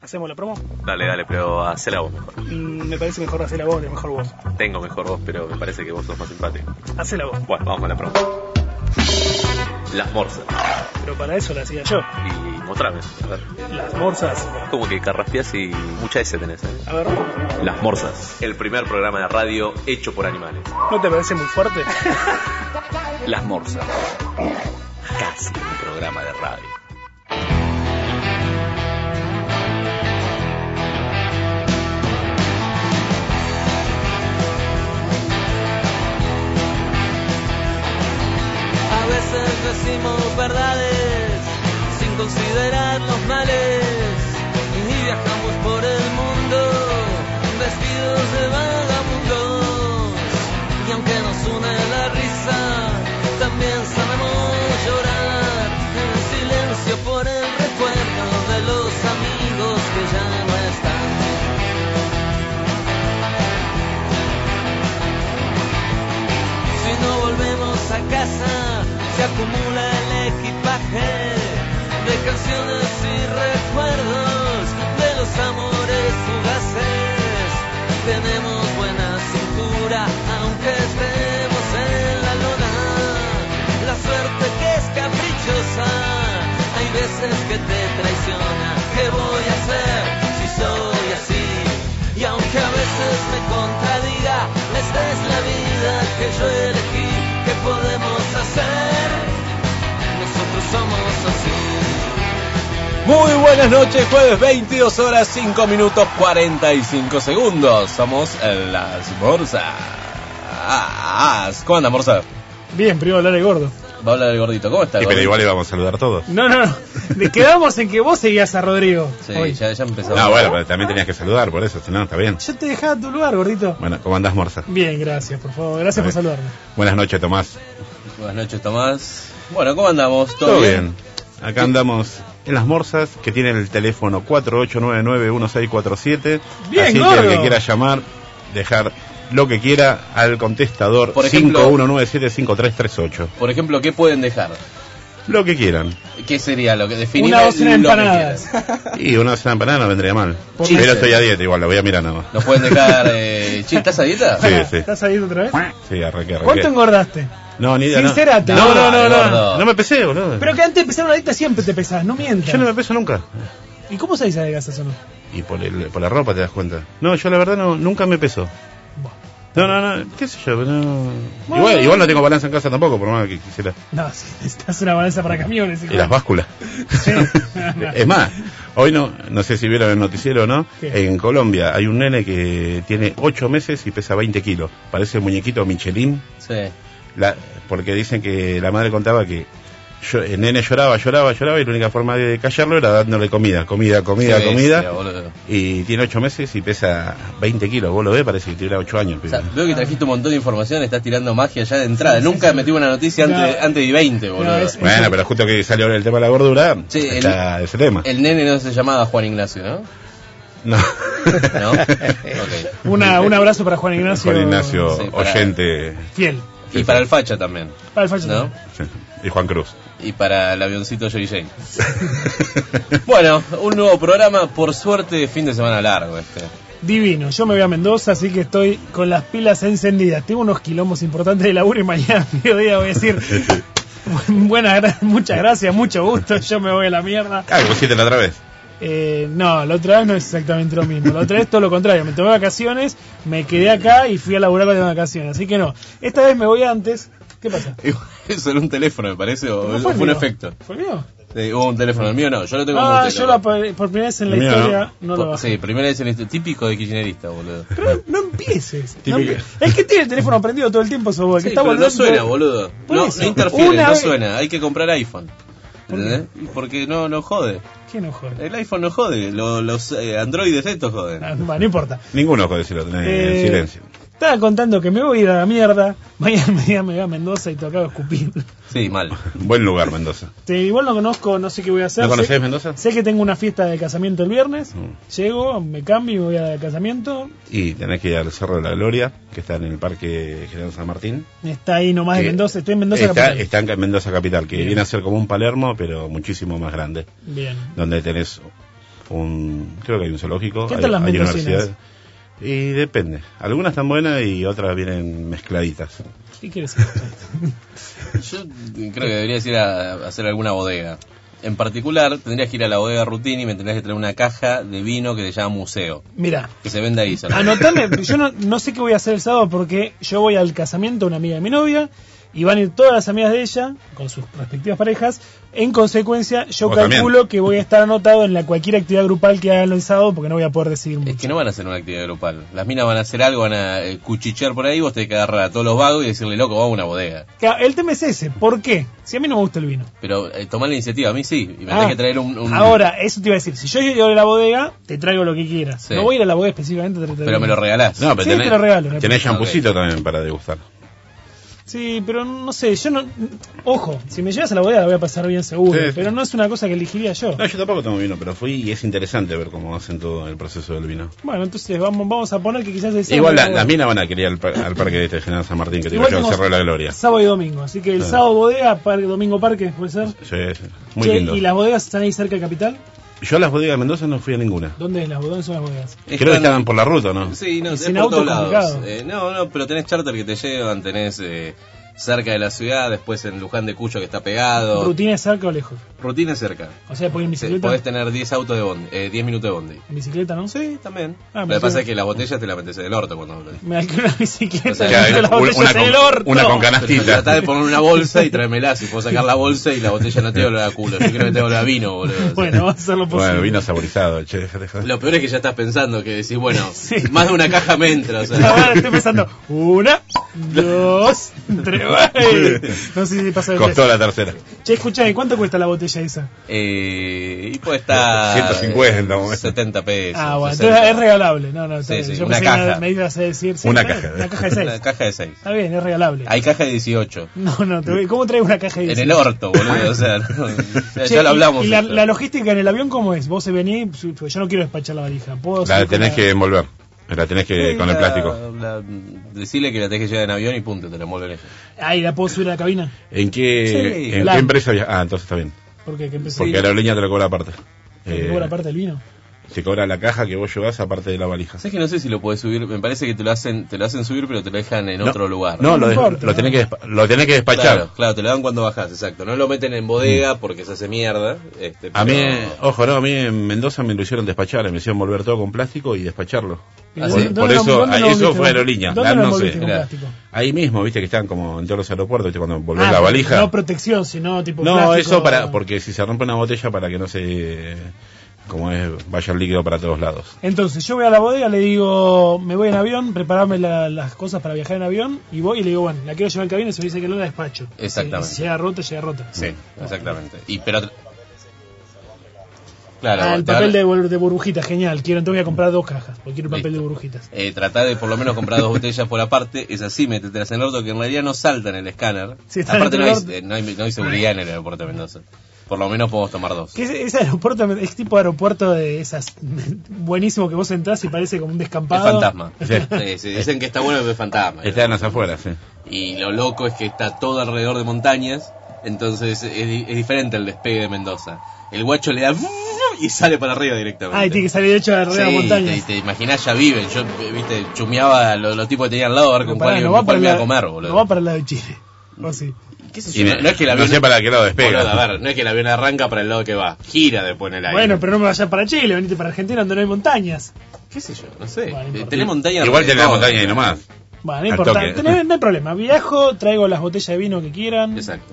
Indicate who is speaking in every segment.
Speaker 1: ¿Hacemos la promo?
Speaker 2: Dale, dale, pero hace la voz mejor.
Speaker 1: Mm, me parece mejor hacer la voz, de mejor voz.
Speaker 2: Tengo mejor voz, pero me parece que vos sos más simpático.
Speaker 1: Hace la voz.
Speaker 2: Bueno, vamos a la promo. Las morsas.
Speaker 1: Pero para eso la hacía yo.
Speaker 2: Y mostrame. A ver.
Speaker 1: Las morsas.
Speaker 2: Como que carraspeas y mucha S tenés, ¿eh?
Speaker 1: A ver,
Speaker 2: Las morsas. El primer programa de radio hecho por animales.
Speaker 1: ¿no te parece muy fuerte?
Speaker 2: Las morsas. Casi un programa de radio.
Speaker 3: A veces decimos verdades sin considerar los males y viajamos por el mundo vestidos de vagabundos y aunque nos une la risa también sabemos llorar en el silencio por el recuerdo de los amigos que ya no están. Si no volvemos a casa, se acumula el equipaje de canciones y recuerdos de los amores fugaces. Tenemos buena cintura, aunque estemos en la luna. La suerte que es caprichosa, hay veces que te traiciona. ¿Qué voy a hacer si soy así? Y aunque a veces me contradiga, esta es la vida que yo elegí, ¿qué podemos hacer? Nosotros somos así.
Speaker 4: Muy buenas noches, jueves 22 horas 5 minutos 45 segundos. Somos las morsas. ¿Cómo anda, morsa?
Speaker 1: Bien, primero hablar de gordo.
Speaker 4: Va a hablar el gordito. ¿Cómo está? el
Speaker 5: Y pero
Speaker 4: gordito?
Speaker 5: igual le vamos a saludar todos.
Speaker 1: No, no, no. De- Quedamos en que vos seguías a Rodrigo. hoy.
Speaker 4: Sí, ya, ya empezamos.
Speaker 5: No, Ah, bueno, pero también tenías que saludar por eso, si no, está bien.
Speaker 1: Yo te dejaba tu lugar, gordito.
Speaker 5: Bueno, ¿cómo andás, Morsa?
Speaker 1: Bien, gracias, por favor. Gracias por
Speaker 5: Está bien.
Speaker 1: saludarme.
Speaker 5: Buenas noches, Tomás.
Speaker 4: Buenas noches, Tomás. Bueno, ¿cómo andamos?
Speaker 5: Todo bien. Acá andamos en las morsas que tienen el teléfono 48991647.
Speaker 1: Bien,
Speaker 5: Así
Speaker 1: gordo.
Speaker 5: que el que quiera llamar, dejar lo que quiera al contestador
Speaker 4: Por ejemplo-
Speaker 5: 51975338.
Speaker 4: Por ejemplo, ¿qué pueden dejar?
Speaker 5: Lo que quieran.
Speaker 4: ¿Qué sería lo que definir?
Speaker 1: Una docena de
Speaker 4: lo que
Speaker 1: empanadas.
Speaker 4: quieran.
Speaker 5: Y una cena empanada no vendría mal.
Speaker 4: Chiste.
Speaker 5: Pero estoy a dieta igual, lo voy a mirar nada más.
Speaker 4: Nos pueden dejar. Eh... Che, ¿Estás a dieta?
Speaker 5: Sí, sí.
Speaker 1: ¿Estás ahí otra vez?
Speaker 5: Sí, arrequé, arrequé.
Speaker 1: ¿Cuánto engordaste?
Speaker 5: No, ni idea. no.
Speaker 1: Sincerate.
Speaker 5: No, no, no, no.
Speaker 4: gordo.
Speaker 5: No, me pesé, boludo.
Speaker 1: Pero que antes de empezar una dieta siempre te pesás, no mientas.
Speaker 5: Yo no me peso nunca.
Speaker 1: ¿Y cómo se dice adelgazas o no?
Speaker 5: Y por, el, por la ropa te das cuenta. No, yo la verdad no, nunca me peso. No, no, no, qué sé yo, pero no... Igual, igual no tengo balanza en casa tampoco, por más que quisiera.
Speaker 1: No, si necesitas una balanza para camiones. hijo.
Speaker 5: Y las básculas.
Speaker 1: Sí.
Speaker 5: es más, hoy no, no sé si vieron el noticiero o no,
Speaker 1: ¿Qué?
Speaker 5: en Colombia hay un nene que tiene 8 meses y pesa 20 kilos. Parece el muñequito Michelin,
Speaker 4: Sí.
Speaker 5: la- porque dicen que la madre contaba que yo- el nene lloraba, lloraba, lloraba y la única forma de callarlo era dándole comida, comida, comida,
Speaker 4: Qué
Speaker 5: comida.
Speaker 4: bestia, boludo.
Speaker 5: Y tiene 8 meses y pesa 20 kilos. Vos lo ves, parece que tuviera 8 años.
Speaker 4: O
Speaker 5: pibe.
Speaker 4: sea, veo que trajiste un montón de información, estás tirando magia ya de entrada. Nunca metí una noticia antes,
Speaker 1: No.
Speaker 4: antes de 20, boludo.
Speaker 1: No, es-
Speaker 5: bueno, pero justo que salió el tema de la gordura,
Speaker 4: Sí, el-
Speaker 5: está ese tema.
Speaker 4: El nene no se llamaba Juan Ignacio, ¿no?
Speaker 5: No.
Speaker 4: ¿No? Ok.
Speaker 1: Una- un abrazo para Juan Ignacio.
Speaker 5: Juan Ignacio,
Speaker 4: Sí, para-
Speaker 5: oyente.
Speaker 1: Fiel.
Speaker 4: Y para el facha también,
Speaker 1: Para Ah, el fallo.
Speaker 4: ¿no?
Speaker 5: Sí, Y Juan Cruz.
Speaker 4: Y para el avioncito Jerry Jane. Bueno, un nuevo programa, por suerte, fin de semana largo este.
Speaker 1: Divino. Yo me voy a Mendoza, así que estoy con las pilas encendidas. Tengo unos quilombos importantes de laburo y mañana a mediodía voy a decir. "Bu- Buenas, gra- muchas gracias, mucho gusto. Yo me voy a la mierda.
Speaker 5: Ah, que pusiste la otra vez.
Speaker 1: Eh, no, la otra vez no es exactamente lo mismo. La otra vez todo lo contrario. Me tomé vacaciones, me quedé acá y fui a laburar con las vacaciones. Así que no. Esta vez me voy antes. ¿Qué pasa?
Speaker 4: Eso era un teléfono, me parece, o
Speaker 1: ¿No
Speaker 4: o fue un
Speaker 1: mío?
Speaker 4: efecto.
Speaker 1: ¿Fue mío?
Speaker 4: Sí, hubo un teléfono, el mío no, yo lo tengo como
Speaker 1: Ah,
Speaker 4: un
Speaker 1: yo
Speaker 4: teléfono.
Speaker 1: la, por por primera vez en la
Speaker 5: El mío,
Speaker 1: historia no, lo
Speaker 4: Por-
Speaker 1: bajé.
Speaker 4: Sí, primera vez en este típico de kirchnerista, boludo.
Speaker 1: Pero no empieces. No
Speaker 5: Típico.
Speaker 1: empie- es que tiene el teléfono prendido todo el tiempo, eso, que
Speaker 4: Sí,
Speaker 1: está
Speaker 4: pero
Speaker 1: volviendo.
Speaker 4: no suena, boludo.
Speaker 1: Por
Speaker 4: No,
Speaker 1: eso.
Speaker 4: no interfiere,
Speaker 1: Una
Speaker 4: no
Speaker 1: vez-
Speaker 4: suena. Hay que comprar iPhone.
Speaker 1: ¿Por qué?
Speaker 4: ¿Eh? Porque no, no jode.
Speaker 1: ¿Qué no jode?
Speaker 4: El iPhone no jode, lo- los eh, androides estos joden.
Speaker 1: Ah, bueno, no importa.
Speaker 5: Ninguno puede decirlo tenés
Speaker 1: Eh,
Speaker 5: en silencio.
Speaker 1: Estaba contando que me voy a ir a la mierda. Mañana me voy a Mendoza y tocaba escupir.
Speaker 4: Sí, mal.
Speaker 5: Buen lugar, Mendoza.
Speaker 1: Sí, igual no conozco, no sé qué voy a hacer.
Speaker 5: ¿No conocés
Speaker 1: Sé-
Speaker 5: Mendoza?
Speaker 1: Sé que tengo una fiesta de casamiento el viernes.
Speaker 5: Mm.
Speaker 1: Llego, me cambio y me voy al casamiento.
Speaker 5: Y tenés que ir al Cerro de la Gloria, que está en el Parque General San Martín.
Speaker 1: Está ahí nomás en
Speaker 5: Que
Speaker 1: Mendoza. Estoy en Mendoza
Speaker 5: está,
Speaker 1: capital.
Speaker 5: está en Mendoza Capital, que
Speaker 1: Bien.
Speaker 5: viene a ser como un Palermo, pero muchísimo más grande.
Speaker 1: Bien.
Speaker 5: Donde tenés un. Creo que hay un zoológico.
Speaker 1: ¿Qué
Speaker 5: hay,
Speaker 1: tal las
Speaker 5: hay
Speaker 1: mendocinas?
Speaker 5: universidades. Y depende. Algunas están buenas y otras vienen mezcladitas.
Speaker 1: ¿Qué quieres decir?
Speaker 4: Yo creo que deberías ir a, a hacer alguna bodega. En particular, tendrías que ir a la bodega Rutini y me tendrías que traer una caja de vino que se llama Museo.
Speaker 1: Mira,
Speaker 4: Que se vende ahí solamente.
Speaker 1: anotame. Yo no, no sé qué voy a hacer el sábado porque yo voy al casamiento de una amiga de mi novia. Y van a ir todas las amigas de ella, con sus respectivas parejas. En consecuencia, yo
Speaker 5: Vos
Speaker 1: calculo
Speaker 5: también.
Speaker 1: que voy a estar anotado en la cualquier actividad grupal que hagan el sábado porque no voy a poder decidir mucho.
Speaker 4: Es que no van a hacer una actividad grupal. Las minas van a hacer algo, van a eh, cuchichear por ahí, vos tenés que agarrar a todos los vagos y decirle, loco, vamos a una bodega.
Speaker 1: Claro, El tema es ese. ¿Por qué? Si a mí no me gusta el vino.
Speaker 4: Pero eh, tomá la iniciativa, a mí sí. Y me
Speaker 1: Ah,
Speaker 4: tenés que traer un... un-
Speaker 1: Ahora, eso te iba a decir. Si yo llego a la bodega, te traigo lo que quieras.
Speaker 4: Sí.
Speaker 1: No voy a ir a la bodega específicamente. a tratar de-
Speaker 4: Pero me lo regalás.
Speaker 5: No, pero
Speaker 1: Sí,
Speaker 5: tenés,
Speaker 1: te lo regalo, me
Speaker 5: tenés
Speaker 4: parece.
Speaker 5: champucito también para degustar.
Speaker 1: Sí, pero no sé. Yo no. Ojo, si me llevas a la bodega la voy a pasar bien seguro.
Speaker 5: Sí.
Speaker 1: Pero no es una cosa que elegiría yo.
Speaker 5: No, yo tampoco tomo vino, pero fui y es interesante ver cómo hacen todo el proceso del vino.
Speaker 1: Bueno, entonces vamos, vamos a poner que quizás el sábado-
Speaker 5: Igual la- las minas van a querer ir al, par- al parque de este General San Martín, que te digo
Speaker 1: Igual
Speaker 5: yo, el
Speaker 1: tengo
Speaker 5: Cerro de la Gloria.
Speaker 1: Sábado y domingo. Así que el
Speaker 5: Sí.
Speaker 1: sábado bodega, parque, domingo parque, puede ser.
Speaker 5: Sí, sí, muy
Speaker 1: Che,
Speaker 5: lindo.
Speaker 1: ¿Y las bodegas están ahí cerca de capital?
Speaker 5: Yo a las bodegas de Mendoza no fui a ninguna.
Speaker 1: ¿Dónde es las bodegas? ¿Dónde son las bodegas?
Speaker 5: Creo que estaban por la ruta, ¿no?
Speaker 4: Sí, no,
Speaker 1: Y
Speaker 4: es
Speaker 1: sin
Speaker 4: por
Speaker 1: auto
Speaker 4: todos
Speaker 1: es
Speaker 4: lados.
Speaker 1: complicado.
Speaker 4: Eh, no, no, pero tenés charter que te llevan, tenés eh, cerca de la ciudad, después en Luján de Cuyo que está pegado.
Speaker 1: ¿Rutina es cerca o lejos?
Speaker 4: Rutina cerca.
Speaker 1: O sea, puedo ir en
Speaker 4: Sí,
Speaker 1: bicicleta.
Speaker 4: podés tener 10 autos de bondi, eh, 10 minutos de bondi.
Speaker 1: En bicicleta, ¿no?
Speaker 4: Sí, también.
Speaker 1: Ah,
Speaker 4: lo
Speaker 1: me
Speaker 4: que pasa
Speaker 1: suena.
Speaker 4: es que las botellas te las metes en el orto cuando lo
Speaker 1: Me alquilo una
Speaker 4: O
Speaker 1: bicicleta.
Speaker 4: sea,
Speaker 1: y
Speaker 4: que
Speaker 1: me
Speaker 4: hay
Speaker 1: meto las
Speaker 5: un-
Speaker 1: botellas
Speaker 5: una
Speaker 1: en
Speaker 5: con-
Speaker 1: el orto.
Speaker 5: una con canastita.
Speaker 4: Tratá de poner una bolsa y tráemela. Si puedo sacar la bolsa y la botella no te olor a culo. Yo creo que te olor a vino, boludo. O sea,
Speaker 1: Bueno, pues vamos a hacer lo posible.
Speaker 5: Bueno, vino saborizado, che, deja, deja.
Speaker 4: Lo peor es que ya estás pensando que decís, bueno,
Speaker 1: Sí.
Speaker 4: más de una caja me entra. O sea.
Speaker 1: Ahora estoy pensando, una, dos, tres, ¡ay! No sé si pasa de
Speaker 5: Costó
Speaker 1: tres.
Speaker 5: la tercera.
Speaker 1: Che, escuchame, ¿cuánto cuesta la botella esa?
Speaker 4: Eh, y puede estar.
Speaker 5: 150,
Speaker 4: eh,
Speaker 5: momento.
Speaker 4: 70 pesos.
Speaker 1: ah, bueno,
Speaker 4: 60.
Speaker 1: entonces es regalable. No, no, está
Speaker 4: Sí,
Speaker 1: bien.
Speaker 4: sí,
Speaker 1: Yo
Speaker 4: una
Speaker 1: pensé que
Speaker 4: caja.
Speaker 1: me ibas a decir... sí,
Speaker 5: Una
Speaker 1: está
Speaker 5: caja.
Speaker 1: bien, Una caja de seis.
Speaker 4: Una caja de 6.
Speaker 1: Está bien, es regalable.
Speaker 4: Hay caja de 18.
Speaker 1: No, no, te voy- ¿cómo traes una caja de
Speaker 4: En
Speaker 1: seis?
Speaker 4: el orto, boludo. O sea, no, ya,
Speaker 1: Che,
Speaker 4: ya lo hablamos.
Speaker 1: ¿Y, y la,
Speaker 4: esto.
Speaker 1: la logística en el avión cómo es? Vos se venís, su- yo no quiero despachar la valija. ¿Puedo
Speaker 5: La
Speaker 1: subir con
Speaker 5: tenés que envolver. La tenés que
Speaker 4: Sí,
Speaker 5: Eh, con el
Speaker 4: la-
Speaker 5: plástico.
Speaker 4: la- decirle que la tenés que llevar en avión y punto, te la envuelven ellos.
Speaker 1: Ay, ¿la puedo subir a la cabina?
Speaker 5: ¿En qué,
Speaker 4: Sí,
Speaker 5: ¿en
Speaker 1: la-
Speaker 5: qué empresa viajas? Ah, entonces está bien.
Speaker 1: Porque que empecé...
Speaker 5: Porque la aerolínea te lo cobra aparte. Eh,
Speaker 1: ¿Cobra parte del vino?
Speaker 5: Te cobra la caja que vos llevas aparte de la valija.
Speaker 4: Sabes que no sé si lo podés subir, me parece que te lo hacen, te lo hacen subir pero te lo dejan en
Speaker 5: No,
Speaker 4: otro lugar.
Speaker 5: No, lo, des-
Speaker 1: No importa,
Speaker 5: lo, tenés que, despa- lo tenés que despachar. Mm.
Speaker 4: Claro, claro, te lo dan cuando bajás, exacto. No lo meten en bodega porque se hace mierda. Este,
Speaker 5: A mí,
Speaker 4: pero-
Speaker 5: ojo, no, a mí en Mendoza me lo hicieron despachar, me hicieron volver todo con plástico y despacharlo.
Speaker 4: Ah,
Speaker 5: Por,
Speaker 4: sí.
Speaker 1: ¿Dónde
Speaker 5: por
Speaker 1: lo-
Speaker 5: eso,
Speaker 1: dónde
Speaker 5: ahí-
Speaker 1: lo
Speaker 5: eso
Speaker 1: volviste?
Speaker 5: fue aerolínea,
Speaker 1: ¿Dónde
Speaker 5: la-
Speaker 1: lo
Speaker 5: no
Speaker 1: envolviste
Speaker 5: sé.
Speaker 1: con
Speaker 4: Mirá.
Speaker 1: plástico?
Speaker 5: Ahí mismo, viste que están como en todos los aeropuertos, viste, cuando volvés
Speaker 1: Ah,
Speaker 5: la valija.
Speaker 1: No protección, sino tipo.
Speaker 5: No,
Speaker 1: plástico.
Speaker 5: eso para, porque si se rompe una botella para que no se, como es, vaya el líquido para todos lados.
Speaker 1: Entonces, yo voy a la bodega, le digo, me voy en avión, preparame la- las cosas para viajar en avión, y voy y le digo, bueno, la quiero llevar en cabina, se me dice que no la despacho.
Speaker 4: Exactamente.
Speaker 1: Si llega rota, llega rota.
Speaker 4: Sí, exactamente. Y pero Claro,
Speaker 1: Ah, el
Speaker 4: te van-
Speaker 1: papel de, bur- de burbujitas, genial. Quiero, entonces voy a comprar dos cajas, porque quiero el papel
Speaker 4: Listo.
Speaker 1: de burbujitas.
Speaker 4: eh, tratá de por lo menos comprar dos botellas por aparte, es así, métetelas en el orto que en realidad no saltan el escáner.
Speaker 1: Sí, están
Speaker 4: Aparte
Speaker 1: en
Speaker 4: no
Speaker 1: el
Speaker 4: hay,
Speaker 1: orto.
Speaker 4: eh, no, hay, no hay seguridad en el aeropuerto de Mendoza. Por lo menos podemos tomar dos.
Speaker 1: Que ese, ese aeropuerto es tipo aeropuerto de esas. Buenísimo que vos entrás y parece como un
Speaker 4: Es
Speaker 1: descampado.
Speaker 4: fantasma.
Speaker 5: Sí.
Speaker 4: Sí, sí, dicen que está bueno pero es fantasma.
Speaker 5: Está en las afueras, sí.
Speaker 4: Y lo loco es que está todo alrededor de montañas, entonces es, di- es diferente el despegue de Mendoza. El guacho le da y sale para arriba directamente.
Speaker 1: Ah, y tiene que salir hecho de arriba de la
Speaker 4: Sí,
Speaker 1: montaña.
Speaker 4: te, te imaginás, ya viven. Yo, viste, chumeaba a los, los tipos que tenían al lado a ver con
Speaker 1: Pará,
Speaker 4: cuál,
Speaker 1: no
Speaker 4: con
Speaker 1: va
Speaker 4: cuál
Speaker 1: para
Speaker 4: me iba a
Speaker 1: la-
Speaker 4: comer,
Speaker 1: No va
Speaker 4: boludo.
Speaker 1: para el lado de Chile. O sí.
Speaker 4: ¿Qué sé
Speaker 5: Y
Speaker 4: yo?
Speaker 5: me-
Speaker 4: No es que el
Speaker 5: no
Speaker 4: avión...
Speaker 5: sé para qué lado despega.
Speaker 4: Boludo, a ver, no es que el avión arranca para el lado que va. Gira después en el aire.
Speaker 1: Bueno, pero no me vayas para Chile, venite para Argentina donde no hay montañas.
Speaker 4: qué sé yo, no sé. Eh,
Speaker 1: Bueno, no importa.
Speaker 4: tenés montaña...
Speaker 5: Igual tenés la
Speaker 4: todo.
Speaker 5: montaña y nomás.
Speaker 1: Bueno, no
Speaker 5: Al
Speaker 1: importa,
Speaker 5: toque.
Speaker 1: tenés- no hay problema. Viajo, traigo las botellas de vino que quieran.
Speaker 4: Exacto.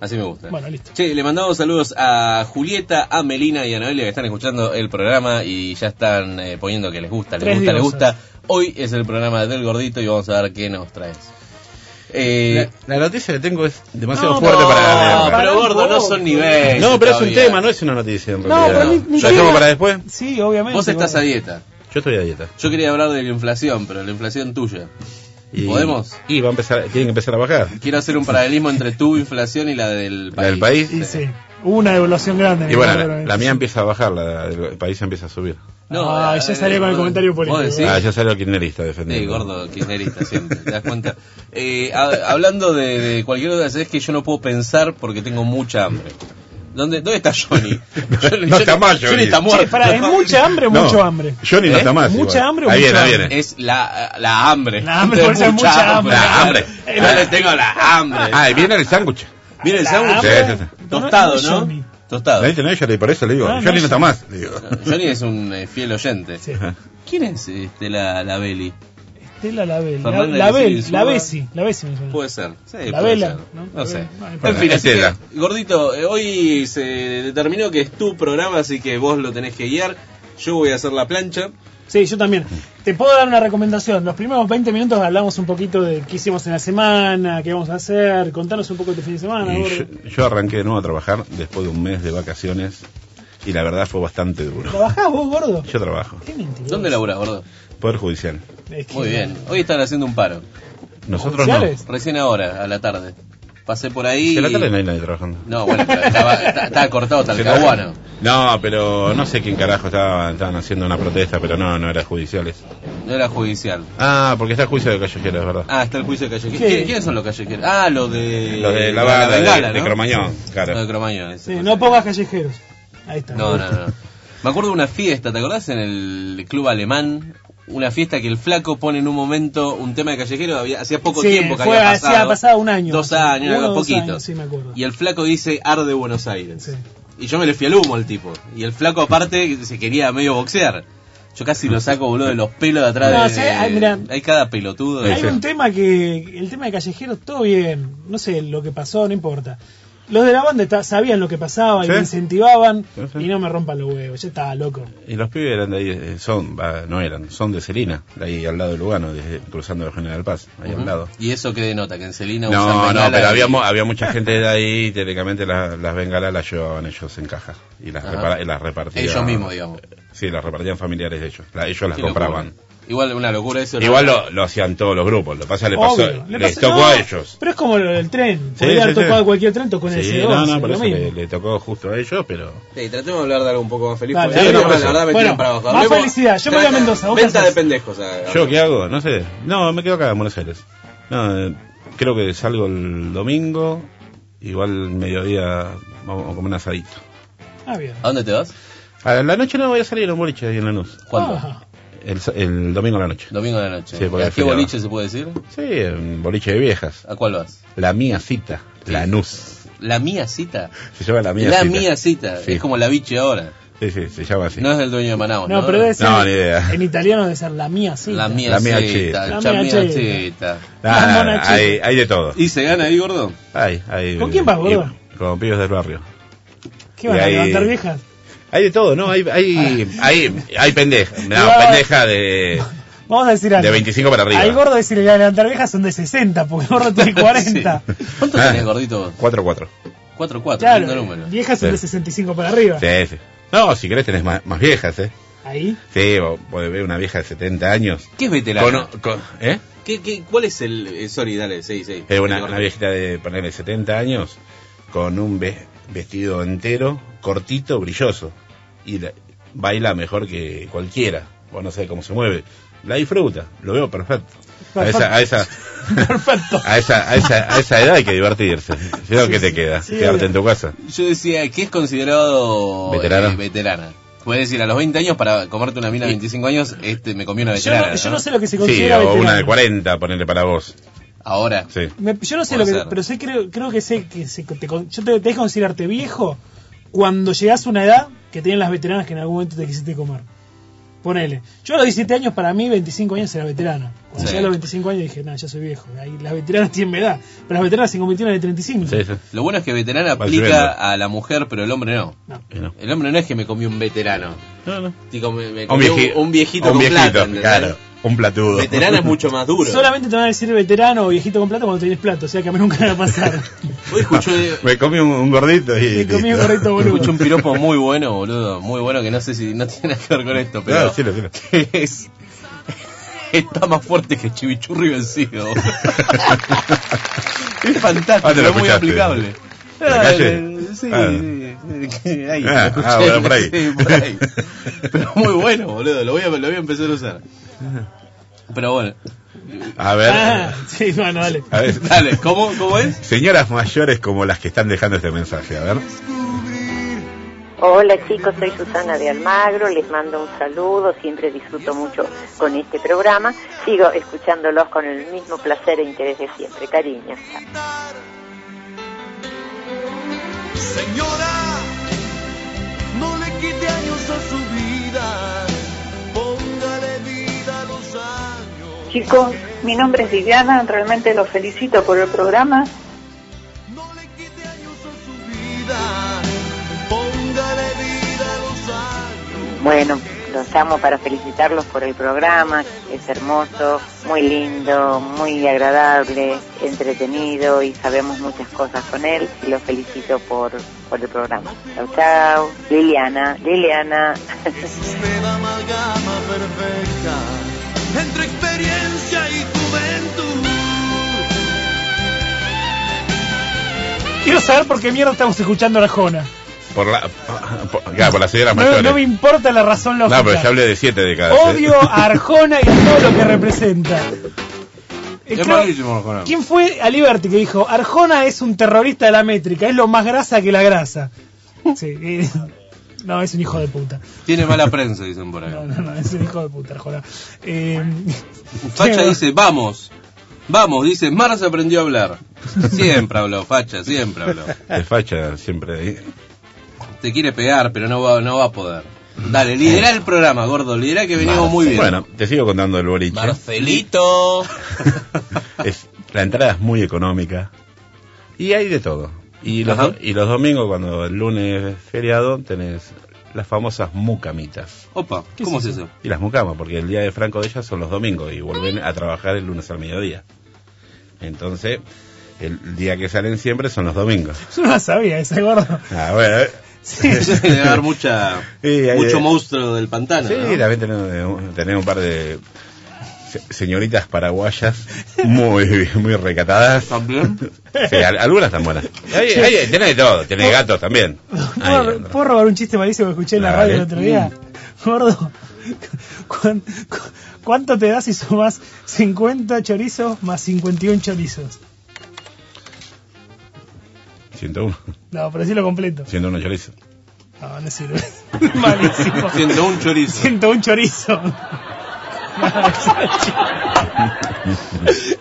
Speaker 4: Así me gusta.
Speaker 1: Bueno, listo.
Speaker 4: Che, le mandamos saludos a Julieta, a Melina y a Noelia que están escuchando el programa y ya están eh, poniendo que les gusta, les
Speaker 1: Tres
Speaker 4: gusta, les
Speaker 1: diosas.
Speaker 4: gusta. Hoy es el programa del gordito y vamos a ver qué nos traes. Eh,
Speaker 5: La, la noticia que tengo es demasiado
Speaker 1: No,
Speaker 5: fuerte
Speaker 4: no,
Speaker 5: para
Speaker 1: para
Speaker 4: pero
Speaker 1: un
Speaker 4: gordo, no
Speaker 1: poco.
Speaker 4: son niveles.
Speaker 5: No, pero es un
Speaker 4: todavía.
Speaker 5: tema, no es una noticia en
Speaker 1: No,
Speaker 5: realidad.
Speaker 1: pero ni- ni
Speaker 5: ¿La dejamos
Speaker 1: siquiera-
Speaker 5: para después?
Speaker 1: Sí, obviamente.
Speaker 4: Vos estás a
Speaker 1: bueno.
Speaker 4: dieta.
Speaker 5: Yo estoy a dieta.
Speaker 4: Yo quería hablar de la inflación, pero la inflación tuya.
Speaker 5: Y-
Speaker 4: ¿Podemos?
Speaker 5: Y va a empezar, tienen que empezar a bajar.
Speaker 4: Quiero hacer un paralelismo entre tu inflación y la del
Speaker 5: La
Speaker 4: país.
Speaker 5: del país.
Speaker 1: Y sí, hubo una devaluación grande. en
Speaker 5: Y
Speaker 1: el
Speaker 5: bueno,
Speaker 1: mercado
Speaker 5: la,
Speaker 1: de
Speaker 5: la mía empieza a bajar, la del país empieza a subir.
Speaker 4: No,
Speaker 1: Ah,
Speaker 4: eh,
Speaker 1: ya salió con el
Speaker 4: vos-
Speaker 1: comentario político.
Speaker 4: Vos decís.
Speaker 5: Ah, ya salió el kirchnerista defendiendo.
Speaker 4: Sí, gordo, kirchnerista siempre, ¿te das cuenta? Eh, ha- hablando de, de cualquier otra, es que yo no puedo pensar porque tengo mucha hambre. ¿Dónde, dónde está Johnny?
Speaker 5: No
Speaker 4: Johnny-
Speaker 5: está más,
Speaker 4: Johnny.
Speaker 5: Johnny.
Speaker 4: está
Speaker 1: Che,
Speaker 4: muerto.
Speaker 1: pará, es mucha hambre o
Speaker 5: No,
Speaker 1: mucho hambre.
Speaker 5: Johnny no
Speaker 4: ¿Eh?
Speaker 5: está más.
Speaker 1: ¿Mucha
Speaker 5: igual.
Speaker 1: hambre o
Speaker 5: ahí
Speaker 1: mucho
Speaker 5: viene, ahí
Speaker 1: hambre?
Speaker 5: viene.
Speaker 4: Es la, la hambre.
Speaker 1: La hambre,
Speaker 4: Tengo
Speaker 1: por eso es mucha hambre.
Speaker 5: La hambre.
Speaker 4: Yo le tengo la hambre.
Speaker 5: Ah, ahí viene el sándwich.
Speaker 4: Mira el
Speaker 1: la
Speaker 4: sándwich.
Speaker 1: hambre.
Speaker 5: Sí, sí, sí.
Speaker 4: Tostado,
Speaker 1: Ah, No, no,
Speaker 4: ¿no?
Speaker 1: Johnny. Ah,
Speaker 4: Tostado.
Speaker 5: La gente no es Johnny, por eso le digo.
Speaker 1: No, no
Speaker 5: Johnny no
Speaker 1: es
Speaker 5: está más. le digo.
Speaker 4: Johnny es un eh, fiel oyente.
Speaker 1: Sí.
Speaker 4: ¿Quién es este, la, la Beli?
Speaker 1: Estela Label. La,
Speaker 4: Fernández
Speaker 1: la Bel,
Speaker 4: Vecino,
Speaker 1: la
Speaker 4: ¿no?
Speaker 1: Bessi, la Bessi me suena.
Speaker 4: Puede ser. Sí,
Speaker 1: La
Speaker 4: puede
Speaker 1: vela,
Speaker 4: ser.
Speaker 1: ¿no?
Speaker 4: ¿no?
Speaker 1: Pero
Speaker 4: sé.
Speaker 1: no hay
Speaker 4: en
Speaker 1: problema.
Speaker 4: fin, así que,
Speaker 5: Estela.
Speaker 4: gordito, eh, hoy se determinó que es tu programa, así que vos lo tenés que guiar. Yo voy a hacer la plancha.
Speaker 1: Sí, yo también. Te puedo dar una recomendación. Los primeros 20 minutos hablamos un poquito de qué hicimos en la semana, qué vamos a hacer, contanos un poco de tu fin de semana.
Speaker 5: Y
Speaker 1: Ah, gordo.
Speaker 5: yo, yo arranqué de nuevo a trabajar después de un mes de vacaciones y la verdad fue bastante duro.
Speaker 1: ¿Trabajás vos, gordo?
Speaker 5: Yo trabajo.
Speaker 1: Qué mentira.
Speaker 4: ¿Dónde laburás, gordo?
Speaker 5: Poder Judicial.
Speaker 1: Es que-
Speaker 4: Muy bien. Hoy están haciendo un paro.
Speaker 5: Nosotros no.
Speaker 1: ¿Judiciales?
Speaker 4: Recién ahora, a la tarde. Pasé por ahí.
Speaker 5: De la tarde no
Speaker 4: y-
Speaker 5: hay nadie trabajando.
Speaker 4: No, bueno, pero estaba, está- estaba cortado talcahuano.
Speaker 5: No, pero no sé quién carajo estaba, estaban haciendo una protesta, pero no, no era judiciales.
Speaker 4: No era judicial.
Speaker 5: Ah, porque está el juicio de callejeros, es verdad.
Speaker 4: Ah, está el juicio de callejeros.
Speaker 1: Sí.
Speaker 4: ¿Quién- ¿Quiénes son los callejeros? Ah, los de.
Speaker 5: Los de la banda, de,
Speaker 4: bengala,
Speaker 5: de
Speaker 4: ¿no?
Speaker 5: Cromañón,
Speaker 4: Los de
Speaker 5: claro.
Speaker 4: Cromañón. ese
Speaker 1: Sí,
Speaker 4: fue.
Speaker 1: no pongas callejeros. Ahí está.
Speaker 4: No, no, no. Me acuerdo de una fiesta, ¿te acordás? En el club alemán. Una fiesta que el flaco pone en un momento un tema de callejero. había- hacía poco
Speaker 1: Sí,
Speaker 4: tiempo que
Speaker 1: fue-
Speaker 4: había
Speaker 1: hacía
Speaker 4: pasado.
Speaker 1: pasado un año.
Speaker 4: Dos años,
Speaker 1: Uno
Speaker 4: algo
Speaker 1: o dos
Speaker 4: poquito.
Speaker 1: años, sí, me acuerdo.
Speaker 4: Y el flaco dice arde Buenos Aires.
Speaker 1: Sí.
Speaker 4: Y yo me le fui al humo al tipo. Y el flaco aparte se quería medio boxear. Yo casi lo saco, boludo, de los pelos de atrás.
Speaker 1: No,
Speaker 4: de-
Speaker 1: sí, ay, mirá.
Speaker 4: Hay cada pelotudo.
Speaker 5: Sí,
Speaker 1: Hay
Speaker 5: sí.
Speaker 1: un tema que. El tema de callejeros, todo bien. No sé lo que pasó, no importa. Los de la banda ta- sabían lo que pasaba y
Speaker 5: Sí.
Speaker 1: me incentivaban.
Speaker 5: Sí, sí.
Speaker 1: Y no me rompan los huevos. Ya estaba loco.
Speaker 5: Y los pibes eran de ahí, eh, son, va, no eran, son de Selina, de ahí al lado de Lugano, desde- cruzando el General Paz, ahí
Speaker 4: Ujú.
Speaker 5: al lado.
Speaker 4: Y eso que denota, que en Celina usan
Speaker 5: No, no,
Speaker 4: bengala
Speaker 5: pero
Speaker 4: y-
Speaker 5: había, mu- había mucha gente de ahí, y teóricamente las, las bengalas las llevaban ellos en caja y las,
Speaker 4: Ajá.
Speaker 5: repara- y las repartían.
Speaker 4: Ellos mismos, digamos.
Speaker 5: Sí, las repartían familiares de ellos, la- ellos las
Speaker 4: Qué
Speaker 5: compraban.
Speaker 4: locura. Igual una locura eso. ¿no?
Speaker 5: Igual lo, lo hacían todos los grupos, lo que pasa es que le pasó,
Speaker 1: Obvio, le
Speaker 5: les
Speaker 1: pasó-
Speaker 5: tocó
Speaker 1: no,
Speaker 5: a ellos.
Speaker 1: Pero es como lo del tren.
Speaker 5: Sí,
Speaker 1: Podría haber
Speaker 5: sí, sí.
Speaker 1: tocado cualquier tren, tocó en el
Speaker 5: Sí,
Speaker 1: C11.
Speaker 5: no, no, por
Speaker 1: lo
Speaker 5: eso
Speaker 1: mismo.
Speaker 5: le, le tocó justo a ellos, pero
Speaker 4: Sí, tratemos de hablar de algo un poco más feliz.
Speaker 1: Dale,
Speaker 4: porque
Speaker 1: dale,
Speaker 4: la
Speaker 5: dale.
Speaker 4: verdad, la verdad me
Speaker 1: Bueno,
Speaker 4: tiran para abajo.
Speaker 1: más
Speaker 4: Hablemos-
Speaker 1: felicidad. Yo me voy a
Speaker 4: Trata-
Speaker 1: Mendoza, vos
Speaker 4: Venta
Speaker 1: qué
Speaker 4: de
Speaker 1: haces.
Speaker 4: pendejos. haga-
Speaker 5: ¿Yo qué hago? No sé. No, me quedo acá en Buenos Aires. No, eh, creo que salgo el domingo. Igual mediodía vamos a comer un asadito.
Speaker 1: Ah, bien.
Speaker 4: ¿A dónde te vas?
Speaker 5: A la noche no voy a salir a un boliche ahí en Lanús.
Speaker 4: ¿Cuándo?
Speaker 1: Ah,
Speaker 5: El, sa- el domingo a la noche.
Speaker 4: Domingo de la noche.
Speaker 5: Sí, porque
Speaker 4: ¿A
Speaker 5: es
Speaker 4: qué
Speaker 5: feriado.
Speaker 4: boliche Ah. se puede decir?
Speaker 5: Sí, un boliche de viejas.
Speaker 4: ¿A cuál vas?
Speaker 5: La mía cita. Lanús.
Speaker 4: La mía cita.
Speaker 5: Se llama la mía
Speaker 4: la
Speaker 5: cita.
Speaker 4: mía cita.
Speaker 5: Sí.
Speaker 4: Es como la biche ahora.
Speaker 5: Sí, sí, se llama así.
Speaker 4: No es del dueño de Manaus.
Speaker 1: no,
Speaker 4: No,
Speaker 1: pero debe ser.
Speaker 5: No, ni idea.
Speaker 1: En italiano debe ser la mía, sí.
Speaker 4: La mía
Speaker 5: La mía
Speaker 4: cita.
Speaker 5: cita.
Speaker 4: La
Speaker 1: La mía
Speaker 4: mía
Speaker 1: cita.
Speaker 4: cita.
Speaker 5: Ah,
Speaker 1: no, no,
Speaker 5: hay, hay de todo.
Speaker 4: ¿Y se gana ahí, gordo?
Speaker 5: Hay, hay,
Speaker 1: ¿Con quién vas, gordo?
Speaker 5: y- Con pibes del barrio.
Speaker 1: ¿Qué van
Speaker 5: Y
Speaker 1: a
Speaker 5: ahí-
Speaker 1: levantar viejas? Ah.
Speaker 5: Hay de todo, ¿no? Hay, hay, hay, hay pendeja. No,
Speaker 1: va-
Speaker 5: pendeja de...
Speaker 1: Vamos a decir algo.
Speaker 5: De 25 para arriba.
Speaker 1: Al gordo decirle que van a levantar viejas son de 60, porque el gordo tiene 40.
Speaker 4: Sí. ¿Cuánto
Speaker 5: Ah.
Speaker 4: tenés, gordito? vos?
Speaker 5: 4-4.
Speaker 4: 4-4, lindo
Speaker 1: Claro,
Speaker 4: número.
Speaker 1: viejas son de
Speaker 5: Sí.
Speaker 1: 65 para arriba.
Speaker 5: Sí, sí. No, si querés tenés más, más viejas, ¿eh?
Speaker 1: Ahí.
Speaker 5: Sí, vos podés ver una vieja de 70 años.
Speaker 4: ¿Qué es veterano?
Speaker 5: Con, con- ¿Eh?
Speaker 4: ¿Qué, qué, ¿Cuál es el...? eh, sorry, dale, sí, sí.
Speaker 5: Eh, una,
Speaker 4: Gordo.
Speaker 5: una viejita de ponerle 70 años con un ve- vestido entero, cortito, brilloso. Y la- baila mejor que cualquiera. Vos no sé cómo se mueve. La disfruta, lo veo perfecto. A esa, a esa,
Speaker 1: Perfecto.
Speaker 5: a esa, a esa, a esa edad hay que divertirse. Si no, ¿qué te queda?
Speaker 1: sí,
Speaker 5: Quedarte
Speaker 1: obvio.
Speaker 5: en tu casa.
Speaker 4: Yo decía, ¿qué es considerado
Speaker 5: Veterano.
Speaker 4: eh, veterana? Puedes decir, a los 20 años, para comerte una mina de 25 años, este, me comí una
Speaker 1: Yo no,
Speaker 4: veterana.
Speaker 1: yo
Speaker 4: ¿no?
Speaker 1: no sé lo que se
Speaker 5: Sí,
Speaker 1: considera
Speaker 5: o una de
Speaker 1: veterano.
Speaker 5: 40, ponerle para vos.
Speaker 4: Ahora,
Speaker 5: Sí.
Speaker 1: Me- yo no sé lo
Speaker 4: Puede
Speaker 1: que,
Speaker 4: ser.
Speaker 1: pero sé creo, creo que sé que se- te, con- yo te, te dejo considerarte viejo cuando llegás a una edad que tienen las veteranas que en algún momento te quisiste comer. Ponele. Yo a los 17 años, para mí 25 años era veterano. Cuando
Speaker 4: Sí.
Speaker 1: llegué a los 25 años dije, no, ya soy viejo. Ahí las veteranas tienen mi edad, pero las veteranas se convirtieron en el 35.
Speaker 5: Sí, sí.
Speaker 4: lo bueno es que veterana
Speaker 5: Va
Speaker 4: aplica
Speaker 5: subiendo.
Speaker 4: a la mujer, pero el hombre no.
Speaker 1: No.
Speaker 5: Y no.
Speaker 4: El hombre no es que me comí un veterano.
Speaker 5: No, no.
Speaker 4: Digo, me, me
Speaker 5: Un
Speaker 4: comí un,
Speaker 5: vieji-
Speaker 4: un viejito
Speaker 5: un
Speaker 4: con
Speaker 5: viejito,
Speaker 4: plata, ¿entendés?
Speaker 5: claro. un platudo.
Speaker 4: Veterana es mucho más duro.
Speaker 1: Solamente te van a decir veterano o viejito con plata cuando tenés plato, o sea que a mí nunca me va a pasar.
Speaker 4: Hoy escuché,
Speaker 5: Me comí un, un gordito y.
Speaker 1: Me comí un
Speaker 5: listo.
Speaker 1: gordito, boludo.
Speaker 4: escuché un piropo muy bueno, boludo. Muy bueno que no sé si no tiene nada que ver con esto, pero.
Speaker 5: Claro, sí, lo- sí, lo-
Speaker 4: que es. Está más fuerte que Chivichurri vencido. es fantástico,
Speaker 5: Ah, te lo
Speaker 4: es muy
Speaker 5: escuchaste.
Speaker 4: aplicable.
Speaker 5: ¿En la calle?
Speaker 4: sí,
Speaker 5: Ah.
Speaker 4: sí, sí, ahí,
Speaker 5: Ah,
Speaker 4: lo escuché,
Speaker 5: ah, bueno, por ahí.
Speaker 4: sí, por ahí. Pero muy bueno, boludo, lo voy, a, lo voy a empezar a usar. Pero bueno,
Speaker 5: A ver.
Speaker 1: Ah, sí, bueno, dale.
Speaker 5: A ver.
Speaker 4: dale, ¿cómo, cómo es?
Speaker 5: Señoras mayores como las que están dejando este mensaje, a ver.
Speaker 6: Hola chicos, soy Susana de Almagro, les mando un saludo, siempre disfruto mucho con este programa, sigo escuchándolos con el mismo placer e interés de siempre, cariño.
Speaker 3: Señora, no le quite años a su vida, póngale vida a los años.
Speaker 7: Chicos, mi nombre es Viviana, realmente los felicito por el programa.
Speaker 3: No le quite años a su vida, póngale vida a los años.
Speaker 6: Bueno, los amo para felicitarlos por el programa, es hermoso, muy lindo, muy agradable, entretenido y sabemos muchas cosas con él y los felicito por, por el programa. Chao, chao, Liliana, Liliana.
Speaker 3: Es usted la amalgama perfecta entre experiencia y juventud.
Speaker 1: Quiero saber por qué mierda estamos escuchando a Arjona.
Speaker 5: Por la, por, claro, por las señoras
Speaker 1: No,
Speaker 5: mayores.
Speaker 1: no me importa la razón
Speaker 5: No,
Speaker 1: lógica.
Speaker 5: pero ya hablé de siete décadas. ¿eh?
Speaker 1: Odio a Arjona y a todo lo que representa. Eh,
Speaker 4: Es
Speaker 1: creo-
Speaker 4: malísimo, Arjona.
Speaker 1: ¿Quién fue Aliberti que dijo, Arjona es un terrorista de la métrica, es lo más grasa que la grasa? Sí, eh, no, es un hijo de puta.
Speaker 4: Tiene mala prensa, dicen por
Speaker 1: No,
Speaker 4: ahí.
Speaker 1: no, no, es un hijo de puta, Arjona. Eh,
Speaker 4: Facha
Speaker 1: sí,
Speaker 4: dice, vamos. Vamos, dice, Mars aprendió a hablar. Siempre habló, Facha, siempre habló.
Speaker 5: El facha siempre ahí.
Speaker 4: Te quiere pegar, pero no va, no va a poder. Dale, liderá el programa, gordo. Liderá que venimos muy bien.
Speaker 5: Bueno, te sigo contando el boliche.
Speaker 4: Marcelito.
Speaker 5: Es- la entrada es muy económica. Y hay de todo. Y los,
Speaker 4: Ajá.
Speaker 5: do- y los domingos, cuando el lunes es feriado, tenés las famosas mucamitas.
Speaker 4: Opa, ¿cómo es eso?
Speaker 5: Y las mucamas, porque el día de Franco de ellas son los domingos y vuelven
Speaker 4: Ah.
Speaker 5: a trabajar el lunes al mediodía. Entonces, el día que salen siempre son los domingos.
Speaker 1: Yo no la sabía esa, gordo.
Speaker 5: Ah, bueno, eh.
Speaker 1: Sí,
Speaker 4: Eso debe haber mucha,
Speaker 5: Sí, hay
Speaker 4: mucho
Speaker 5: de-
Speaker 4: monstruo del pantano.
Speaker 5: Sí,
Speaker 4: ¿no?
Speaker 5: también tenemos, tenemos un par de se- señoritas paraguayas muy bien, muy recatadas.
Speaker 4: ¿También?
Speaker 5: Sí, al- algunas están buenas. Hay, hay- tenés de todo, tenés
Speaker 4: Oh.
Speaker 5: gatos también. Hay-
Speaker 1: ¿Puedo, puedo robar un chiste malísimo que escuché en la
Speaker 5: Dale.
Speaker 1: radio el otro día?
Speaker 4: Mm.
Speaker 1: Gordo, ¿cuán- cu- ¿cuánto te das si sumas 50 chorizos más 51 chorizos?
Speaker 5: 101,
Speaker 1: No, pero sí lo completo.
Speaker 5: 101 chorizo.
Speaker 1: No, no sirve. Malísimo.
Speaker 4: 101 chorizo.
Speaker 1: 101 chorizo.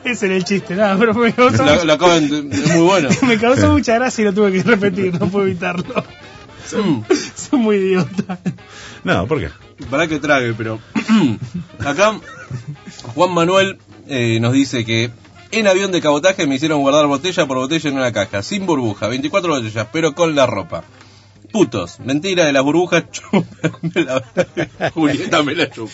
Speaker 1: Ese era el chiste, nada, pero me causó,
Speaker 4: Lo, lo acaban de- es muy bueno.
Speaker 1: me causó mucha gracia y lo tuve que repetir, no puedo evitarlo.
Speaker 4: Mm,
Speaker 1: Soy muy idiota.
Speaker 5: No, ¿por qué?
Speaker 4: Para que trague, pero. Acá, Juan Manuel eh, nos dice que. En avión de cabotaje me hicieron guardar botella por botella en una caja, sin burbuja, 24 botellas, pero con la ropa. Putos, mentira de las burbujas, chúpame la Julieta me la chupa.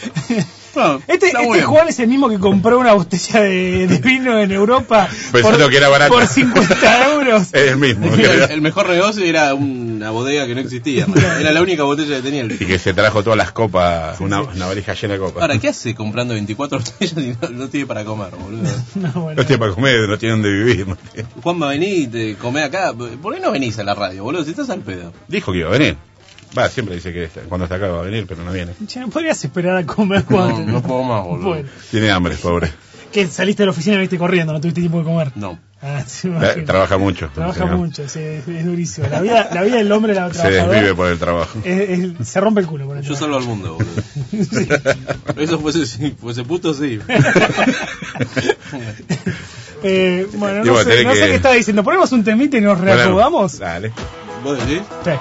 Speaker 4: No,
Speaker 1: Este,
Speaker 4: está
Speaker 1: este
Speaker 4: bueno.
Speaker 1: Juan es el mismo que compró una botella de, de vino en Europa
Speaker 5: Pensando que era barato.
Speaker 1: por 50 euros.
Speaker 5: Es el mismo.
Speaker 4: Sí, El,
Speaker 5: creo.
Speaker 4: el mejor negocio era una bodega que no existía. man. Era la única botella que tenía el
Speaker 5: Y que se trajo todas las copas, una, una valija llena de copas.
Speaker 4: Ahora, ¿qué hace comprando 24 botellas y no, no tiene para comer, boludo?
Speaker 1: No, bueno.
Speaker 5: No tiene para comer, no tiene dónde vivir. no tiene-
Speaker 4: Juanma, vení y te comé acá. ¿Por qué no venís a la radio, boludo? Si estás al pedo.
Speaker 5: Dijo que iba a venir. Va, siempre dice que está- cuando está acá va a venir, pero no viene.
Speaker 1: Che, ¿no podrías esperar a comer
Speaker 4: No,
Speaker 1: cuando
Speaker 4: no puedo más, boludo.
Speaker 1: Bueno,
Speaker 5: Tiene hambre, pobre.
Speaker 1: que saliste de la oficina y viste corriendo, no tuviste tiempo de comer.
Speaker 4: No.
Speaker 1: Ah, sí, me
Speaker 5: Eh,
Speaker 1: imagino.
Speaker 5: Trabaja mucho.
Speaker 1: Trabaja
Speaker 5: señor.
Speaker 1: mucho, sí, es, es durísimo. La vida, la vida del hombre la
Speaker 5: Se
Speaker 1: trabajadora
Speaker 5: desvive por el trabajo.
Speaker 1: es- es- se rompe el culo por el
Speaker 4: Yo
Speaker 1: trabajo.
Speaker 4: salvo al mundo, boludo. Eso fuese, si fuese puto, sí.
Speaker 1: Eh, bueno,
Speaker 5: Digo,
Speaker 1: no, sé,
Speaker 5: tenés
Speaker 1: no sé
Speaker 5: que- Ah.
Speaker 1: qué estaba diciendo. Ponemos un temite y nos
Speaker 5: Bueno,
Speaker 1: reacomodamos.
Speaker 5: Dale.
Speaker 4: ¿Vos decís?
Speaker 1: Sí.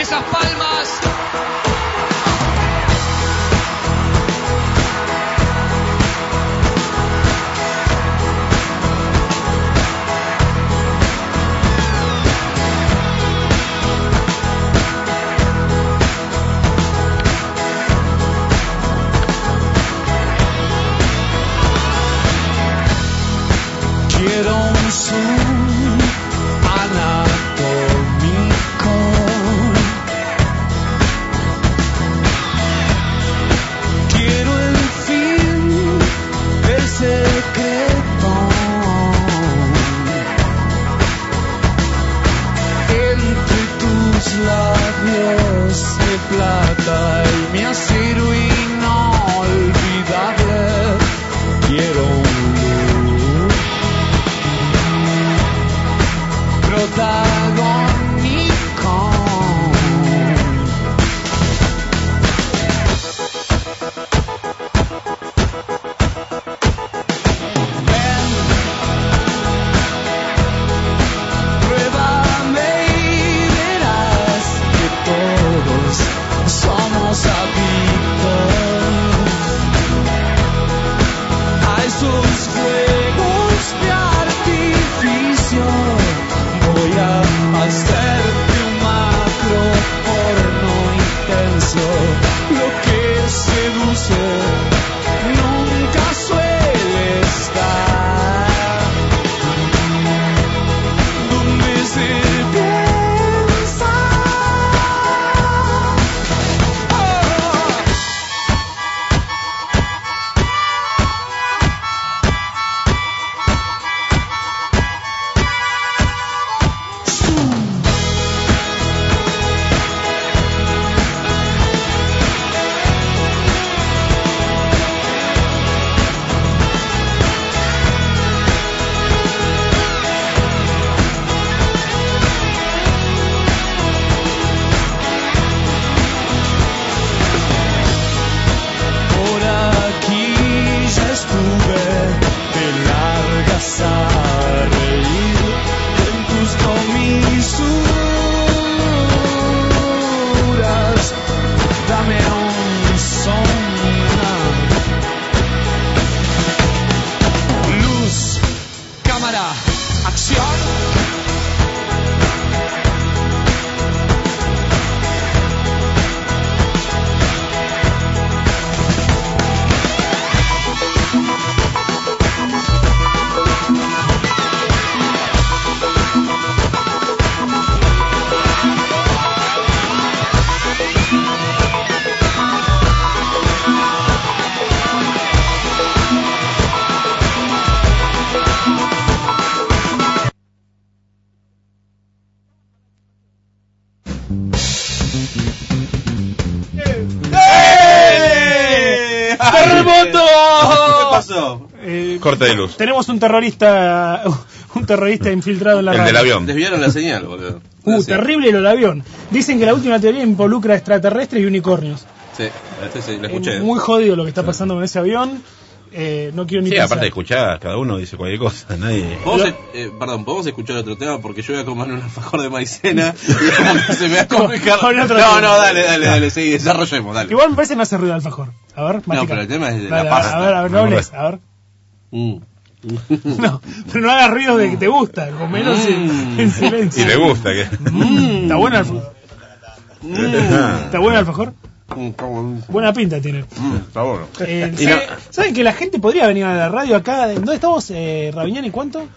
Speaker 3: Esas palmas.
Speaker 8: labios de plata y mi acero inolvidable. Quiero un look protagónico. Pruébame y verás que todos somos adictos a esos fuegos de artificio. Voy a hacerte un macro porno intenso. Lo que seduce nunca suele estar donde se piensa. Oh. Por aquí ya estuve de largas a reír en tus comisuras. Dame un son. Luz, cámara, acción.
Speaker 4: ¡Eh!
Speaker 1: ¡Terremoto!
Speaker 4: ¿Qué pasó?
Speaker 1: Eh,
Speaker 5: Corte de luz.
Speaker 1: Tenemos un terrorista, un terrorista infiltrado en la
Speaker 5: El
Speaker 1: radio.
Speaker 5: del avión.
Speaker 4: Desviaron la señal, boludo.
Speaker 1: Uh,
Speaker 4: Gracias.
Speaker 1: terrible lo del avión. Dicen que la última teoría involucra extraterrestres y unicornios.
Speaker 4: Sí, este sí, la escuché.
Speaker 1: Es muy jodido lo que está pasando con ese avión. Eh, no quiero ni
Speaker 5: Sí,
Speaker 1: pensar.
Speaker 5: aparte de escuchar, cada uno dice cualquier cosa, nadie...
Speaker 4: ¿Podemos, eh, perdón, ¿podemos escuchar otro tema? Porque yo voy a comer un alfajor de maicena y como que se me va a complicar.
Speaker 1: Con otro
Speaker 4: No,
Speaker 1: tema.
Speaker 4: no, dale, dale, dale, sí, desarrollemos, dale.
Speaker 1: Igual me parece que me hace ruido el alfajor. A ver, mastica.
Speaker 4: pero el tema es de la
Speaker 1: Dale, a ver,
Speaker 4: pasta.
Speaker 1: A ver, a ver, no
Speaker 5: No,
Speaker 1: hables,
Speaker 5: no.
Speaker 1: a ver.
Speaker 4: Mm.
Speaker 1: No, pero no hagas ruido de que te gusta, con menos en,
Speaker 4: Mm.
Speaker 1: en silencio. Mm.
Speaker 5: Y le gusta que...
Speaker 1: ¿Está bueno el alfajor? ¿Está bueno el alfajor?
Speaker 4: Mm, como-
Speaker 1: Buena pinta tiene.
Speaker 4: mm, está bueno.
Speaker 1: Eh,
Speaker 4: Y no-
Speaker 1: ¿sabe- ¿Saben que la gente podría venir a la radio acá? ¿En ¿Dónde estamos, eh, Rabiñani? ¿Cuánto?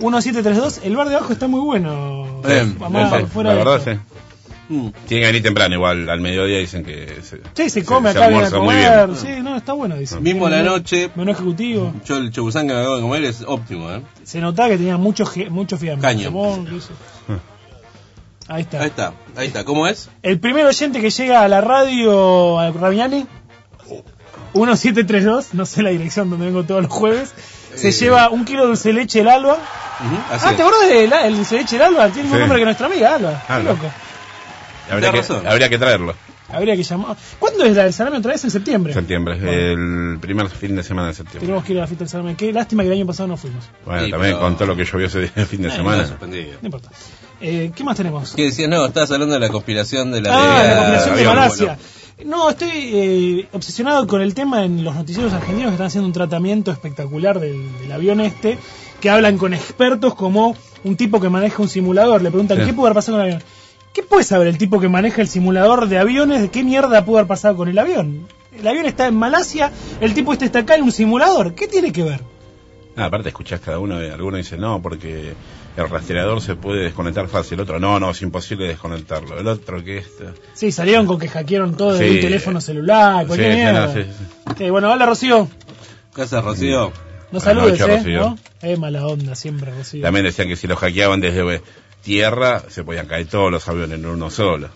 Speaker 1: 1732. El bar de abajo está muy bueno.
Speaker 4: Bien,
Speaker 1: Vamos,
Speaker 5: Sí,
Speaker 1: fuera
Speaker 5: la
Speaker 1: de
Speaker 5: verdad,
Speaker 1: esto.
Speaker 5: sí.
Speaker 4: Mm.
Speaker 5: Tiene que venir temprano, igual al mediodía dicen que... Se,
Speaker 1: Sí, se come acá, viene a
Speaker 5: almuerza muy
Speaker 1: comer.
Speaker 5: bien.
Speaker 1: Sí, no, está bueno, dice.
Speaker 4: Mismo a la noche,
Speaker 1: Menú ejecutivo.
Speaker 4: Eh, yo el chubusán que me acabo de comer es óptimo, ¿eh?
Speaker 1: Se notaba que tenía mucho, ge- mucho fiambre.
Speaker 4: Caño.
Speaker 1: Jamón, queso. Ahí está.
Speaker 4: Ahí está, ahí está. ¿Cómo es?
Speaker 1: El primer oyente que llega a la radio, a Rabiani, 1732, no sé la dirección donde vengo todos los jueves, se
Speaker 4: Eh.
Speaker 1: lleva un kilo de dulce de leche del Alba.
Speaker 4: Ujú, así
Speaker 1: Ah,
Speaker 4: es.
Speaker 1: ¿te acordás del de dulce de leche del Alba? Tiene el mismo
Speaker 5: Sí.
Speaker 1: nombre que nuestra amiga Alba. Qué
Speaker 5: Alba.
Speaker 1: loco.
Speaker 5: Habría que,
Speaker 4: Tenés razón.
Speaker 5: habría que traerlo.
Speaker 1: Habría que llamar. ¿Cuándo es la del salame otra vez? En septiembre.
Speaker 5: Septiembre,
Speaker 1: Bueno,
Speaker 5: el primer fin de semana de septiembre.
Speaker 1: Tenemos que ir a la fiesta del salame. Qué lástima que el año pasado no fuimos.
Speaker 5: Bueno,
Speaker 4: Sí,
Speaker 5: también
Speaker 4: pero-
Speaker 5: con todo lo que llovió ese día- fin de
Speaker 1: Eh,
Speaker 4: Está
Speaker 5: semana.
Speaker 4: suspendido.
Speaker 1: No importa. Eh, ¿Qué más tenemos?
Speaker 4: ¿Qué decías? No, estabas hablando de la conspiración de la...
Speaker 1: Ah,
Speaker 4: teoría
Speaker 1: la compilación de
Speaker 4: avión,
Speaker 1: Malasia.
Speaker 4: bueno.
Speaker 1: No, estoy eh, obsesionado con el tema en los noticieros argentinos que están haciendo un tratamiento espectacular del, del avión este, que hablan con expertos como un tipo que maneja un simulador, le preguntan
Speaker 5: Sí.
Speaker 1: qué pudo haber pasado con el avión. ¿Qué puede saber el tipo que maneja el simulador de aviones de qué mierda pudo haber pasado con el avión? El avión está en Malasia, el tipo este está acá en un simulador, ¿qué tiene que ver?
Speaker 5: Ah, aparte escuchás cada uno, eh, alguno dice no, porque el rastreador se puede desconectar fácil, el otro no, no, es imposible desconectarlo, el otro que este. esto.
Speaker 1: Sí, salieron con que hackearon todo de
Speaker 5: Sí.
Speaker 1: un teléfono celular, cualquier
Speaker 5: Sí, sí,
Speaker 1: Pues mierda.
Speaker 5: no, sí, sí.
Speaker 1: Ok, bueno, hola Rocío,
Speaker 4: ¿Qué haces, Rocío?
Speaker 1: no
Speaker 5: Buenas
Speaker 1: saludes,
Speaker 5: noches,
Speaker 1: ¿eh?
Speaker 5: Rocío.
Speaker 1: ¿no? Eh, mala onda siempre, Rocío.
Speaker 5: También decían que si lo hackeaban desde, eh, tierra se podían caer todos los aviones en uno solo.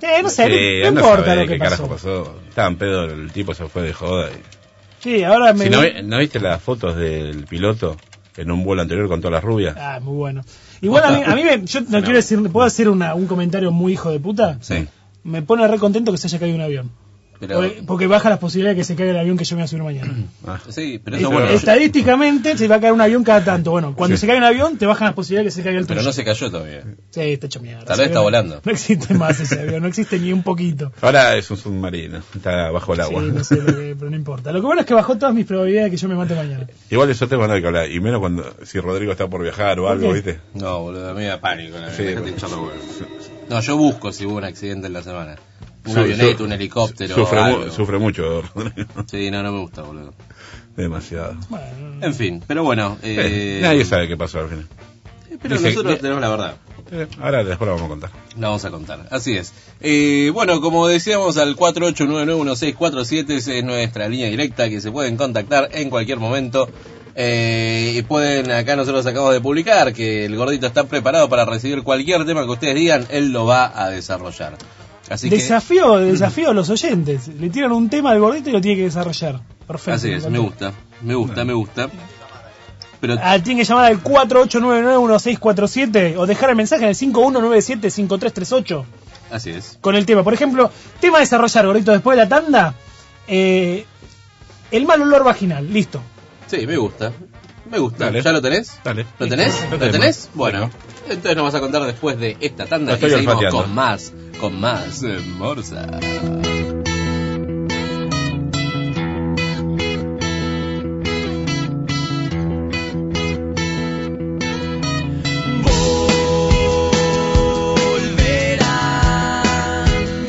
Speaker 1: Eh, no sé,
Speaker 5: Sí,
Speaker 1: no,
Speaker 5: anda a
Speaker 1: importa
Speaker 5: saber
Speaker 1: lo que
Speaker 5: qué
Speaker 1: pasó.
Speaker 5: carajo pasó. Estaba en pedo, el tipo se fue de joda. y-
Speaker 1: Sí, ahora me.
Speaker 5: Si no, vi- ¿no viste las fotos del piloto en un vuelo anterior con todas las rubias?
Speaker 1: Ah, muy bueno. Igual a mí, a mí me- yo no quiero decir, ¿puedo hacer una- un comentario muy hijo de puta?
Speaker 5: Sí.
Speaker 1: Me pone re contento que se haya caído un avión.
Speaker 4: Pero,
Speaker 1: Porque- Porque baja las posibilidades de que se caiga el avión que yo me voy a subir mañana.
Speaker 5: Ah.
Speaker 4: sí, pero
Speaker 1: Eh,
Speaker 4: eso bueno.
Speaker 1: Estadísticamente se va a caer un avión cada tanto. Bueno, cuando
Speaker 5: Sí.
Speaker 1: se cae un avión, te bajan las posibilidades de que se caiga el tuyo.
Speaker 4: Pero no se cayó todavía.
Speaker 1: Sí, está hecho mierda.
Speaker 4: Tal
Speaker 1: Ese
Speaker 4: vez está
Speaker 1: avión-
Speaker 4: volando.
Speaker 1: No existe más ese avión, no existe ni un poquito.
Speaker 5: Ahora es un submarino, está bajo el
Speaker 1: Sí,
Speaker 5: agua.
Speaker 1: no sé, lo que- pero no importa. Lo que bueno es que bajó todas mis probabilidades de que yo me mate mañana.
Speaker 5: Igual de eso te van a hablar, y menos cuando si Rodrigo está por viajar o algo,
Speaker 1: qué?
Speaker 5: ¿viste?
Speaker 4: No, boludo, a mí me da pánico. La
Speaker 5: Sí, pues,
Speaker 4: verdad,
Speaker 5: bueno.
Speaker 4: hinchar los huevos. No, yo busco si hubo un accidente en la semana. Un
Speaker 5: Su-
Speaker 4: avioneta,
Speaker 5: su-
Speaker 4: un helicóptero.
Speaker 5: Sufre, mu-
Speaker 4: algo.
Speaker 5: sufre mucho, Rodrigo.
Speaker 4: Sí, no, no me gusta, boludo.
Speaker 5: Demasiado.
Speaker 1: Bueno,
Speaker 4: En fin, pero bueno. Eh,
Speaker 5: Eh, nadie sabe qué pasó al final.
Speaker 4: Pero
Speaker 5: Dice-
Speaker 4: nosotros
Speaker 5: di-
Speaker 4: tenemos la verdad.
Speaker 5: Eh, ahora después lo vamos a contar.
Speaker 4: La vamos a contar. Así es. Eh, bueno, como decíamos, al 48991647 esa es nuestra línea directa que se pueden contactar en cualquier momento. Eh, y pueden, acá nosotros acabamos de publicar que el gordito está preparado para recibir cualquier tema que ustedes digan, él lo va a desarrollar. Así que,
Speaker 1: desafío, desafío a los oyentes. Le tiran un tema al gordito y lo tiene que desarrollar. Perfecto.
Speaker 4: así es, me gusta, me gusta, me gusta. Pero
Speaker 1: Ah, tienen que llamar al 48991647 o dejar el mensaje en el 51975338
Speaker 4: así es.
Speaker 1: con el tema. Por ejemplo, tema a desarrollar, gordito, después de la tanda. eh, el mal olor vaginal, listo.
Speaker 4: Sí, me gusta. Me gusta.
Speaker 5: Dale.
Speaker 4: ¿Ya lo tenés?
Speaker 5: Dale.
Speaker 4: ¿Lo tenés?
Speaker 5: Lo
Speaker 4: ¿Lo
Speaker 5: tenemos.
Speaker 4: tenés? Bueno,
Speaker 5: Bueno.
Speaker 4: entonces nos vas a contar después de esta
Speaker 5: Lo
Speaker 4: tanda que
Speaker 5: estoy
Speaker 4: seguimos
Speaker 5: olfateando.
Speaker 4: con más, con más eh, Morsa.
Speaker 3: Volverán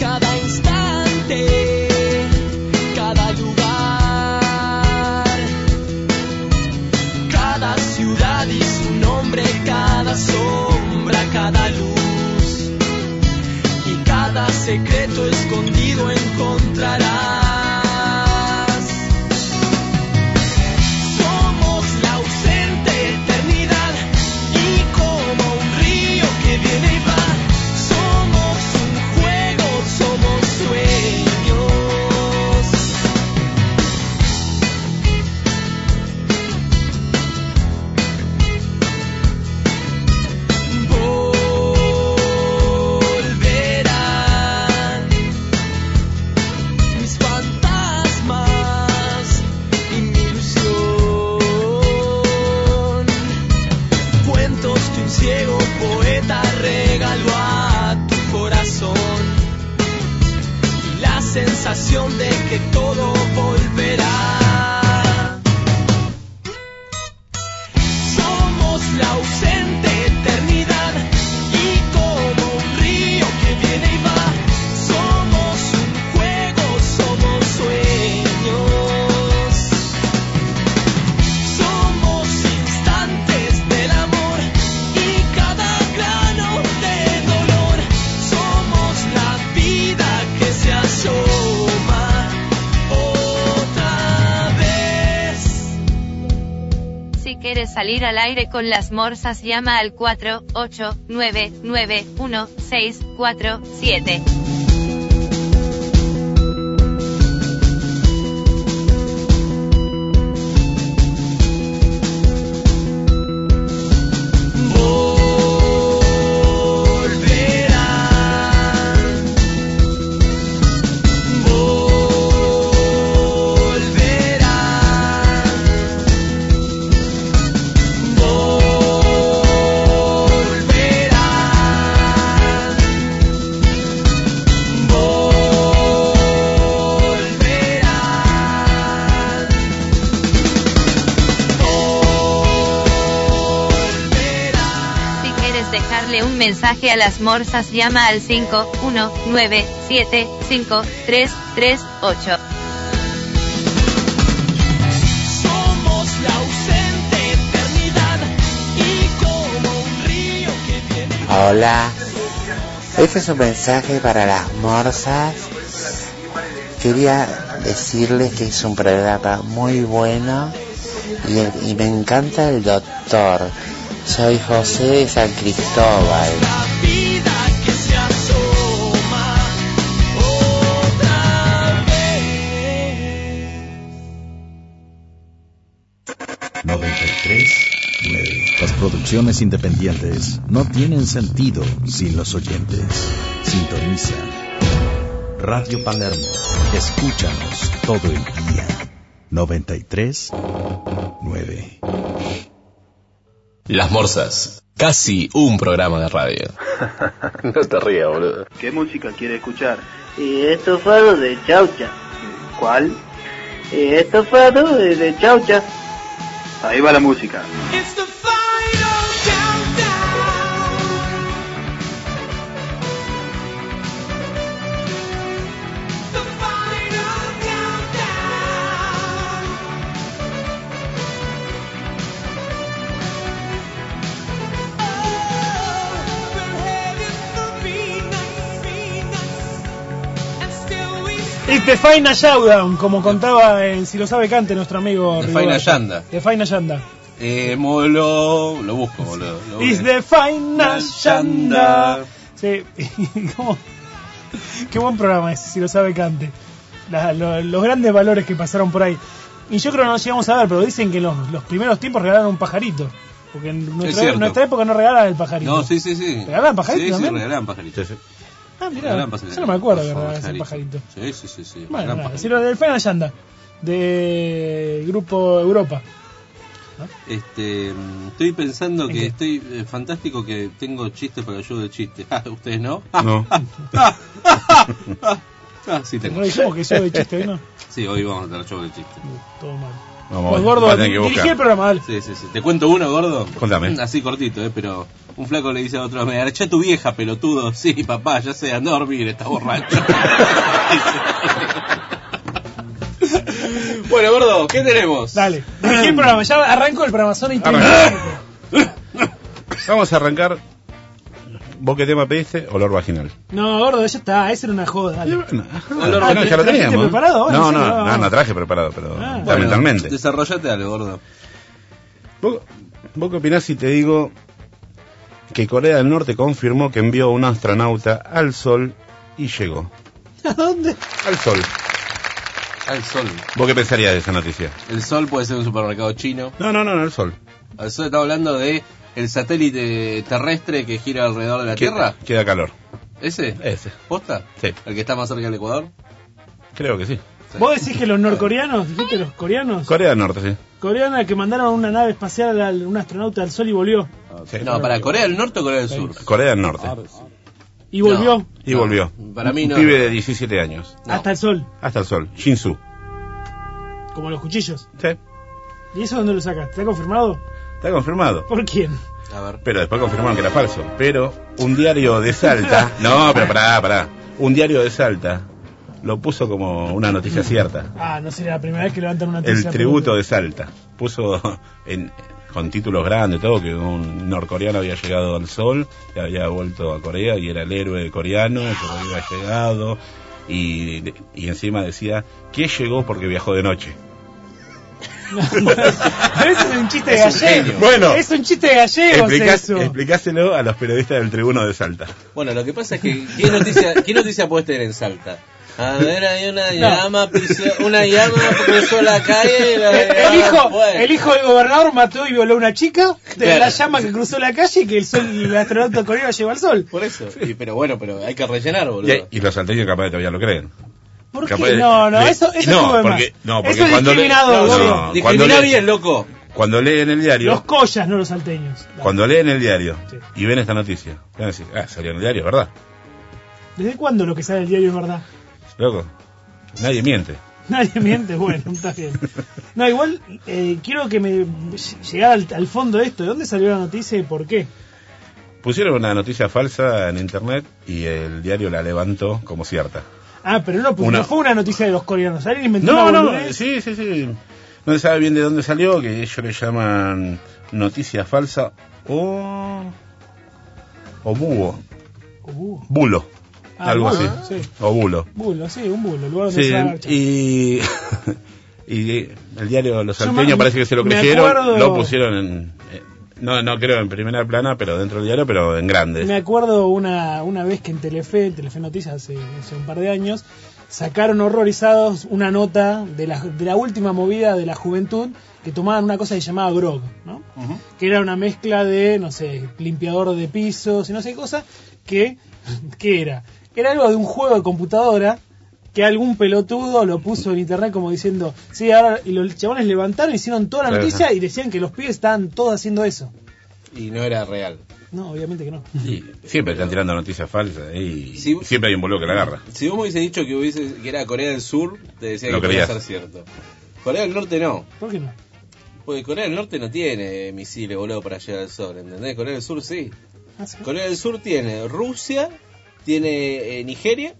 Speaker 3: cada instante, cada lugar, cada ciudad y su nombre, cada sombra, cada luz y cada secreto escondido encontrarás. Somos la ausente eternidad y como un río que viene y va, somos un juego, somos sueños. Volverán mis fantasmas y mi ilusión. Cuentos que un ciego poeta regaló a tu corazón. Y la sensación de que todo volverá. Somos la ausente eternidad y como un río que viene y va, somos un juego, somos sueños. Somos instantes del amor y cada grano de dolor, somos la vida que se asoma otra vez.
Speaker 9: Si quieres salir al aire con las morsas, llama al 48991647.
Speaker 3: Volverán, volverán, volverán, volverán.
Speaker 9: Si quieres dejarle un mensaje a las morsas, llama al 51975338.
Speaker 3: Somos la ausente eternidad y como un río que viene.
Speaker 10: Hola, este es un mensaje para las morsas. Quería decirles que es un programa muy bueno y, y me encanta el doctor. Soy José de San Cristóbal.
Speaker 3: Oh.
Speaker 11: Las producciones independientes no tienen sentido sin los oyentes. Sintoniza. Radio Palermo. Escúchanos todo el día. 93 9.
Speaker 2: Las Morsas. Casi un programa de radio. no te rías, boludo.
Speaker 12: ¿Qué música quiere escuchar?
Speaker 13: Estofado de chaucha.
Speaker 12: ¿Cuál?
Speaker 13: Estofado de chaucha.
Speaker 12: Ahí va la música.
Speaker 1: Y The Final Showdown, como contaba, eh, si lo sabe Cante, nuestro amigo.
Speaker 4: The
Speaker 1: Rigoberto.
Speaker 4: Final Yanda.
Speaker 1: The Final Yanda.
Speaker 4: Eh, molo. Lo busco, boludo. lo busco.
Speaker 1: Is the Final Yanda. Sí, y como- Qué buen programa ese, si lo sabe Cante. La- lo- los grandes valores que pasaron por ahí. Y yo creo que no los llegamos a ver, pero dicen que los, los primeros tiempos regalaron un pajarito. Porque en nuestra,
Speaker 4: cierto.
Speaker 1: nuestra época no regalaban el pajarito.
Speaker 4: No, sí, sí, sí.
Speaker 1: ¿Regalaban pajarito
Speaker 4: Sí, sí,
Speaker 1: también?
Speaker 4: regalaban pajaritos.
Speaker 1: ah, mirá,
Speaker 4: regalaban
Speaker 1: yo no me acuerdo que regalaban ese pajarito.
Speaker 4: pajarito. Sí, sí, sí. sí,
Speaker 1: Bueno, nada,
Speaker 4: regalaban pajaritos.
Speaker 1: si lo del Final Yanda, del grupo Europa.
Speaker 4: Este, mm, estoy pensando que
Speaker 1: Este.
Speaker 4: estoy eh, fantástico que tengo chiste para yo de chiste. Ah, ¿Ustedes no?
Speaker 5: No.
Speaker 4: Ah, sí tengo.
Speaker 1: No dijimos que yo de chiste hoy, ¿no?
Speaker 4: Sí, hoy vamos a tener show de chiste.
Speaker 1: Uh, Todo mal.
Speaker 4: Vamos,
Speaker 1: Pues,
Speaker 4: va-
Speaker 1: gordo,
Speaker 4: va a tener que
Speaker 1: dirigí
Speaker 4: buscar.
Speaker 1: el programa, dale.
Speaker 4: Sí, sí, sí. ¿Te cuento uno, gordo?
Speaker 5: Contame.
Speaker 4: Así cortito, ¿eh? Pero un flaco le dice a otro, me arreché tu vieja, pelotudo. Sí, papá, ya sé, anda a dormir, estás borracho. bueno, gordo, ¿qué tenemos?
Speaker 1: Dale. Dirigí el programa, ya arranco el programa, son
Speaker 5: Vamos a arrancar. ¿Vos qué tema pediste? Olor vaginal.
Speaker 1: No, gordo, ya está, esa era una joda, dale.
Speaker 5: Ah, no, ya lo teníamos.
Speaker 1: preparado? Bueno,
Speaker 5: No,
Speaker 1: sí,
Speaker 5: no,
Speaker 1: no,
Speaker 5: no, no,
Speaker 1: vamos.
Speaker 5: traje preparado, pero
Speaker 1: Ah.
Speaker 5: lamentablemente.
Speaker 4: Desarrollate algo, gordo.
Speaker 5: ¿Vos, vos qué opinás si te digo que Corea del Norte confirmó que envió a un astronauta al sol y llegó?
Speaker 1: ¿A dónde?
Speaker 5: Al sol.
Speaker 4: Al sol.
Speaker 5: ¿Vos qué pensarías de esa noticia?
Speaker 4: El sol puede ser un supermercado chino.
Speaker 5: No, no, no, no, el sol.
Speaker 4: Al sol está hablando de el satélite terrestre que gira alrededor de la
Speaker 5: Que-
Speaker 4: Tierra.
Speaker 5: Queda calor.
Speaker 4: ¿Ese?
Speaker 5: Ese.
Speaker 4: ¿Posta?
Speaker 5: Sí.
Speaker 4: ¿El que está más cerca del Ecuador?
Speaker 5: Creo que sí.
Speaker 1: ¿Vos decís que los norcoreanos, dijiste los coreanos?
Speaker 5: Corea del Norte, sí.
Speaker 1: Coreana que mandaron una nave espacial, al, un astronauta al sol y volvió.
Speaker 4: No, para Corea del Norte o Corea del Sur. Ah, pues,
Speaker 5: Corea del Norte.
Speaker 1: Y volvió
Speaker 5: Y volvió.
Speaker 4: para mí
Speaker 5: Un
Speaker 4: no.
Speaker 5: pibe de 17 años.
Speaker 1: hasta el sol,
Speaker 5: Hasta el sol. Shinsu.
Speaker 1: como los cuchillos.
Speaker 5: Sí.
Speaker 1: ¿Y eso dónde lo sacas? ¿Está confirmado?
Speaker 5: Está confirmado.
Speaker 1: ¿Por quién?
Speaker 4: A ver.
Speaker 5: Pero después confirmaron que era falso. Pero un diario de Salta. No, pero pará, pará. Un diario de Salta lo puso como una noticia cierta.
Speaker 1: Ah, no sería la primera vez que levantan una
Speaker 5: El
Speaker 1: noticia.
Speaker 5: tributo de Salta. Puso en- con títulos grandes, todo, que un norcoreano había llegado al sol, y había vuelto a Corea y era el héroe coreano, que había llegado. Y, y encima decía que llegó porque viajó de noche.
Speaker 1: Pero ese es un chiste de
Speaker 5: Es un
Speaker 1: gallego.
Speaker 5: genio. Bueno.
Speaker 1: es un chiste de gallegos
Speaker 5: Explicás-
Speaker 1: eso.
Speaker 5: explicáselo a los periodistas del tribuno de Salta.
Speaker 4: Bueno, lo que pasa es que, ¿qué noticia, ¿qué noticia puedes tener en Salta? A ver, hay una llama, pisó- una llama cruzó la calle y la
Speaker 1: El, el hijo,
Speaker 4: Bueno.
Speaker 1: el hijo del gobernador mató y violó a una chica de
Speaker 4: Claro.
Speaker 1: la llama que cruzó la calle y que el sol, el astronauta coreano llevó al sol.
Speaker 4: Por eso. Y- pero bueno, pero hay que rellenar,
Speaker 5: Y,
Speaker 4: boludo.
Speaker 5: y los salteños capaz todavía lo creen.
Speaker 1: ¿Por
Speaker 5: Capaz
Speaker 1: qué?
Speaker 5: de-
Speaker 1: No, no,
Speaker 5: de-
Speaker 1: eso, eso
Speaker 5: no,
Speaker 1: estuvo de más.
Speaker 5: porque- no, porque
Speaker 1: eso es
Speaker 5: cuando le-
Speaker 1: discriminado,
Speaker 5: no,
Speaker 1: gordo.
Speaker 5: no. cuando
Speaker 4: Discriminá
Speaker 5: le-
Speaker 4: bien, loco.
Speaker 5: Cuando leen el diario,
Speaker 1: Los collas, no los salteños.
Speaker 5: cuando leen el diario
Speaker 1: Sí.
Speaker 5: y ven esta noticia, van a decir, ah, salió en el diario, ¿verdad?
Speaker 1: ¿Desde cuándo lo que sale el diario es verdad?
Speaker 5: Loco, nadie miente.
Speaker 1: Nadie miente, bueno, está bien. No, igual eh, quiero que me llegara al, al fondo de esto. ¿De dónde salió la noticia y por qué?
Speaker 5: Pusieron una noticia falsa en internet y el diario la levantó como cierta.
Speaker 1: Ah, pero no, pues,
Speaker 5: Una-
Speaker 1: no fue una noticia de los coreanos. Alguien inventó
Speaker 5: No,
Speaker 1: una
Speaker 5: no,
Speaker 1: boludez.
Speaker 5: sí, sí, sí. No se sabe bien de dónde salió, que ellos le llaman noticia falsa o. o búho,
Speaker 1: Uh,
Speaker 5: bulo,
Speaker 1: Ah,
Speaker 5: algo
Speaker 1: bulo,
Speaker 5: así.
Speaker 1: sí.
Speaker 5: O bulo.
Speaker 1: bulo, sí, un bulo. Lugar donde
Speaker 5: Sí,
Speaker 1: se va a garchar.
Speaker 5: y, y el diario Los
Speaker 1: Yo
Speaker 5: Salteños
Speaker 1: me-
Speaker 5: parece que se lo
Speaker 1: me
Speaker 5: creyeron,
Speaker 1: acuerdo-
Speaker 5: lo pusieron en, eh, No, no creo en primera plana, pero dentro del diario, pero en grande.
Speaker 1: Me acuerdo una, una vez que en Telefe, en Telefe Noticias hace, hace un par de años, sacaron horrorizados una nota de la, de la última movida de la juventud que tomaban una cosa que se llamaba grog, ¿no? que era una mezcla de, no sé, limpiador de pisos y no sé qué cosa, que, ¿qué era? Era algo de un juego de computadora que algún pelotudo lo puso en internet como diciendo, sí, ahora, y los chabones levantaron, hicieron toda la
Speaker 4: Claro.
Speaker 1: noticia y decían que los pibes estaban todos haciendo eso.
Speaker 4: Y no era real.
Speaker 1: No, obviamente que no.
Speaker 5: Y siempre están tirando noticias falsas y siempre hay un boludo que la agarra.
Speaker 4: Si vos me hubiese dicho que, hubiese, que era Corea del Sur, te decía
Speaker 5: Lo
Speaker 4: que podía ser
Speaker 5: creías.
Speaker 4: cierto. Corea del Norte no.
Speaker 1: ¿Por qué no?
Speaker 4: Porque Corea del Norte no tiene misiles, boludo, para llegar al sol, ¿entendés? Corea del Sur sí.
Speaker 1: Ah,
Speaker 4: Corea del Sur tiene Rusia, tiene eh, Nigeria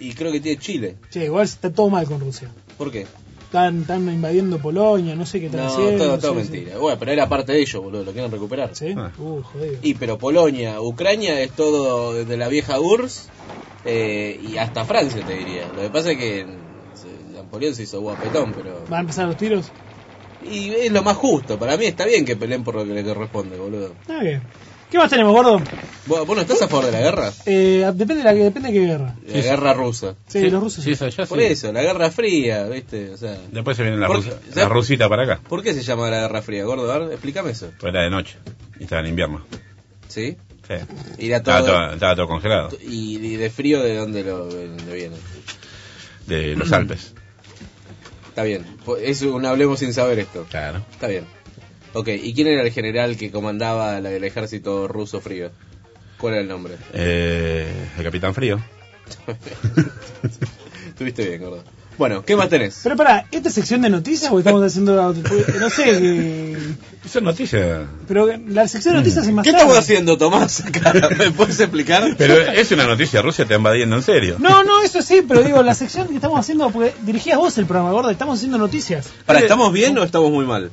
Speaker 4: y creo que tiene Chile.
Speaker 1: Che, igual está todo mal con Rusia.
Speaker 4: ¿Por qué?
Speaker 1: Están, están invadiendo Polonia, no sé qué están
Speaker 4: No,
Speaker 1: haciendo.
Speaker 4: todo, todo
Speaker 1: sí, sí.
Speaker 4: mentira. Bueno, pero era parte de ellos, boludo, lo quieren recuperar.
Speaker 1: ¿Sí? Uh, jodido.
Speaker 4: Y pero Polonia, Ucrania es todo desde la vieja URSS eh, y hasta Francia, te diría. Lo que pasa es que se- Napoleón se hizo guapetón, pero...
Speaker 1: ¿Van a empezar los tiros?
Speaker 4: Y es lo más justo, para mí está bien que peleen por lo que le corresponde, boludo.
Speaker 1: Ah, bien. ¿Qué más tenemos, gordo?
Speaker 4: ¿Vos, vos no estás a favor de la guerra?
Speaker 1: Eh, depende, de la, depende de qué guerra.
Speaker 4: La guerra rusa.
Speaker 1: Sí, Sí, los rusos sí. sí,
Speaker 5: allá
Speaker 4: Por
Speaker 5: sí.
Speaker 4: eso, la guerra fría, ¿viste? O sea,
Speaker 5: Después se viene la,
Speaker 4: ¿Por
Speaker 5: rusa-
Speaker 4: qué?
Speaker 5: la rusita para acá,
Speaker 4: ¿Por qué se llama la guerra fría, gordo? A ver, explícame eso.
Speaker 5: pues era de noche y estaba en invierno.
Speaker 4: ¿Sí?
Speaker 5: Sí.
Speaker 4: Y era
Speaker 5: Estaba,
Speaker 4: todo...
Speaker 5: todo, estaba todo congelado,
Speaker 4: Y, y de frío, ¿de dónde lo de dónde viene?
Speaker 5: de los Alpes.
Speaker 4: Está bien. Es un hablemos sin saber esto.
Speaker 5: Claro.
Speaker 4: Está bien. Ok, ¿y quién era el general que comandaba la- el ejército ruso frío? ¿Cuál era el nombre?
Speaker 5: Eh, el Capitán Frío.
Speaker 4: Estuviste bien, gordo. Bueno, ¿qué más tenés?
Speaker 1: Pero pará, ¿esta sección de noticias o estamos haciendo.? la- No sé. eh,
Speaker 5: Son noticias.
Speaker 1: pero la sección de noticias es más
Speaker 4: Mm. ¿Qué
Speaker 1: tarde.
Speaker 4: estamos haciendo, Tomás? acá? ¿Me puedes explicar?
Speaker 5: Pero es una noticia, Rusia está invadiendo en serio.
Speaker 1: No, no, eso sí, pero digo, la sección que estamos haciendo, porque dirigías vos el programa, gordo, estamos haciendo noticias.
Speaker 4: Para, ¿estamos bien o estamos muy mal?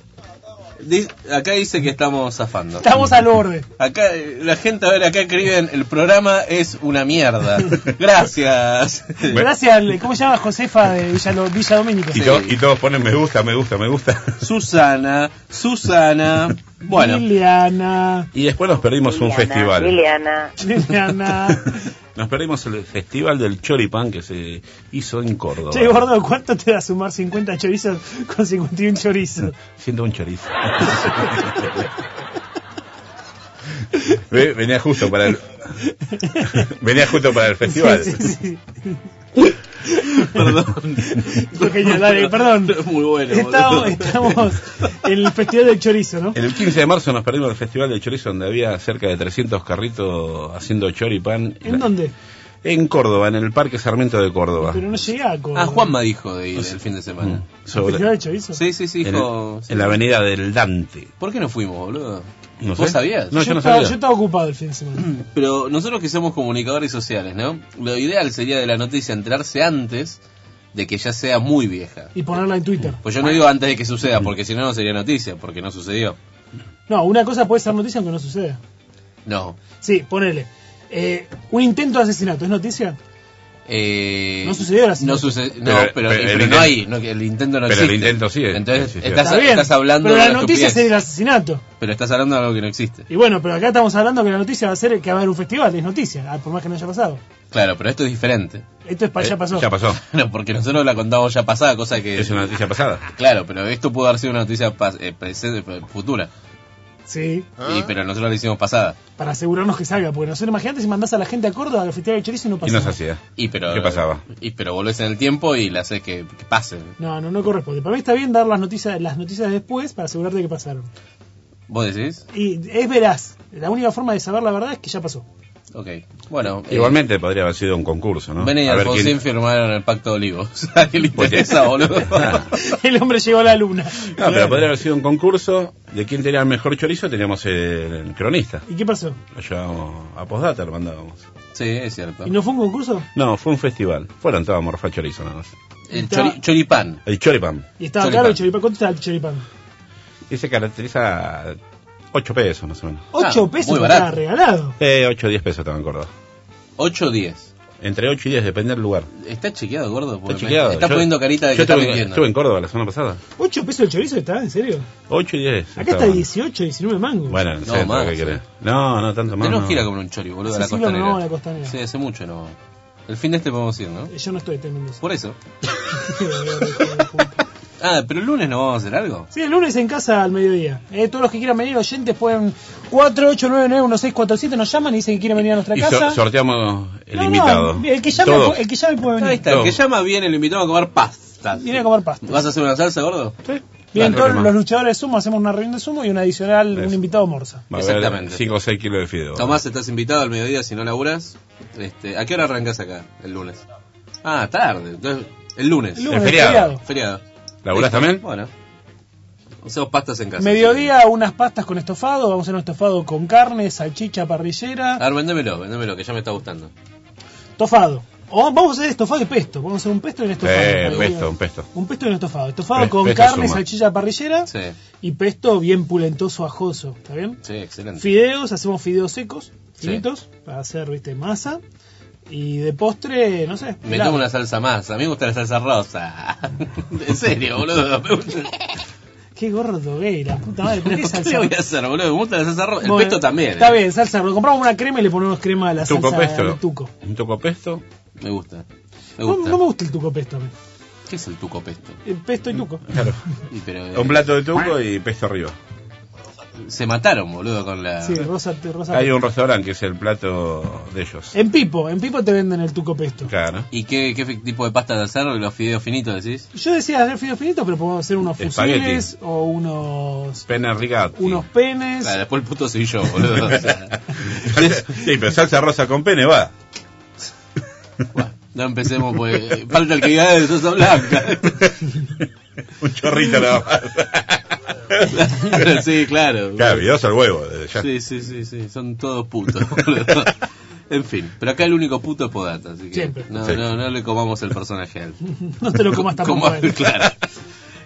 Speaker 4: Di- acá dice que estamos zafando.
Speaker 1: Estamos al borde.
Speaker 4: Acá, eh, la gente, a ver, acá escriben, el programa es una mierda. Gracias.
Speaker 1: Gracias al, ¿cómo se llama? Josefa de Villalo- Villa Domínico.
Speaker 5: Y, to- y todos ponen me gusta, me gusta, me gusta.
Speaker 4: Susana, Susana. Bueno.
Speaker 1: Liliana,
Speaker 5: Y después nos perdimos un festival.
Speaker 6: Liliana.
Speaker 1: Liliana.
Speaker 5: Nos perdimos el festival del choripán que se hizo en Córdoba.
Speaker 1: Che, gordo, ¿cuánto te da sumar 50 chorizos con 51 chorizos?
Speaker 5: Siendo un chorizo. Ve- Venía justo para el Venía justo para el festival.
Speaker 1: Sí, sí, sí.
Speaker 4: Perdón.
Speaker 1: Pequeño, dale, perdón.
Speaker 4: Muy bueno.
Speaker 1: Estamos, estamos en el festival del chorizo, ¿no?
Speaker 5: El 15 de marzo nos perdimos el festival del chorizo donde había cerca de 300 carritos haciendo choripán
Speaker 1: ¿En dónde?
Speaker 5: en Córdoba, en el Parque Sarmiento de Córdoba.
Speaker 1: Pero no llegaba con
Speaker 4: Ah, Juanma dijo de ir el fin de semana.
Speaker 5: Sobre-
Speaker 1: festival del chorizo.
Speaker 4: Sí, sí, sí,
Speaker 5: en,
Speaker 4: dijo.
Speaker 5: en la avenida del Dante.
Speaker 4: ¿Por qué no fuimos, boludo?
Speaker 5: No
Speaker 4: ¿Vos
Speaker 5: sé.
Speaker 4: sabías? Mm.
Speaker 5: No,
Speaker 1: yo,
Speaker 5: yo no
Speaker 1: estaba,
Speaker 5: sabía.
Speaker 1: yo estaba ocupado el fin de semana.
Speaker 4: Pero nosotros que somos comunicadores sociales, ¿no? Lo ideal sería de la noticia enterarse antes de que ya sea muy vieja.
Speaker 1: Y ponerla en Twitter.
Speaker 4: Pues yo no digo antes de que suceda, porque si no, no sería noticia, porque no sucedió.
Speaker 1: No, una cosa puede ser noticia aunque no suceda.
Speaker 4: No.
Speaker 1: Sí, ponele. Eh, un intento de asesinato, ¿es noticia?
Speaker 4: Eh,
Speaker 1: No sucedió el
Speaker 4: No,
Speaker 1: asesinato.
Speaker 4: suce- no,
Speaker 5: Pero-
Speaker 4: pero,
Speaker 5: pero
Speaker 4: eh,
Speaker 5: el
Speaker 4: pero
Speaker 5: intento-
Speaker 4: no hay. no, el intento no
Speaker 5: Pero el
Speaker 4: existe.
Speaker 5: intento sí.
Speaker 4: Entonces,
Speaker 5: sí, sí.
Speaker 4: estás,
Speaker 1: Está bien,
Speaker 4: estás hablando
Speaker 1: pero
Speaker 4: de
Speaker 1: la
Speaker 4: una
Speaker 1: noticia es
Speaker 4: estupidez,
Speaker 1: el asesinato.
Speaker 4: Pero estás hablando de algo que no existe.
Speaker 1: Y bueno, pero acá estamos hablando que la noticia va a ser que va a haber un festival, es noticia, ah, por más que no haya pasado.
Speaker 4: Claro, pero esto es diferente.
Speaker 1: Esto es para ya pasó.
Speaker 5: Eh, Ya pasó.
Speaker 4: No, porque nosotros la contamos ya pasada, cosa que.
Speaker 5: Es una noticia pasada.
Speaker 4: Claro, pero esto pudo haber sido una noticia pas- eh, presente, eh, futura.
Speaker 1: Sí,
Speaker 4: Y, pero nosotros la hicimos pasada.
Speaker 1: para asegurarnos que salga, porque nosotros imagínate si mandás a la gente a Córdoba al festival de chorizo y no
Speaker 5: Y
Speaker 1: pasa.
Speaker 5: no se
Speaker 1: nada.
Speaker 5: hacía.
Speaker 4: Y pero,
Speaker 5: ¿Qué pasaba?
Speaker 4: Y pero volvés en el tiempo y la haces que, que pase.
Speaker 1: No, no, no corresponde. Para mí está bien dar las noticias, las noticias después para asegurarte que pasaron.
Speaker 4: ¿Vos decís?
Speaker 1: Y es veraz. La única forma de saber la verdad es que ya pasó.
Speaker 4: Ok. Bueno. eh,
Speaker 5: Igualmente podría haber sido un concurso, ¿no?
Speaker 4: Bene y
Speaker 5: A ver
Speaker 4: Alfonsín
Speaker 5: quién-
Speaker 4: firmaron el pacto de olivos. ¿A quién le interesa, boludo?
Speaker 1: El hombre llegó a la luna.
Speaker 5: No, pero podría haber sido un concurso de quién tenía el mejor chorizo, teníamos el, el cronista.
Speaker 1: ¿Y qué pasó?
Speaker 5: Lo llevábamos a postdata, lo mandábamos.
Speaker 4: Sí, es cierto.
Speaker 1: ¿Y no fue un concurso?
Speaker 5: No, fue un festival. Fueron todos a morfar chorizo nada más.
Speaker 4: El chori- choripán.
Speaker 5: El choripán.
Speaker 1: Y estaba
Speaker 5: Choripán.
Speaker 1: caro el choripán. ¿Cuánto estaba el choripán?
Speaker 5: Y se caracteriza 8 pesos más o menos.
Speaker 1: Ocho
Speaker 4: Ah,
Speaker 1: pesos
Speaker 4: muy
Speaker 1: estaba
Speaker 4: barato.
Speaker 1: regalado.
Speaker 5: Eh, 8 o 10 pesos también, Córdoba.
Speaker 4: 8 o 10.
Speaker 5: Entre 8 y 10, depende del lugar.
Speaker 4: Está chequeado, gordo. porque
Speaker 5: Está
Speaker 4: me-
Speaker 5: chequeado.
Speaker 4: Está
Speaker 5: Yo-
Speaker 4: poniendo carita de que
Speaker 5: yo
Speaker 4: está
Speaker 5: estuve-
Speaker 4: mintiendo.
Speaker 5: Estuve en Córdoba la semana pasada.
Speaker 1: ¿8 pesos el chorizo está? ¿En serio?
Speaker 5: 8 y 10.
Speaker 1: Acá está
Speaker 5: estaba.
Speaker 1: 18, 19 mangos.
Speaker 5: Bueno,
Speaker 4: No,
Speaker 5: no, sé,
Speaker 4: más,
Speaker 5: ¿qué querés? no, no, tanto más.
Speaker 4: Tenemos
Speaker 5: no.
Speaker 4: que ir a comer un chori, boludo, a la
Speaker 1: Sí, sí, vamos,
Speaker 4: costanera.
Speaker 1: vamos a la costanera.
Speaker 4: Sí, hace mucho no. El fin de este podemos ir, ¿no?
Speaker 1: Yo no estoy temiendo.
Speaker 4: Por eso. ah, pero el lunes no vamos a hacer algo.
Speaker 1: Sí, el lunes en casa al mediodía. Eh, todos los que quieran venir, oyentes, pueden 48991647 nos llaman y dicen que quieren venir a nuestra
Speaker 5: Y
Speaker 1: casa.
Speaker 5: so- sorteamos el
Speaker 1: No, no,
Speaker 5: invitado.
Speaker 1: el que llame,
Speaker 5: Todos.
Speaker 1: pu- el que llame puede venir.
Speaker 4: Ahí está, el que llama viene, lo invitamos a comer pasta.
Speaker 1: Viene a comer pasta.
Speaker 4: ¿Vas a hacer una salsa, gordo?
Speaker 1: Sí. Bien,
Speaker 4: Dale,
Speaker 1: todos
Speaker 4: Román.
Speaker 1: los luchadores de sumo hacemos una reunión de sumo y un adicional, un
Speaker 4: Eso.
Speaker 1: invitado morsa.
Speaker 5: Va a
Speaker 4: Exactamente.
Speaker 5: haber 5 o 6 kilos de fideo.
Speaker 4: Tomás, estás invitado al mediodía si no laburas. Este, ¿A qué hora arrancas acá el lunes? Ah, tarde. Entonces, el lunes.
Speaker 1: El lunes, El feriado. feriado.
Speaker 4: Feriado.
Speaker 5: ¿Laburás
Speaker 4: Listo.
Speaker 5: también?
Speaker 4: Bueno. Hacemos pastas en casa.
Speaker 1: Mediodía, unas pastas con estofado. Vamos a hacer un estofado con carne, salchicha, parrillera.
Speaker 4: A ver, vendémelo, vendémelo, que ya me está gustando.
Speaker 1: Estofado. O vamos a hacer estofado y pesto. Vamos a hacer un pesto y un estofado.
Speaker 5: Eh,
Speaker 1: Para
Speaker 5: un
Speaker 1: que-
Speaker 5: pesto, un pesto.
Speaker 1: Un pesto y un estofado. Estofado
Speaker 5: Pe-
Speaker 1: con
Speaker 5: pesto
Speaker 1: carne,
Speaker 5: suma.
Speaker 1: salchicha, parrillera.
Speaker 4: Sí,
Speaker 1: Y pesto bien pulentoso, ajoso. ¿Está bien?
Speaker 4: sí, excelente.
Speaker 1: Fideos, hacemos fideos secos,
Speaker 4: Sí.
Speaker 1: finitos, para hacer, viste, masa. Y de postre, no sé.
Speaker 4: Me
Speaker 1: helado.
Speaker 4: tomo una salsa más. A mí me gusta la salsa rosa. en serio, boludo. Me gusta-
Speaker 1: Qué gordo gay, la puta madre. ¿Por qué
Speaker 4: ¿Qué
Speaker 1: salsa?
Speaker 4: le voy a hacer, boludo? Me gusta la salsa rosa. El
Speaker 1: Bueno,
Speaker 4: pesto también.
Speaker 1: Está
Speaker 4: eh.
Speaker 1: bien, salsa. rosa. Compramos una crema y le ponemos crema a la
Speaker 4: Tuco
Speaker 1: salsa
Speaker 4: pesto.
Speaker 1: del tuco.
Speaker 5: Un toco pesto.
Speaker 4: Me gusta. Me
Speaker 1: No,
Speaker 4: gusta.
Speaker 1: no me gusta el tuco pesto a mí.
Speaker 4: ¿Qué es el tuco pesto?
Speaker 1: El pesto y tuco.
Speaker 5: Claro.
Speaker 4: Y pero, eh,
Speaker 5: Un plato de tuco y pesto arriba.
Speaker 4: Se mataron, boludo, con la.
Speaker 1: Sí, rosa, te- rosa.
Speaker 5: Hay un restaurante que es el plato de ellos.
Speaker 1: En Pipo, en Pipo te venden el tuco pesto.
Speaker 5: Claro.
Speaker 4: ¿Y qué, qué tipo de pasta de hacer? Los fideos finitos, decís.
Speaker 1: Yo decía hacer fideos finitos, pero podemos hacer unos
Speaker 4: Espagueti.
Speaker 1: fusiles o unos,
Speaker 5: Pena rica.
Speaker 1: unos penes.
Speaker 4: Claro, después el puto soy yo, boludo. o sea,
Speaker 5: Sí, pero salsa rosa con pene va.
Speaker 4: no empecemos, pues. Falta el que gane de salsa blanca.
Speaker 5: Ah, Un chorrito nada
Speaker 4: más. sí, claro.
Speaker 5: Claro, videos al huevo, desde ya.
Speaker 4: Sí, sí, sí, sí. Son todos putos, boludo. En fin, pero acá el único puto es Podata, así que
Speaker 1: Siempre.
Speaker 4: No,
Speaker 1: Sí.
Speaker 4: no, no le comamos el personaje a él.
Speaker 1: No te lo comas
Speaker 4: Como-
Speaker 1: tampoco. eh.
Speaker 4: claro.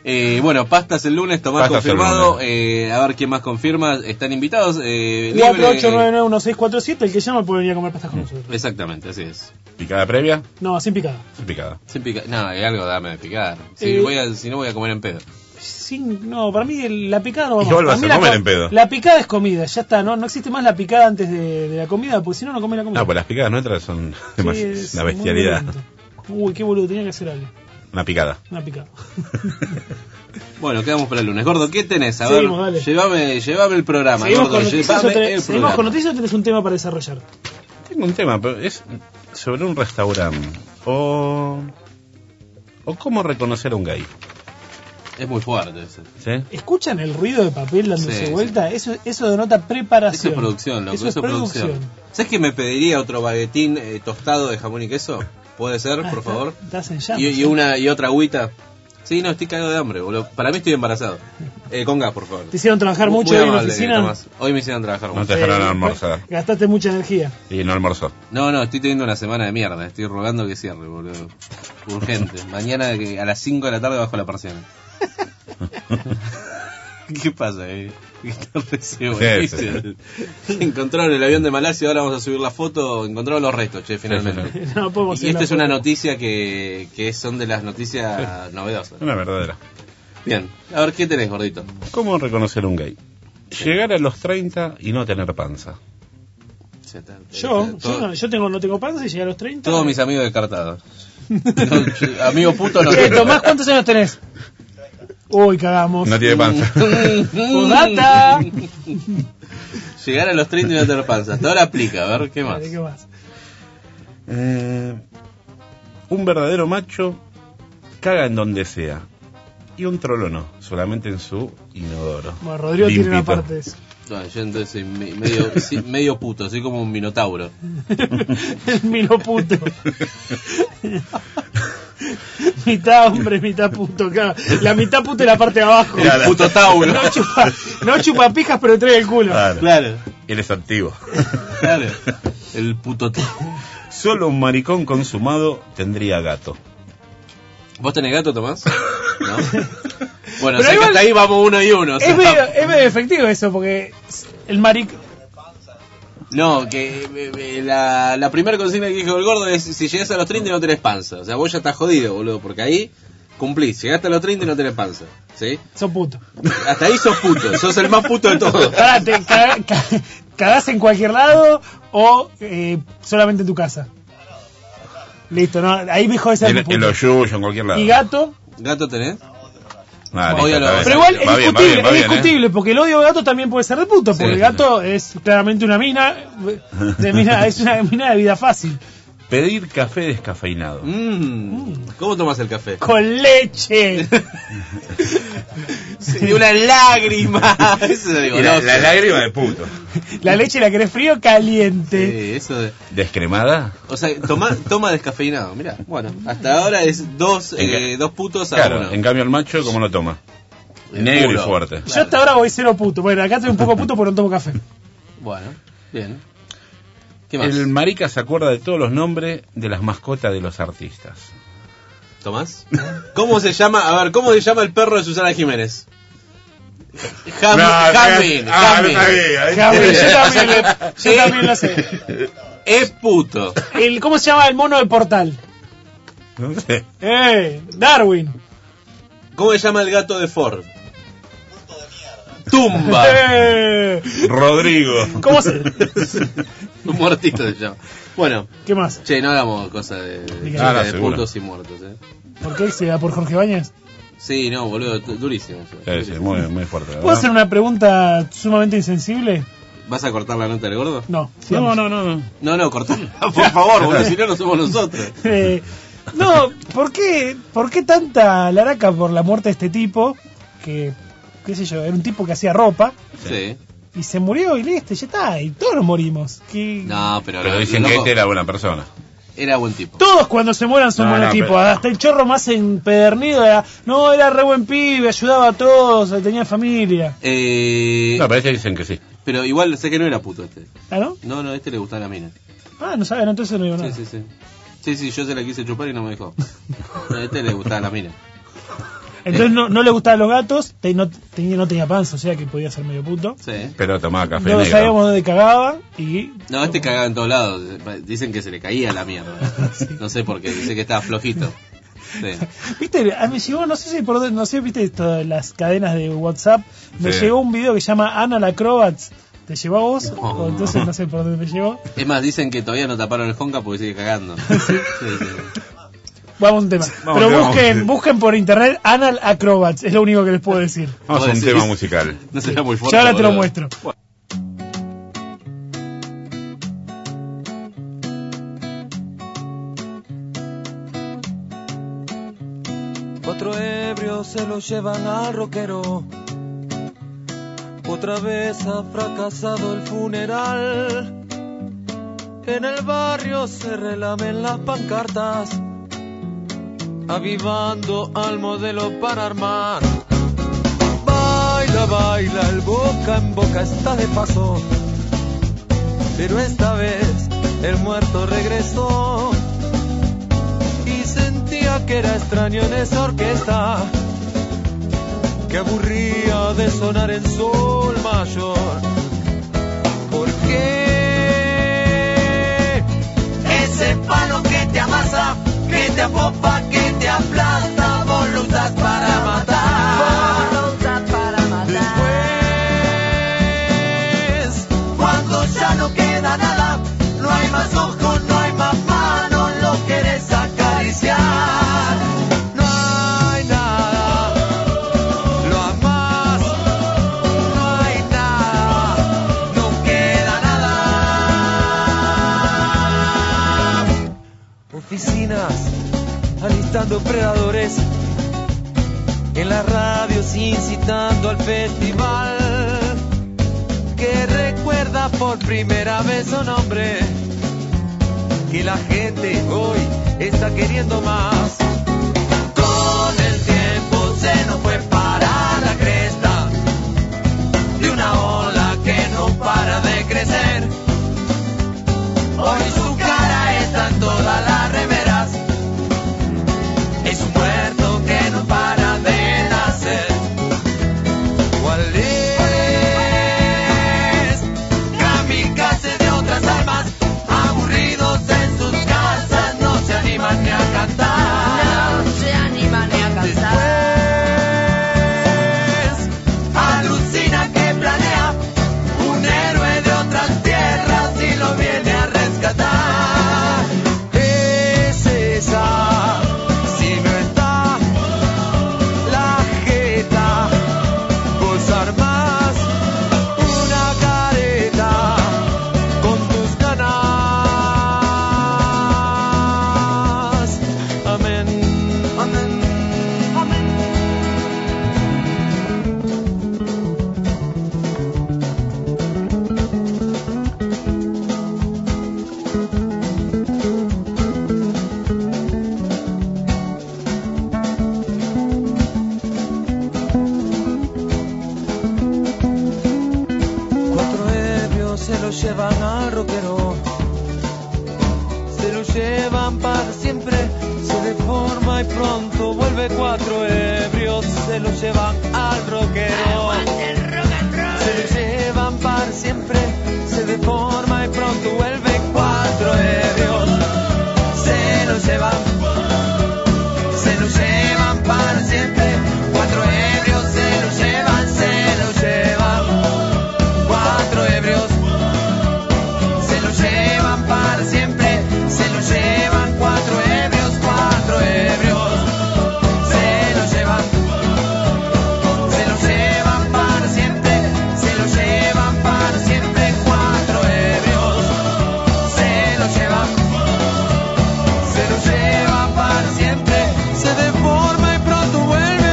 Speaker 4: Eh, bueno, pastas el lunes, Tomás
Speaker 5: Pastas el
Speaker 4: confirmado. Eh, a ver quién más confirma. Están invitados. Eh, libre, Mm. eh,
Speaker 1: 48991647, el que llama puede venir a comer pastas con nosotros.
Speaker 4: Exactamente, así es.
Speaker 5: ¿Picada previa?
Speaker 1: No, sin picada.
Speaker 5: Sin picada.
Speaker 4: Sin pica- No, hay algo dame de picar. Si,
Speaker 1: Eh.
Speaker 4: voy a- si no voy a comer en pedo.
Speaker 1: Sin, no, para mí el- la picada no vamos
Speaker 4: Igual vas
Speaker 1: para mí
Speaker 4: a
Speaker 1: la
Speaker 4: comer
Speaker 1: co-
Speaker 4: en pedo.
Speaker 1: La picada es comida, ya está, no, no existe más la picada antes de, de la comida, porque si no, no comes la comida.
Speaker 5: No, pues las picadas nuestras son demasi-
Speaker 1: es
Speaker 5: pues, una
Speaker 1: muy
Speaker 5: bestialidad.
Speaker 1: Uy, qué boludo, tenía que hacer algo.
Speaker 5: Una picada.
Speaker 1: Una picada.
Speaker 4: Bueno, quedamos para el lunes. Gordo, ¿qué tenés? A
Speaker 1: Seguimos,
Speaker 4: ver,
Speaker 1: dale.
Speaker 4: llévame, llévame el programa,
Speaker 1: Seguimos
Speaker 4: gordo.
Speaker 1: con noticias o
Speaker 4: Llévame
Speaker 1: tenés-
Speaker 4: el
Speaker 1: seguimos
Speaker 4: programa.
Speaker 1: con noticias o tenés un tema para desarrollar.
Speaker 5: Tengo un tema, pero es sobre un restaurante.
Speaker 4: Oh.
Speaker 5: O. O cómo reconocer a un gay.
Speaker 4: Es muy fuerte eso.
Speaker 5: ¿Sí?
Speaker 1: ¿Escuchan el ruido de papel dándose
Speaker 4: Sí,
Speaker 1: vuelta? Eso, eso denota preparación.
Speaker 4: Eso es producción, loco.
Speaker 1: Eso es producción.
Speaker 4: ¿Sabes que me pediría otro baguetín eh, tostado de jamón y queso? ¿Puede ser, por favor?
Speaker 1: Estás en llamas.
Speaker 4: Y, y una y otra agüita. Sí, no, estoy cagado de hambre, boludo. Para mí estoy embarazado. Eh, conga, por favor.
Speaker 1: Te hicieron trabajar
Speaker 4: Muy
Speaker 1: mucho hoy en la
Speaker 4: amable,
Speaker 1: oficina.
Speaker 4: Tomás. Hoy me hicieron trabajar mucho.
Speaker 5: No te dejaron almorzar.
Speaker 1: Gastaste mucha energía.
Speaker 5: Y no almorzó.
Speaker 4: No, no, estoy teniendo una semana de mierda. Estoy rogando que cierre, boludo. Urgente. Mañana que- a las 5 de la tarde bajo la persiana. ¿Qué pasa, eh? ¿Qué tarde se
Speaker 5: Sí,
Speaker 4: volviste?
Speaker 5: sí,
Speaker 4: Encontraron el avión de Malasia, ahora vamos a subir la foto. Encontraron los restos, che, finalmente.
Speaker 1: No podemos
Speaker 4: Y
Speaker 1: hacer
Speaker 4: esta es
Speaker 1: la
Speaker 4: una
Speaker 1: foto.
Speaker 4: noticia que, que son de las noticias novedosas.
Speaker 5: Una verdadera.
Speaker 4: Bien, a ver, ¿qué tenés, gordito?
Speaker 5: ¿Cómo reconocer a un gay? Llegar a los 30 y no tener panza.
Speaker 4: Ya está.
Speaker 1: Yo,
Speaker 4: Este, Todo-
Speaker 1: yo, no, yo tengo, no tengo panza y llegué a los 30.
Speaker 4: Todos mis amigos descartados. No, amigos putos no
Speaker 1: Eh,
Speaker 4: tengo.
Speaker 1: Tomás, ¿cuántos años tenés? Uy, cagamos.
Speaker 4: No Mm. tiene panza.
Speaker 1: Podata.
Speaker 4: Llegar a los 30 y no tener panza. Hasta ahora aplica, a ver, ¿qué más?
Speaker 1: Dale, ¿qué más?
Speaker 5: Eh, un verdadero macho caga en donde sea. Y un trolo no, solamente en su inodoro.
Speaker 1: Bueno, Rodrigo tiene una
Speaker 5: Limpito.
Speaker 1: parte de eso.
Speaker 4: No, yo entonces soy me- medio, sí, medio puto, soy como un minotauro.
Speaker 1: El milo puto. mitad hombre, mitad puto. claro. La mitad puto es la parte de abajo.
Speaker 5: Claro. El puto Tauro.
Speaker 1: No chupa, no chupa pijas, pero trae el culo.
Speaker 4: Claro.
Speaker 5: Él es activo.
Speaker 4: Claro. El puto
Speaker 5: Solo un maricón consumado tendría gato.
Speaker 4: ¿Vos tenés gato, Tomás? ¿No? Bueno,
Speaker 1: Pero
Speaker 4: sé que
Speaker 1: igual-
Speaker 4: hasta ahí vamos uno y uno. o sea,
Speaker 1: Es medio, es medio efectivo eso, porque el maricón.
Speaker 4: No, que eh, eh, la, la primera consigna que dijo el gordo es si llegas a los 30 y no tenés panza. O sea, vos ya estás jodido, boludo, porque ahí cumplís. Llegaste a los 30 y no tenés panza. ¿Sí?
Speaker 1: Sos puto.
Speaker 4: Hasta ahí sos puto. Sos el más puto de todos.
Speaker 1: Pará, ¿te ca- ca- cagás en cualquier lado o eh, solamente en tu casa? Listo, no, ahí me jode ser
Speaker 5: En,
Speaker 1: puto.
Speaker 5: en los yuyos, en cualquier lado.
Speaker 1: ¿Y gato?
Speaker 4: ¿Gato tenés?
Speaker 5: Ah,
Speaker 4: Odio
Speaker 5: listo,
Speaker 4: a los-
Speaker 5: está bien.
Speaker 1: Pero igual es
Speaker 5: Va bien, va
Speaker 1: discutible,
Speaker 5: bien, va
Speaker 1: es
Speaker 5: bien, ¿eh?
Speaker 1: discutible, porque el odio a gato también puede ser de puto, porque
Speaker 5: Sí.
Speaker 1: el gato es claramente una mina, de mina, es una mina de vida fácil.
Speaker 5: Pedir café descafeinado.
Speaker 4: Mm. ¿Cómo tomas el café?
Speaker 1: Con leche.
Speaker 4: Sí, una lágrima. Eso es
Speaker 5: Y la,
Speaker 4: goloso.
Speaker 5: la lágrima de puto.
Speaker 1: La leche la querés frío o caliente.
Speaker 4: Sí, eso de-
Speaker 5: ¿Descremada?
Speaker 4: O sea, toma, toma descafeinado, mira. Bueno, hasta ahora es dos, eh, dos putos a
Speaker 5: Claro,
Speaker 4: uno.
Speaker 5: en cambio el macho, ¿cómo lo toma?
Speaker 4: El
Speaker 5: Negro
Speaker 4: culo.
Speaker 5: y fuerte.
Speaker 1: Yo hasta ahora voy cero puto. Bueno, acá estoy un poco puto porque no tomo café.
Speaker 4: Bueno, bien.
Speaker 5: El marica se acuerda de todos los nombres de las mascotas de los artistas.
Speaker 4: ¿Tomás? ¿Cómo se llama? A ver, ¿cómo se llama el perro de Susana Jiménez? Jam-
Speaker 5: No,
Speaker 4: Jamin,
Speaker 5: ah,
Speaker 4: Jamin.
Speaker 5: no sabía, ¿eh?
Speaker 1: Jamin, yo también le- yo
Speaker 4: Eh,
Speaker 1: también lo sé.
Speaker 4: Es puto.
Speaker 1: El, ¿Cómo se llama el mono del portal?
Speaker 5: No sé.
Speaker 1: ¡Eh! Darwin.
Speaker 4: ¿Cómo se llama el gato de Ford? Tumba.
Speaker 1: ¡Eh!
Speaker 5: Rodrigo.
Speaker 1: ¿Cómo se.?
Speaker 4: Un muertito se llama. Bueno.
Speaker 1: ¿Qué más?
Speaker 4: Che, no hagamos cosas de, de,
Speaker 1: Ah, no,
Speaker 4: de
Speaker 5: seguro.
Speaker 4: putos y muertos, eh.
Speaker 1: ¿Por qué se da por Jorge Bañas?
Speaker 4: Sí, no, boludo, du- durísimo.
Speaker 5: Sí, sí, muy, muy fuerte.
Speaker 1: ¿Puedo hacer una pregunta sumamente insensible?
Speaker 4: ¿Vas a cortar la nota del gordo?
Speaker 1: No.
Speaker 4: No,
Speaker 5: no, no.
Speaker 4: No, no, cortala, por favor, boludo, si no, no somos nosotros.
Speaker 1: Eh, no, ¿por qué, ¿por qué tanta laraca por la muerte de este tipo? Que, qué sé yo, era un tipo que hacía ropa
Speaker 4: Sí.
Speaker 1: y se murió y listo, ya está, y todos nos morimos. Que-
Speaker 4: No, pero,
Speaker 5: Pero
Speaker 4: lo-
Speaker 5: dicen
Speaker 4: lo
Speaker 5: que
Speaker 4: loco
Speaker 5: este era buena persona.
Speaker 4: era buen tipo.
Speaker 1: Todos cuando se mueran son
Speaker 5: No,
Speaker 1: buenos
Speaker 5: no,
Speaker 1: tipos.
Speaker 5: pero-
Speaker 1: Hasta el chorro más empedernido era, no, era re buen pibe, ayudaba a todos, tenía familia.
Speaker 4: Eh,
Speaker 5: No, parece que dicen que sí.
Speaker 4: Pero igual sé que no era puto este.
Speaker 1: ¿Ah, no?
Speaker 4: No, no, a este le gustaba la mina.
Speaker 1: Ah, no saben, entonces no digo
Speaker 4: Sí,
Speaker 1: nada.
Speaker 4: sí, sí. Sí, sí, yo se la quise chupar y no me dejó. No, A este le gustaba la mina.
Speaker 1: Entonces no, no le gustaban los gatos, te- no, tenía, no tenía panza, o sea que podía ser medio puto.
Speaker 4: Sí.
Speaker 5: Pero tomaba café
Speaker 1: No
Speaker 5: negro.
Speaker 1: sabíamos dónde cagaba y
Speaker 4: No, este cagaba en todos lados. Dicen que se le caía la mierda. No sé por qué, dice que estaba flojito. Sí.
Speaker 1: Viste, a mí me llegó, no sé si por dónde- no sé, viste esto de las cadenas de WhatsApp, me
Speaker 4: Sí.
Speaker 1: llegó un video que se llama Ana la Acrobats. ¿Te llegó a vos?
Speaker 4: No.
Speaker 1: O entonces no sé por dónde me llegó.
Speaker 4: Es más, dicen que todavía no taparon el Honka porque sigue cagando. Sí, sí.
Speaker 1: Vamos a un tema.
Speaker 4: Vamos,
Speaker 1: Pero
Speaker 4: vamos.
Speaker 1: busquen, busquen por internet Ana la Acrobats, es lo único que les puedo decir.
Speaker 5: Vamos a un
Speaker 4: Joder,
Speaker 5: tema
Speaker 4: sí.
Speaker 5: musical.
Speaker 4: No será muy fuerte.
Speaker 1: Yo ahora te lo
Speaker 4: boludo.
Speaker 1: muestro.
Speaker 3: Cuatro ebrios se lo llevan al roquero. Otra vez ha fracasado el funeral. En el barrio se relamen las pancartas, avivando al modelo para armar. Baila, baila, el boca en boca está de paso. Pero esta vez el muerto regresó y sentía que era extraño en esa orquesta que aburría de sonar en sol mayor. ¿Por qué? Ese palo que te amasa, que te apopa, que te aplasta, vos lo usas para matar. Después, cuando ya no queda nada, no hay más ojos, no hay más manos, lo quieres acariciar. No hay nada, lo amas, no hay nada, no queda nada. Oficinas, alistando predadores, en las radios incitando al festival que recuerda por primera vez su nombre que la gente hoy está queriendo más con el tiempo se nos fue para la cresta de una ola que no para de crecer hoy su cara está en todas las remeras es un muerto que no para de nacer. ¿Cuál es? Kamikaze de otra Cuatro ebrios se lo llevan al rockero. Se lo llevan para siempre. Se deforma y pronto vuelve cuatro ebrios. Se lo llevan al rockero. Se lo llevan para siempre. Se deforma y pronto vuelve cuatro ebrios. Se lo llevan. Se lo llevan para siempre. Cuatro ebrios se lo llevan, se lo llevan cuatro ebrios. Se lo llevan para siempre, se lo llevan cuatro ebrios, cuatro ebrios. Se lo llevan, se lo llevan para siempre, se lo llevan para siempre, cuatro ebrios. Se lo llevan, se lo llevan para siempre, se deforma y pronto vuelve.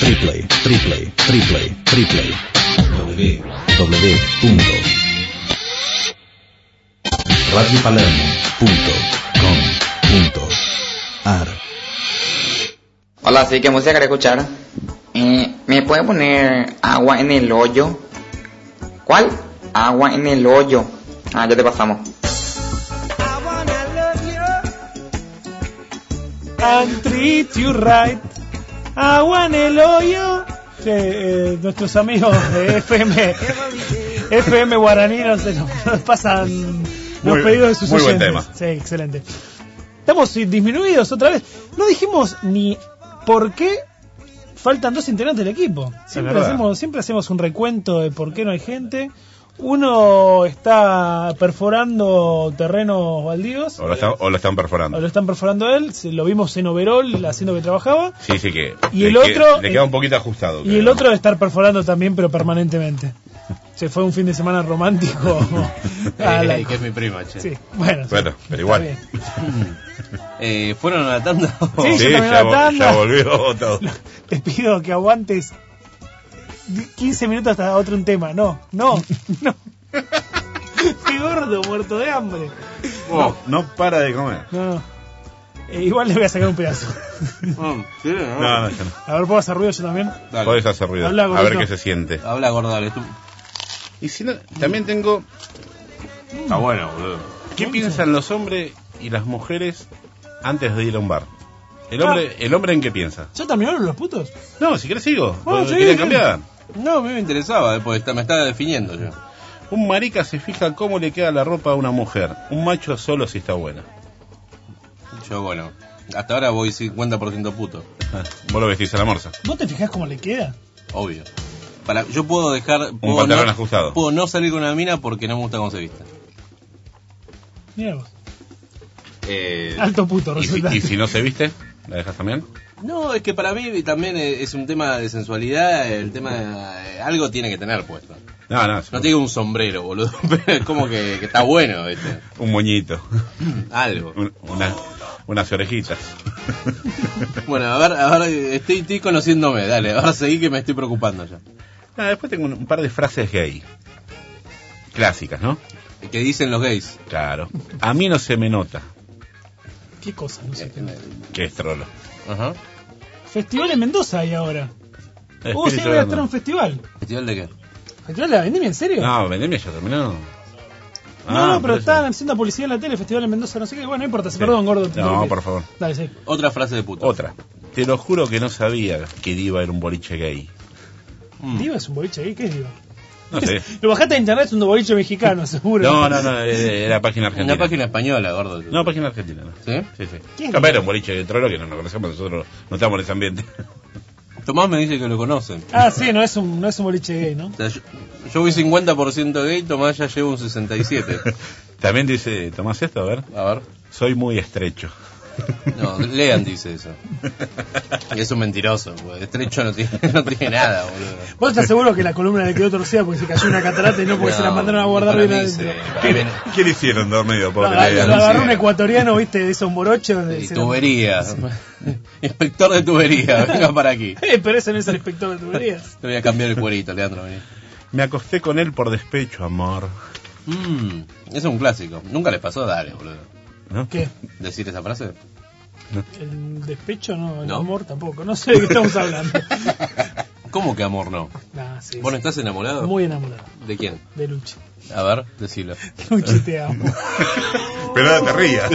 Speaker 11: Triple, triple, triple, triple. W. W. Punto. radiopalermo.com punto ar.
Speaker 14: Hola, sí, ¿qué música querés escuchar? Eh, ¿Me puede poner agua en el hoyo? ¿Cuál? Agua en el hoyo. Ah, ya te pasamos.
Speaker 1: And treat you right. Agua en el hoyo. Che, eh, nuestros amigos de FM, FM Guaraní nos, nos pasan los
Speaker 5: Muy-
Speaker 1: pedidos de sus
Speaker 5: muy buen
Speaker 1: oyentes. Sí, excelente. Estamos eh, disminuidos otra vez. No dijimos ni por qué faltan dos integrantes del equipo. Siempre
Speaker 5: verdad.
Speaker 1: hacemos, siempre hacemos un recuento de por qué no hay gente. Uno está perforando terrenos baldíos.
Speaker 5: O lo, están, o lo están
Speaker 1: O
Speaker 5: perforando.
Speaker 1: lo están perforando él, se- lo vimos en overall haciendo que trabajaba.
Speaker 5: Sí, sí que.
Speaker 1: Y
Speaker 5: le
Speaker 1: el
Speaker 5: que-
Speaker 1: otro-
Speaker 5: le queda un poquito ajustado.
Speaker 1: Y el otro de estar perforando también, pero permanentemente. Se fue un fin de semana romántico. a Ah, la-
Speaker 4: que es mi prima, che.
Speaker 1: Sí, bueno.
Speaker 5: Bueno, pero igual.
Speaker 1: Está
Speaker 4: Eh, ¿Fueron a la tanda?
Speaker 1: Sí, Sí, ya terminó la
Speaker 5: vo-
Speaker 1: tanda.
Speaker 5: ya volvió todo.
Speaker 1: Te pido que aguantes di- 15 minutos hasta otro un tema. No, no, no. Qué gordo, muerto de hambre.
Speaker 5: No, Oh, no para de comer.
Speaker 1: No, no. Eh, igual le voy a sacar un pedazo.
Speaker 4: Oh,
Speaker 5: No, no, ya no.
Speaker 1: A ver, ¿puedo hacer ruido yo también?
Speaker 5: Podés hacer ruido.
Speaker 1: Habla,
Speaker 5: a ver
Speaker 1: gordito.
Speaker 5: qué se siente.
Speaker 4: Habla, Gordales, tú.
Speaker 5: Y si no, también tengo. Está bueno, boludo. ¿Qué piensan los hombres y las mujeres antes de ir a un bar? ¿El hombre,
Speaker 4: Ah.
Speaker 5: el hombre en qué piensa?
Speaker 1: ¿Ya terminaron los putos?
Speaker 5: No, si querés sigo.
Speaker 1: Ah,
Speaker 4: Oh,
Speaker 5: ¿Lo
Speaker 1: sí,
Speaker 5: quieren
Speaker 1: sí.
Speaker 5: cambiar?
Speaker 1: No,
Speaker 4: me interesaba, eh, porque está- me estaba definiendo yo.
Speaker 5: Un marica se fija cómo le queda la ropa a una mujer. Un macho solo si está buena.
Speaker 4: Yo, bueno, hasta ahora voy 50% puto.
Speaker 5: Ah, Vos lo vestís a la morsa.
Speaker 1: ¿Vos te fijás cómo le queda?
Speaker 4: Obvio. Para, yo puedo dejar. puedo
Speaker 5: pantalón
Speaker 4: no,
Speaker 5: ajustado.
Speaker 4: Puedo no salir con una mina porque no me gusta cómo se viste.
Speaker 1: Mira vos.
Speaker 4: Eh,
Speaker 1: Alto puto,
Speaker 5: Y si,
Speaker 1: resulta.
Speaker 5: y si no se viste, ¿la dejas también?
Speaker 4: no, es que para mí también eh, es un tema de sensualidad. El tema. eh, algo tiene que tener puesto.
Speaker 5: No, no,
Speaker 4: No te digo un sombrero, boludo. Pero es como que, que está bueno, ¿viste?
Speaker 5: un moñito.
Speaker 4: Algo.
Speaker 5: Un- una- unas orejitas.
Speaker 4: Bueno, a ver, a ver, eh, estoy, estoy conociéndome, dale. Ahora seguí que me estoy preocupando ya.
Speaker 5: Ah, después tengo un, un par de frases gay. Clásicas, ¿no?
Speaker 4: Que dicen los gays.
Speaker 5: Claro. A mí no se me nota
Speaker 1: ¿Qué cosa? No sé qué.
Speaker 5: que es trolo.
Speaker 4: Ajá.
Speaker 1: Festival en Mendoza hay ahora. Oh, sí,
Speaker 5: Espíritu
Speaker 1: voy a
Speaker 5: de
Speaker 1: estar en un festival.
Speaker 4: ¿Festival de qué?
Speaker 1: ¿Festival de la vendimia? ¿En serio?
Speaker 5: No, vendeme ya terminó. Ah,
Speaker 1: No, no, pero
Speaker 5: está
Speaker 1: estaban haciendo publicidad en la tele, Festival en Mendoza, no sé qué. Bueno, no importa, perdón, gordo. te
Speaker 5: No,
Speaker 1: interrumpí.
Speaker 5: por favor.
Speaker 1: Dale, sí.
Speaker 4: Otra frase de puto.
Speaker 5: Otra. Te lo juro que no sabía que Diva era un boliche gay. Mm.
Speaker 1: Diva es un boliche gay, ¿qué es Diva?
Speaker 5: No sé.
Speaker 1: Lo bajaste de internet, es un boliche mexicano, seguro.
Speaker 5: No, no, no, eh, era página argentina.
Speaker 4: Una página española, gordo.
Speaker 5: No, página argentina. no.
Speaker 4: ¿Sí?
Speaker 5: Sí, sí.
Speaker 1: ¿Quién?
Speaker 5: Capaz era un boliche de trolo que no lo conocemos, nosotros no estamos en ese ambiente.
Speaker 4: Tomás me dice que lo conocen.
Speaker 1: Ah, sí, no es un, no es un boliche gay, ¿no?
Speaker 4: O sea, yo, yo voy 50% gay, Tomás ya lleva un 67.
Speaker 5: También dice, Tomás esto, a ver.
Speaker 4: A ver.
Speaker 5: Soy muy estrecho.
Speaker 4: No, Lean dice eso. Y es un mentiroso, pues. Estrecho no tiene, no tiene nada, boludo.
Speaker 1: Vos estás seguro que la columna le quedó torcida porque se cayó una catarata y no porque se la mandaron a guardar bien adentro.
Speaker 5: ¿Qué, qué le hicieron dormido,
Speaker 1: Lo
Speaker 5: pobre Lean?
Speaker 1: lo agarró un ecuatoriano, viste, de esos morochos. donde
Speaker 4: Y
Speaker 1: se-
Speaker 4: tubería. Inspector de tubería, venga para aquí.
Speaker 1: Eh, pero ese no es el inspector de tuberías.
Speaker 4: Te voy a cambiar el cuerito, Leandro. vení.
Speaker 5: Me acosté con él por despecho, amor.
Speaker 4: Mm, es un clásico. Nunca le pasó a Dale, boludo.
Speaker 5: ¿No?
Speaker 1: ¿Qué?
Speaker 4: ¿Decir esa frase?
Speaker 1: El despecho no, el
Speaker 4: No.
Speaker 1: amor tampoco. No sé de qué estamos hablando.
Speaker 4: ¿Cómo que amor no?
Speaker 1: Nah, Ah, sí,
Speaker 4: ¿Vos no
Speaker 1: sí.
Speaker 4: estás enamorado?
Speaker 1: Muy enamorado
Speaker 4: ¿De quién?
Speaker 1: de Luchi.
Speaker 4: A ver, decilo.
Speaker 1: Luchi, te amo.
Speaker 5: Pero ahora te rías.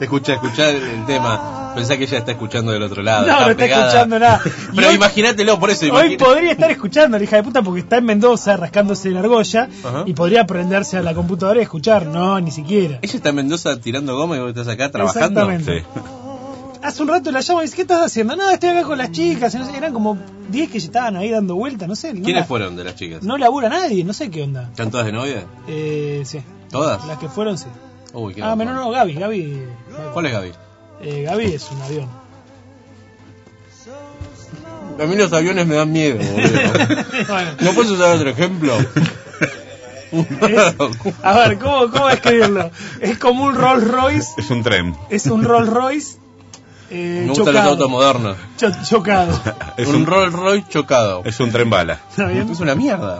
Speaker 4: Escucha, escucha el, el tema. Pensá que ella está escuchando del otro lado.
Speaker 1: No, no está
Speaker 4: pegada.
Speaker 1: escuchando nada.
Speaker 4: Pero imagínatelo, por eso
Speaker 1: Hoy
Speaker 4: imagínate.
Speaker 1: podría estar escuchando la hija de puta porque está en Mendoza rascándose la argolla
Speaker 4: Ajá.
Speaker 1: y podría prenderse a la computadora y escuchar. No, ni siquiera.
Speaker 4: Ella está en Mendoza tirando goma y vos estás acá trabajando.
Speaker 1: Exactamente. Hace un rato la llamo y dice, ¿qué estás haciendo? Nada, estoy acá con las chicas. y no sé, eran como 10 que estaban ahí dando vueltas, no sé. No,
Speaker 4: ¿Quiénes
Speaker 1: la-
Speaker 4: fueron de las chicas?
Speaker 1: no labura nadie, no sé qué onda.
Speaker 4: ¿Están todas de novia?
Speaker 1: Eh, sí.
Speaker 4: ¿Todas?
Speaker 1: Las que fueron, sí.
Speaker 4: Uy, qué
Speaker 1: Ah,
Speaker 4: bajón.
Speaker 1: menor no, Gaby, Gaby.
Speaker 4: ¿Cuál es Gaby?
Speaker 1: Eh, Gaby es un avión.
Speaker 4: A mí los aviones me dan miedo, boludo.
Speaker 1: Bueno.
Speaker 4: ¿No puedes usar otro ejemplo?
Speaker 1: A ver, ¿cómo, cómo escribirlo? Es como un Rolls Royce,
Speaker 5: Es un tren.
Speaker 1: es un Rolls Royce eh,
Speaker 4: Me gustan los
Speaker 1: chocado.
Speaker 4: autos modernos.
Speaker 1: Cho- chocado.
Speaker 5: Es
Speaker 4: un, Rolls Royce chocado.
Speaker 5: Es un tren bala.
Speaker 1: ¿Está bien?
Speaker 4: Es una mierda.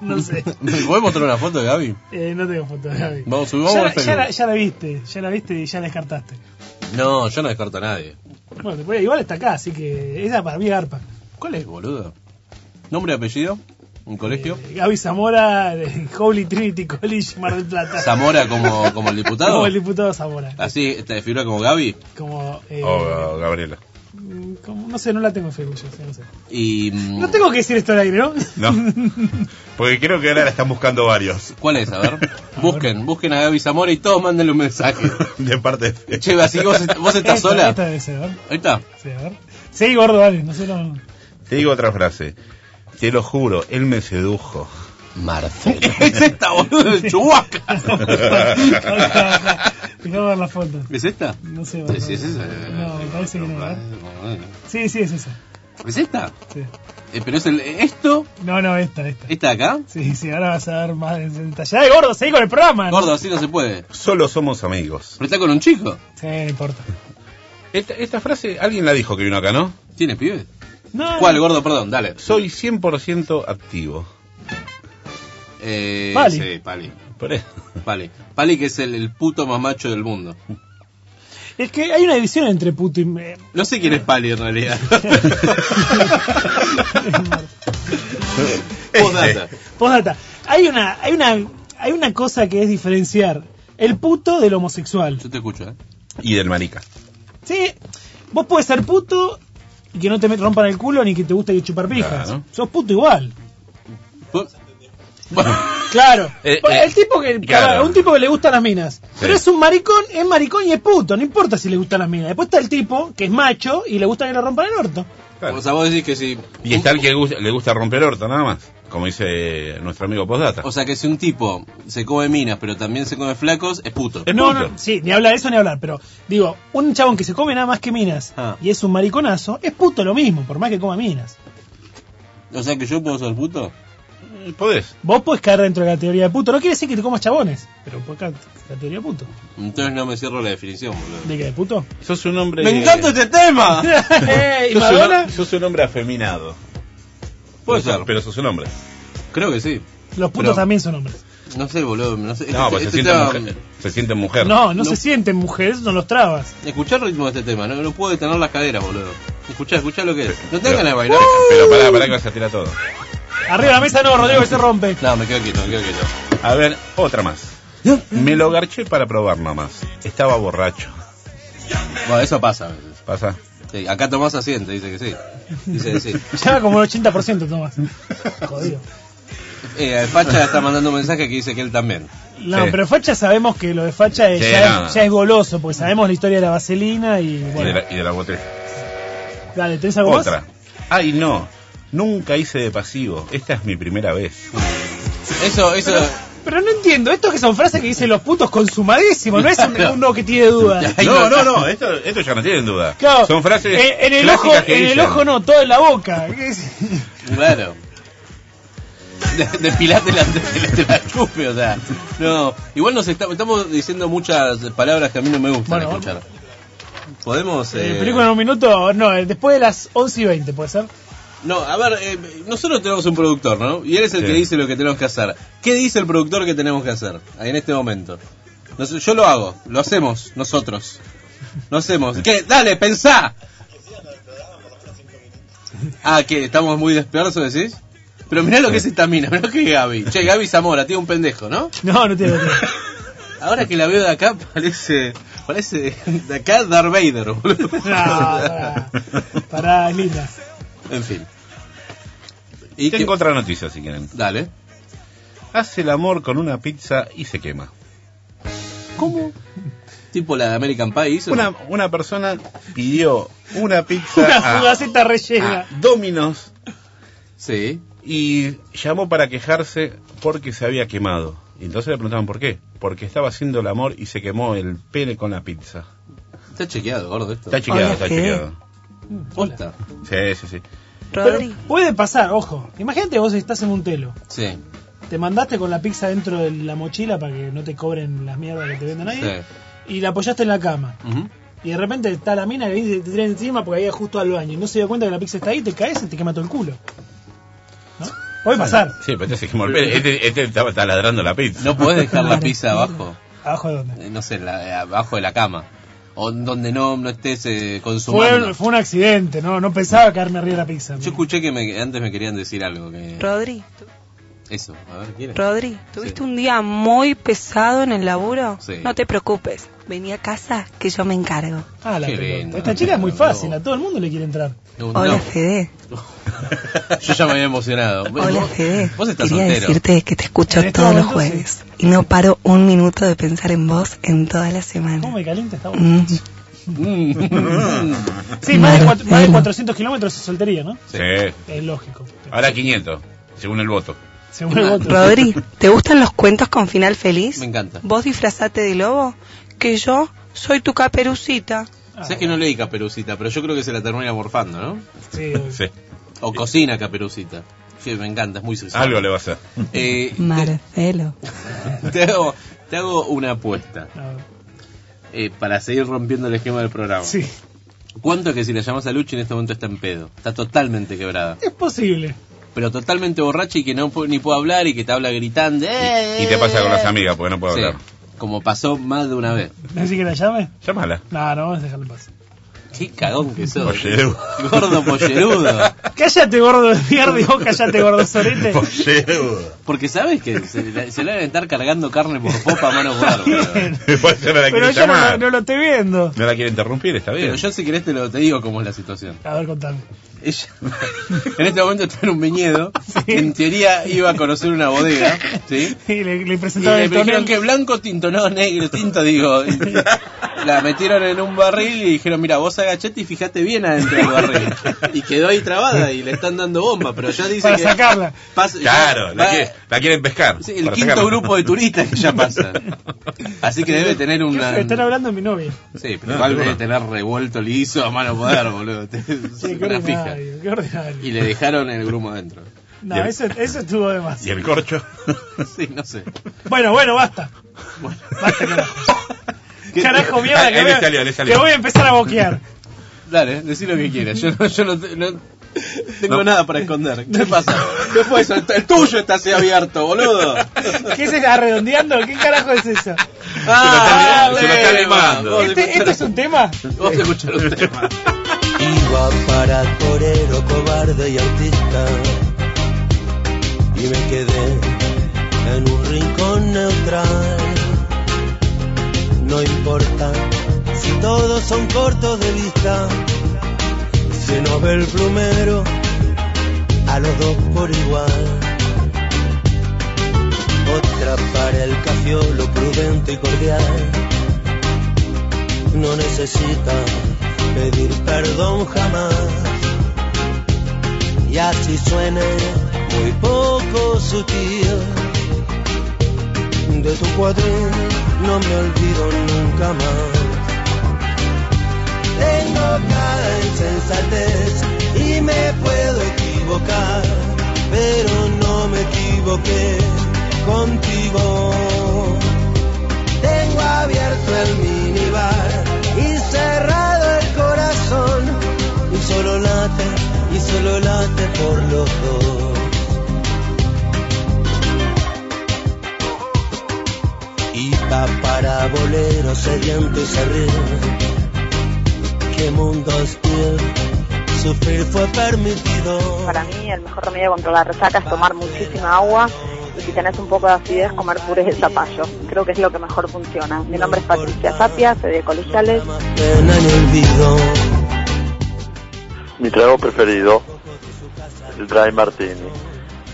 Speaker 1: No sé.
Speaker 4: ¿Me podés mostrar una foto de Gaby?
Speaker 1: Eh, no tengo foto de Gaby.
Speaker 4: Vamos, subamos
Speaker 1: ya,
Speaker 4: al
Speaker 1: la- ya la,
Speaker 4: Facebook.
Speaker 1: ya la viste, ya la viste y ya la descartaste.
Speaker 4: No, yo no descarto a nadie.
Speaker 1: Bueno, te voy- igual está acá, así que esa para mí es Arpa. ¿Cuál es?
Speaker 4: Boludo. ¿Nombre, apellido? ¿Un colegio?
Speaker 1: Gaby Zamora, de Holy Trinity College, Mar del Plata.
Speaker 4: ¿Zamora como, como el diputado?
Speaker 1: Como el diputado Zamora.
Speaker 4: ¿Así te figura como Gaby?
Speaker 1: Como, eh,
Speaker 5: Oh, Gabriela.
Speaker 1: mm, como- no sé, no la tengo en Facebook. yo sé, no, sé.
Speaker 4: Y... mm,
Speaker 1: no tengo que decir esto al aire, ¿no?
Speaker 5: No. Porque creo que ahora la están buscando varios.
Speaker 4: ¿Cuál es? A ver. Busquen, busquen a Gaby Zamora y todos mándenle un mensaje.
Speaker 5: De parte de...
Speaker 4: Che, así que vos, est- vos estás
Speaker 1: Esta-
Speaker 4: sola.
Speaker 1: esta debe ser, ¿verdad?
Speaker 4: Ahí está.
Speaker 1: Sí, a ver. Sí, gordo, dale. No sé, no.
Speaker 5: Te digo otra frase. Te lo juro, él me sedujo.
Speaker 4: Marcelo. es esta, boludo, el Chewbacca.
Speaker 1: Fijá ver la foto.
Speaker 4: ¿Es esta?
Speaker 1: No sé,
Speaker 4: Sí,
Speaker 1: gordo.
Speaker 4: sí, es esa.
Speaker 1: No, me parece que no, ¿verdad? Sí, sí, es esa.
Speaker 4: ¿Es esta?
Speaker 1: Sí.
Speaker 4: Eh, pero es el, esto,
Speaker 1: No, no, esta, esta.
Speaker 4: esta de acá.
Speaker 1: Sí, sí, ahora vas a ver más detallada. ¡Ay, gordo, seguí con el programa! ¿no?
Speaker 4: Gordo, así no se puede.
Speaker 5: Solo somos amigos.
Speaker 4: Pero está con un chico.
Speaker 1: Sí, no importa.
Speaker 5: Esta, esta frase, alguien la dijo que vino acá, ¿no?
Speaker 4: ¿Tiene pibe?
Speaker 1: No,
Speaker 4: ¿Cuál, gordo? Perdón, dale.
Speaker 5: Soy 100% activo.
Speaker 4: Eh,
Speaker 1: Pali.
Speaker 4: Sí, Pali.
Speaker 5: Por eso.
Speaker 4: Pali. Pali que es el, el puto más macho del mundo.
Speaker 1: Es que hay una división entre puto y... eh,
Speaker 4: No sé quién es Pali en realidad.
Speaker 5: Este.
Speaker 4: Postdata.
Speaker 1: Postdata. Hay una, hay una, hay una cosa que es diferenciar el puto del homosexual.
Speaker 4: Yo te escucho, ¿eh?
Speaker 5: Y del marica.
Speaker 1: Sí, vos puedes ser puto y que no te met- rompan el culo ni que te guste que chupar pijas.
Speaker 5: Claro.
Speaker 1: Sos puto igual.
Speaker 4: Pu- Bueno,
Speaker 1: Claro.
Speaker 5: Eh,
Speaker 1: Bueno,
Speaker 5: eh,
Speaker 1: el tipo que,
Speaker 5: claro.
Speaker 1: cada- un tipo que le gustan las minas. Pero es un maricón, es maricón y es puto, no importa si le gustan las minas. Después está el tipo que es macho y le gusta que le rompan el orto.
Speaker 4: O sea, vos decís que si...
Speaker 5: Y está el que gu- le gusta romper horta, nada más. Como dice nuestro amigo Postdata.
Speaker 4: O sea, que si un tipo se come minas, pero también se come flacos, es puto.
Speaker 5: Es
Speaker 1: No,
Speaker 5: puto.
Speaker 1: no, sí, ni hablar de eso ni hablar, pero digo, un chabón que se come nada más que minas
Speaker 4: Ah.
Speaker 1: y es un mariconazo, es puto lo mismo, por más que coma minas.
Speaker 4: O sea, que yo puedo ser puto.
Speaker 5: Eh, Podés.
Speaker 1: Vos podés caer dentro de la categoría de puto, no quiere decir que te comas chabones, pero podés caer en la categoría de puto.
Speaker 4: Entonces no me cierro la definición, boludo.
Speaker 1: ¿De qué? ¿De puto?
Speaker 5: Sos un hombre...
Speaker 4: ¡Me encanta este tema!
Speaker 1: Eh, ¿Y
Speaker 5: Sos un,
Speaker 1: Madonna?
Speaker 5: ho- sos un hombre afeminado.
Speaker 4: Puede
Speaker 5: Pero
Speaker 4: ser.
Speaker 5: sos- Pero sos un hombre.
Speaker 4: Creo que sí.
Speaker 1: Los putos
Speaker 5: Pero-
Speaker 1: también son hombres.
Speaker 4: No sé, boludo. No sé.
Speaker 5: No, pues
Speaker 4: Este-
Speaker 5: se
Speaker 4: este
Speaker 5: siente
Speaker 4: tema-
Speaker 5: mujer. Se siente mujer.
Speaker 1: No, no
Speaker 4: No.
Speaker 1: se sienten mujeres, esos son los trabas.
Speaker 4: Escuchá el ritmo de este tema, no, no puedo detener las caderas, boludo. Escuchá, escuchá lo que es. No tengan
Speaker 5: Pero- Uh.
Speaker 4: ganas de bailar.
Speaker 5: Pero pará, pará que vas a tirar todo.
Speaker 1: Arriba de la mesa no, Rodrigo, que se rompe.
Speaker 4: No, me quedo quieto, me quedo quieto.
Speaker 5: A ver, otra más. Me lo garché para probar nomás. Estaba borracho.
Speaker 4: Bueno, eso pasa a veces.
Speaker 5: Pasa.
Speaker 4: Sí, acá Tomás asiente, dice que sí. Dice que sí.
Speaker 1: Ya como el 80%, Tomás. Jodido.
Speaker 4: Eh, Facha está mandando un mensaje que dice que él también.
Speaker 1: No,
Speaker 5: Sí.
Speaker 1: pero Facha sabemos que lo de Facha es-
Speaker 5: Sí,
Speaker 1: ya,
Speaker 5: no,
Speaker 1: es,
Speaker 5: no.
Speaker 1: ya es goloso, porque sabemos la historia de la vaselina y
Speaker 5: Y de
Speaker 1: bueno.
Speaker 5: la, y de la botella.
Speaker 1: Dale, ¿tenés algo más?
Speaker 5: Otra. Ay, no. Nunca hice de pasivo. Esta es mi primera vez.
Speaker 4: Eso, eso,
Speaker 1: Pero no entiendo, esto que son frases que dicen los putos consumadísimos, no es un- uno que tiene dudas.
Speaker 5: No, no, no, esto, esto ya no tienen duda.
Speaker 1: Claro,
Speaker 5: Son frases.
Speaker 1: eh, en el ojo,
Speaker 5: clásicas que
Speaker 1: en el
Speaker 5: dicen.
Speaker 1: ojo no, todo en la boca. ¿Qué es?
Speaker 4: Claro. De- Depilate la, de, la chupe, o sea. No, igual nos está- estamos diciendo muchas palabras que a mí no me gustan
Speaker 1: Bueno.
Speaker 4: escuchar. Podemos.
Speaker 1: Eh,
Speaker 4: eh,
Speaker 1: película en un minuto, no, eh, después de las 11 y 20, ¿puede ser?
Speaker 4: No, a ver, eh, nosotros tenemos un productor, ¿no? Y él es el que dice lo que tenemos que hacer. ¿Qué dice el productor que tenemos que hacer en este momento? No sé, yo lo hago, lo hacemos nosotros. Lo hacemos. ¿Qué? Dale, pensá. Ah, que estamos muy despiertos, decís. Pero mirá lo que es esta mina, mirá que Gaby. Che, Gaby Zamora, tiene un pendejo, ¿no?
Speaker 1: No, no tiene duda.
Speaker 4: Ahora que la veo de acá, parece. Parece. De acá Darth Vader, boludo.
Speaker 1: pará. Pará, es linda.
Speaker 4: En fin.
Speaker 5: Y Tengo otra noticia si quieren.
Speaker 4: Dale.
Speaker 5: Hace el amor con una pizza y se quema.
Speaker 4: ¿Cómo? Tipo la de American Pie hizo.
Speaker 5: Una, una persona pidió una pizza
Speaker 1: Una
Speaker 5: a,
Speaker 1: fugaceta rellena.
Speaker 5: a Domino's
Speaker 4: Sí.
Speaker 5: y llamó para quejarse porque se había quemado. Y entonces le preguntaban por qué. Porque estaba haciendo el amor y se quemó el pene con la pizza.
Speaker 4: Está chequeado, gordo, esto.
Speaker 5: Está chequeado,
Speaker 4: Hola,
Speaker 5: está
Speaker 4: ¿qué?
Speaker 5: chequeado.
Speaker 4: Posta.
Speaker 5: Sí, sí, sí.
Speaker 1: Mm, Pero puede pasar, ojo. Imagínate vos estás en un telo.
Speaker 4: Sí.
Speaker 1: Te mandaste con la pizza dentro de la mochila para que no te cobren las mierdas que te venden ahí. Y la apoyaste en la cama.
Speaker 4: Ujú.
Speaker 1: Y de repente está la mina que dice, te tiran encima porque había justo al baño. Y no se dio cuenta que la pizza está ahí, te caes y te quema todo el culo. ¿No? Puede pasar.
Speaker 5: Sí, pero este se quemó el pene. Este, este estaba está ladrando la pizza.
Speaker 4: No podés dejar la pizza abajo,
Speaker 1: ¿Abajo de dónde?
Speaker 4: eh, no sé, la- eh, abajo de la cama. O en donde no, no estés eh, consumando.
Speaker 1: Fue, fue un accidente, no no pensaba caerme arriba de la pizza.
Speaker 4: Yo escuché que me- antes me querían decir algo. Que...
Speaker 15: Rodri,
Speaker 4: Eso, a ver, ¿quién es?
Speaker 15: Rodri, tuviste un día muy pesado en el laburo.
Speaker 4: Sí.
Speaker 15: No te preocupes, vení a casa que yo me encargo.
Speaker 1: Ah, la
Speaker 4: Qué
Speaker 1: pelota.
Speaker 4: lindo.
Speaker 1: Esta chica es muy fácil, a todo el mundo le quiere entrar.
Speaker 4: No,
Speaker 15: Hola
Speaker 4: no.
Speaker 15: Fede,
Speaker 4: Yo ya me había emocionado.
Speaker 15: Hola,
Speaker 4: vos,
Speaker 15: Fede.
Speaker 4: vos estás
Speaker 15: quería
Speaker 4: soltero.
Speaker 15: decirte que te escucho
Speaker 4: En este
Speaker 15: todos los
Speaker 4: momento,
Speaker 15: jueves y no paro un minuto de pensar en vos en toda la semana.
Speaker 1: ¿Cómo me calienta esta voz?
Speaker 15: Mm.
Speaker 1: Sí, más de, cuatro- más de 400 kilómetros es soltería, ¿no?
Speaker 5: Sí.
Speaker 1: Es lógico.
Speaker 5: Ahora 500, según el voto.
Speaker 1: Según el voto.
Speaker 15: Rodri, ¿te gustan los cuentos con final feliz?
Speaker 4: Me encanta.
Speaker 15: Vos disfrazate de lobo, que yo soy tu caperucita.
Speaker 4: Sabes que no leí Caperucita, pero yo creo que se la termina morfando, ¿no?
Speaker 1: Sí.
Speaker 4: O cocina Caperucita. Sí, me encanta, es muy sexual.
Speaker 5: Algo le va a hacer.
Speaker 4: Eh,
Speaker 15: Marcelo.
Speaker 4: te, hago, te hago una apuesta.
Speaker 1: A ver.
Speaker 4: Eh, para seguir rompiendo el esquema del programa.
Speaker 1: Sí.
Speaker 4: ¿Cuánto que si la llamas a Luchi en este momento está en pedo? Está totalmente quebrada.
Speaker 1: Es posible.
Speaker 4: Pero totalmente borracha y que no puede- ni puede hablar y que te habla gritando. "Eh".
Speaker 5: Y te pasa con las amigas porque no puedo
Speaker 4: Sí.
Speaker 5: hablar.
Speaker 4: Como pasó más de una vez.
Speaker 1: ¿Decís que la llame?
Speaker 5: Llámala.
Speaker 1: No, no, vamos a dejarle en paz.
Speaker 4: Qué cagón que sos.
Speaker 5: Pollerudo.
Speaker 4: Gordo pollerudo.
Speaker 1: Cállate, gordo de mierda, y vos cállate, gordo sorete.
Speaker 4: Porque sabes que se, la- se le van a estar cargando carne por popa a mano por arco.
Speaker 5: Después no la
Speaker 1: Pero
Speaker 5: quiere
Speaker 1: yo no, lo-
Speaker 5: llamar.
Speaker 1: no lo estoy viendo.
Speaker 5: No la quiere interrumpir, está bien.
Speaker 4: Pero yo si querés te, lo, te digo cómo es la situación.
Speaker 1: A ver, contame.
Speaker 4: Ella en este momento está en un viñedo. En teoría iba a conocer una bodega. ¿sí?
Speaker 1: Y le, le
Speaker 4: Y
Speaker 1: presentaron
Speaker 4: le
Speaker 1: el tonel.
Speaker 4: dijeron que blanco, tinto, no negro, tinto digo. Y La metieron en un barril y dijeron, mira, vos agachate y fijate bien adentro del barril. Y quedó ahí trabada y le están dando bomba, pero ya dice
Speaker 1: Para
Speaker 4: que...
Speaker 1: sacarla.
Speaker 4: pasa-
Speaker 5: Claro, la,
Speaker 4: va-
Speaker 5: quiere- la quieren pescar.
Speaker 4: Sí, el
Speaker 5: para
Speaker 4: quinto
Speaker 5: sacarla.
Speaker 4: grupo de turistas que ya pasa. Así que debe tener
Speaker 1: Qué
Speaker 4: una...
Speaker 1: feo, Están hablando de mi novia.
Speaker 4: Sí, pero
Speaker 5: No,
Speaker 4: igual
Speaker 5: seguro.
Speaker 4: debe tener revuelto liso a mano poder, boludo. Es
Speaker 1: Sí, qué
Speaker 4: una fija.
Speaker 1: ordinario, qué ordinario.
Speaker 4: Y le dejaron el grumo adentro.
Speaker 1: No,
Speaker 4: Y el-
Speaker 1: eso, eso estuvo de más.
Speaker 5: Y el corcho.
Speaker 4: Sí, no sé.
Speaker 1: Bueno, bueno, basta.
Speaker 4: ¿Qué-
Speaker 1: Carajo, mierda,
Speaker 5: Ah,
Speaker 1: que,
Speaker 5: ahí le
Speaker 1: voy-
Speaker 5: salió, le salió.
Speaker 1: que voy a empezar a boquear.
Speaker 4: Dale, decí lo que quieras. Yo no, yo no, te- no tengo nada para esconder. ¿Qué pasa? ¿Qué fue eso? El tuyo está así abierto, boludo.
Speaker 1: ¿Qué es eso? ¿Redondeando? ¿Qué carajo es eso?
Speaker 4: Ah,
Speaker 5: se lo está
Speaker 4: dale,
Speaker 5: limando.
Speaker 4: vos
Speaker 1: ¿Este,
Speaker 4: escuchá-
Speaker 1: este es un tema?
Speaker 4: Vos escuchá los temas.
Speaker 8: Iba para torero, cobarde y autista. Y me quedé en un rincón neutral. No importa si todos son cortos de vista. Se nos ve el plumero a los dos por igual. Otra para el cafiolo prudente y cordial. No necesita pedir perdón jamás. Y así suene muy poco sutil de tu cuadril no me olvido nunca más. Tengo cada insensatez y me puedo equivocar, pero no me equivoqué contigo. Tengo abierto el minibar y cerrado el corazón, y solo late, y solo late por los dos. Iba para bolero sediento y serrín. Qué mundo hostil, sufrir fue permitido.
Speaker 16: Para mí el mejor remedio contra la resaca es tomar muchísima agua y si tenés un poco de acidez comer puré de zapallo. Creo que es lo que mejor funciona. Mi nombre es Patricia Zapia, soy de Colegiales.
Speaker 8: Pena ni olvido.
Speaker 17: Mi trago preferido, el Dry Martini.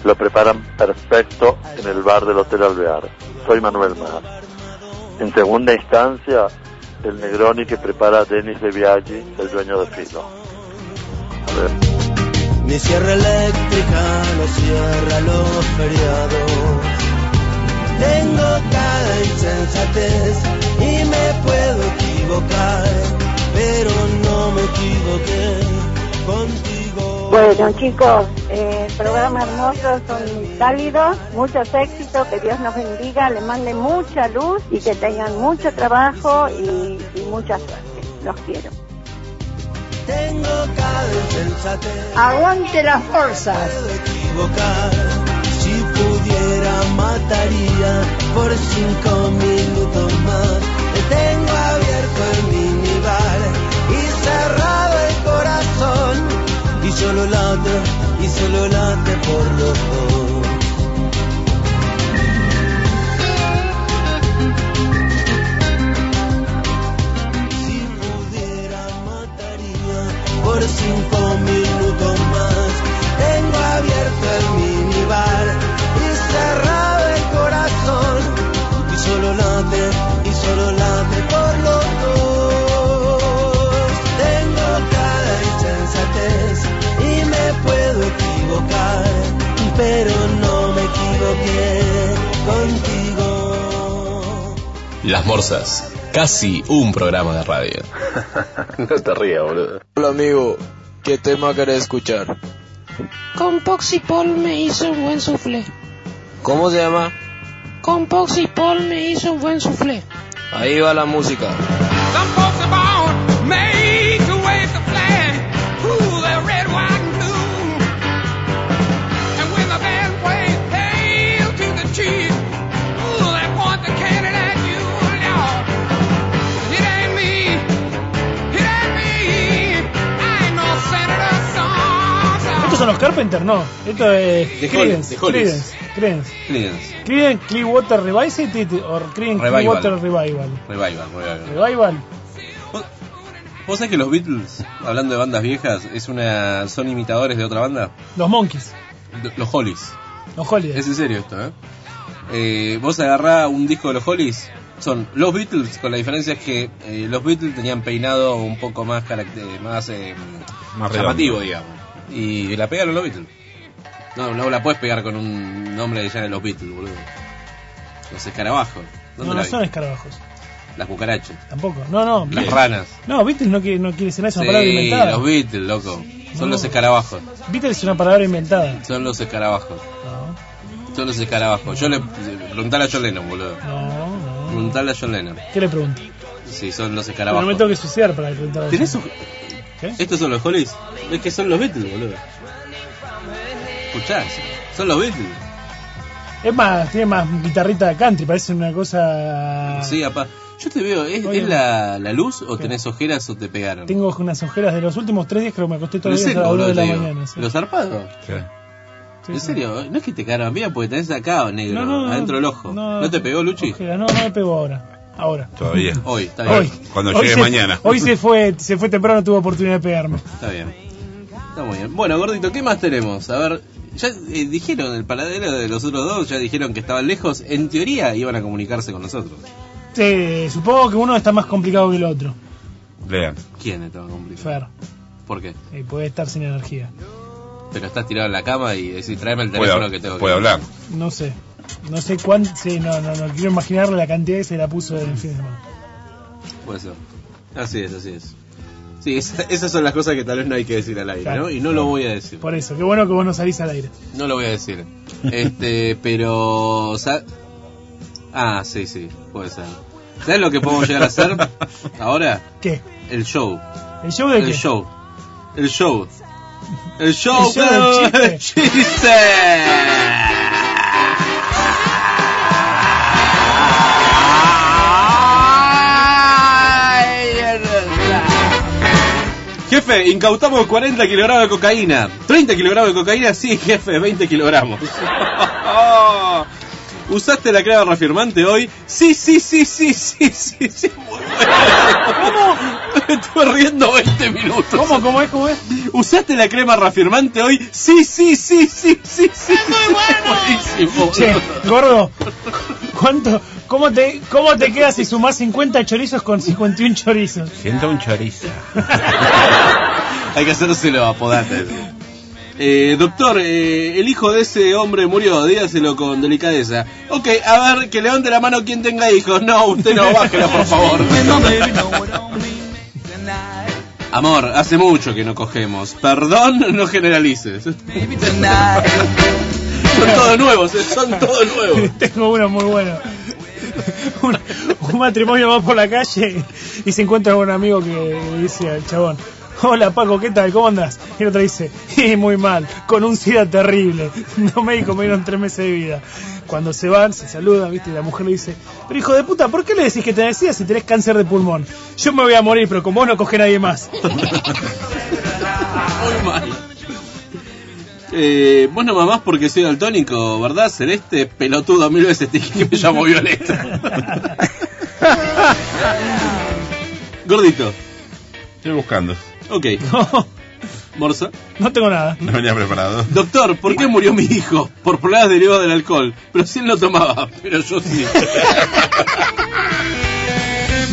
Speaker 17: Lo preparan perfecto en el bar del Hotel Alvear. Soy Manuel Mar. En segunda instancia, el Negroni que prepara Denis de Biaggi, el dueño de Filo. A ver.
Speaker 8: Mi sierra eléctrica no cierra los feriados. Tengo cada insensatez y me puedo equivocar, pero no me equivoqué contigo.
Speaker 18: Bueno, chicos, eh, programa hermoso, son cálidos, muchos éxitos, que Dios nos bendiga, les mande mucha luz y que tengan mucho trabajo y, y mucha suerte. Los quiero.
Speaker 8: Tengo cada insensatez.
Speaker 19: Aguante las fuerzas.
Speaker 8: equivocar. Si pudiera mataría por cinco minutos más. Tengo abierto el minibar y cerrado el corazón. Y solo late, y solo late por los dos. Si pudiera mataría por cinco minutos más. Tengo abierto el minibar y cerrado el corazón. Y solo late, y solo late por los dos. Tengo cada insensatez y me puedo equivocar, pero no me equivoqué contigo.
Speaker 2: Las Morsas, casi un programa de radio. no te rías, boludo.
Speaker 20: Hola amigo, ¿qué tema querés escuchar?
Speaker 21: Con Poxipol me hizo un buen soufflé.
Speaker 20: ¿Cómo se llama?
Speaker 21: Con Poxipol me hizo un buen soufflé.
Speaker 20: Ahí va la música.
Speaker 3: Some folks are born made to wave the flag. Ooh, they're red, white, and blue. And when the band plays hail to the chief, ooh, they point the cannon at you. Lord. It ain't me. It ain't me. I ain't no senator, son, son.
Speaker 1: Estos son los Carpenter, no. Esto es
Speaker 4: The
Speaker 1: Creedence.
Speaker 4: Hol- The Hollies.
Speaker 1: Creedence. Creedence.
Speaker 4: Creedence.
Speaker 1: Creedence Clearwater Revival o Creedence
Speaker 4: Revival.
Speaker 1: Clearwater Revival.
Speaker 4: Revival, revival.
Speaker 1: Revival.
Speaker 4: ¿Vos sabés que los Beatles, hablando de bandas viejas, es una son imitadores de otra banda?
Speaker 1: Los Monkeys.
Speaker 4: D- Los Hollies.
Speaker 1: Los Hollies.
Speaker 4: Es en serio esto, ¿eh? Eh, Vos agarrá un disco de los Hollies, son los Beatles, con la diferencia es que eh, los Beatles tenían peinado un poco más, caract- eh, más, eh,
Speaker 5: Más
Speaker 4: llamativo,
Speaker 5: redondo.
Speaker 4: digamos. Y la pegaron los Beatles. No, no la puedes pegar con un nombre de ya de los Beatles, boludo. Los escarabajos.
Speaker 1: No,
Speaker 4: ¿Dónde
Speaker 1: no
Speaker 4: la vi?
Speaker 1: son escarabajos.
Speaker 4: Las cucarachas.
Speaker 1: Tampoco. No, no.
Speaker 4: Las
Speaker 1: Beatles-
Speaker 4: ranas.
Speaker 1: No, Beatles no quiere, no quiere ser nada, es una palabra
Speaker 4: Sí,
Speaker 1: inventada.
Speaker 4: los Beatles, loco. Son
Speaker 1: No.
Speaker 4: los escarabajos.
Speaker 1: Beatles es una palabra inventada.
Speaker 4: Son los escarabajos. Son los escarabajos. Yo le preguntale a John Lennon, boludo.
Speaker 1: No, no.
Speaker 4: Preguntale a John Lennon.
Speaker 1: ¿Qué le pregunto?
Speaker 4: Sí, son
Speaker 1: Pero
Speaker 4: los
Speaker 1: no
Speaker 4: escarabajos.
Speaker 1: me tengo que suciar para preguntar.
Speaker 4: ¿Tenés un...
Speaker 1: ¿Qué?
Speaker 4: ¿Estos son los Hollies? Es que son los Beatles, boludo. Escuchá, son los Beatles.
Speaker 1: Es más, tiene más guitarrita de country, parece una cosa...
Speaker 4: Sí, apá. Yo te veo, ¿es,
Speaker 1: Ah. Oye.
Speaker 4: es la, la luz o tenés ojeras o te pegaron?
Speaker 1: Tengo unas ojeras de los últimos tres días, creo que me acosté
Speaker 4: Pero
Speaker 1: todavía a
Speaker 4: seco,
Speaker 1: las dos
Speaker 4: boludo,
Speaker 1: de
Speaker 4: te
Speaker 1: la
Speaker 4: digo.
Speaker 1: mañana. sí.
Speaker 4: ¿Los zarpados? ¿En serio? No es que te cagaron bien porque tenés acá negro,
Speaker 1: No, no, no.
Speaker 4: adentro del ojo.
Speaker 1: No,
Speaker 4: No, te pegó, Luchi?
Speaker 1: Ojeras, no, no me pego ahora. Ahora.
Speaker 5: Todavía.
Speaker 4: Hoy, está bien.
Speaker 1: Hoy. Hoy se- Hoy se fue, se fue temprano, tuve oportunidad de pegarme.
Speaker 4: Está bien. Está muy bien. Bueno, gordito, ¿qué más tenemos? A ver, ya eh, dijeron el paradero de los otros dos, ya dijeron que estaban lejos. En teoría iban a comunicarse con nosotros.
Speaker 1: Sí, supongo que uno está más complicado que el otro.
Speaker 5: Lean.
Speaker 4: ¿Quién estaba complicado?
Speaker 1: Fer,
Speaker 4: ¿Por qué?
Speaker 1: eh, puede estar sin energía.
Speaker 4: Pero estás tirado en la cama y decís, tráeme el
Speaker 5: Puedo-
Speaker 4: teléfono que tengo que
Speaker 5: puedo hablar.
Speaker 1: No sé. No sé cuánto. Sí, no, no, no quiero imaginar la cantidad que se la puso en el fin de semana.
Speaker 4: Puede ser. Así es, así es. Sí, esa- esas son las cosas que tal vez no hay que decir al aire, ¿no? Y no lo voy a decir.
Speaker 1: Por eso, qué bueno que vos no salís al aire.
Speaker 4: No lo voy a decir. Este, pero. o sea- Ah, sí, sí, puede ser. ¿Sabes lo que podemos llegar a hacer ahora?
Speaker 1: ¿Qué?
Speaker 4: El show.
Speaker 1: ¿El show de
Speaker 4: el
Speaker 1: qué?
Speaker 4: show. El show. El show,
Speaker 1: El show del
Speaker 4: pero-
Speaker 1: chiste.
Speaker 4: chiste.
Speaker 2: Ah,
Speaker 4: Jefe, incautamos 40 kilogramos de cocaína. 30 kilogramos de cocaína, sí, jefe, 20 kilogramos. ¿Usaste la clave reafirmante hoy? Sí, sí, sí, sí, sí, sí, sí. muy bueno. ¿Cómo? Me estuve riendo 20 minutos. ¿Cómo,
Speaker 1: cómo es, cómo es?
Speaker 4: ¿Usaste la crema reafirmante hoy? Sí, sí, sí, sí, sí, sí. ¡Es muy bueno! Buenísimo.
Speaker 1: Che, gordo, ¿cuánto, cómo, te, ¿cómo te queda si sumás 50 chorizos con 51 chorizos?
Speaker 5: Siento un chorizo.
Speaker 4: Hay que hacérselo a Podate. Eh, doctor, eh, el hijo de ese hombre murió, dígaselo con delicadeza. Ok, Eh, a ver, que levante la mano quien tenga hijos. No, usted no, bájelo, por favor. Amor, hace mucho que no cogemos. Perdón, no generalices. Son todos nuevos, eh, son todos nuevos.
Speaker 1: Tengo uno muy bueno. Un, un matrimonio va por la calle y se encuentra con un amigo que le dice al chabón, hola Paco, ¿qué tal? ¿Cómo andas? Y el otro dice, "Eh, muy mal, con un SIDA terrible. No médicos me dieron tres meses de vida. Cuando se van, se saludan, ¿viste? Y la mujer le dice, pero hijo de puta, ¿por qué le decís que tenés SIDA si tenés cáncer de pulmón? Yo me voy a morir, pero con vos no coge nadie más.
Speaker 4: Muy mal. Eh, vos no mamás porque soy daltónico, ¿verdad, Celeste? Pelotudo, mil veces te dije que me llamo Violeta. Gordito.
Speaker 5: Estoy buscando.
Speaker 4: Ok. Morsa.
Speaker 1: No tengo nada.
Speaker 5: No venía preparado.
Speaker 4: Doctor, ¿por qué murió mi hijo? Por problemas derivados del alcohol. Pero si él no tomaba, pero yo sí.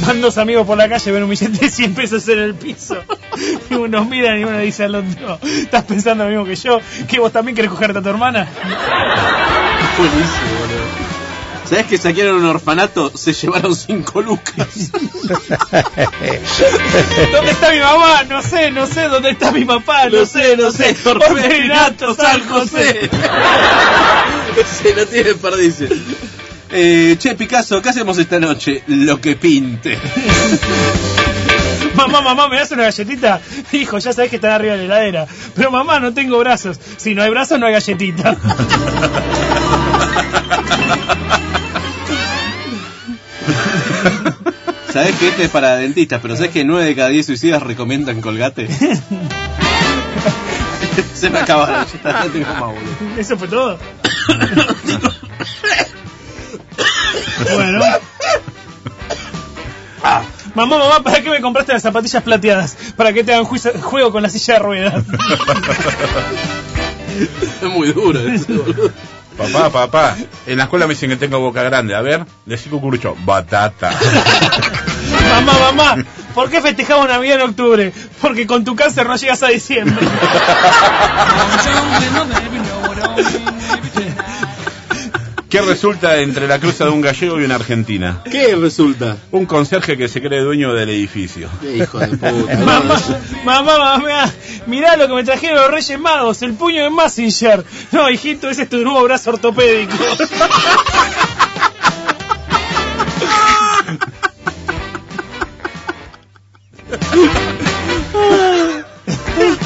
Speaker 1: Van dos amigos por la calle, ven un billete de 100 pesos en el piso. Y unos miran y uno le dice al otro, ¿estás pensando lo mismo que yo? ¿Que vos también querés cogerte a tu hermana?
Speaker 4: Buenísimo, boludo. ¿Sabés que saquearon un orfanato? Se llevaron cinco lucas.
Speaker 1: ¿Dónde está mi mamá? No sé, no sé. ¿Dónde está mi papá? No sé, no sé. Orfanato San José.
Speaker 4: Se lo tiene perdicio. Eh, che, Picasso, ¿qué hacemos esta noche? Lo que pinte.
Speaker 1: Mamá, mamá, ¿me das una galletita? Hijo, ya sabés que están arriba de la heladera. Pero mamá, no tengo brazos. Si no hay brazos, no hay galletita.
Speaker 4: Sabés que este es para dentistas, pero ¿sabés que 9 de cada 10 suicidas recomiendan colgate? Se me acaba la galleta, no tengo más, boludo.
Speaker 1: ¿Eso fue todo? bueno. Mamá, mamá, ¿para qué me compraste las zapatillas plateadas? Para que te hagan juicio- juego con la silla de ruedas.
Speaker 4: Es muy duro eso, boludo.
Speaker 5: Papá, papá, en la escuela me dicen que tengo boca grande. A ver, decí cucurucho, batata.
Speaker 1: mamá, mamá, ¿por qué festejamos Navidad en octubre? Porque con tu cáncer no llegas a diciembre.
Speaker 5: ¿Qué resulta entre la cruza de un gallego y una argentina?
Speaker 4: ¿Qué resulta?
Speaker 5: Un conserje que se cree dueño del edificio.
Speaker 4: Hijo de puta.
Speaker 1: mamá, mamá, mamá, mirá lo que me trajeron los Reyes Magos, el puño de Massinger. No, hijito, ese es tu nuevo brazo ortopédico.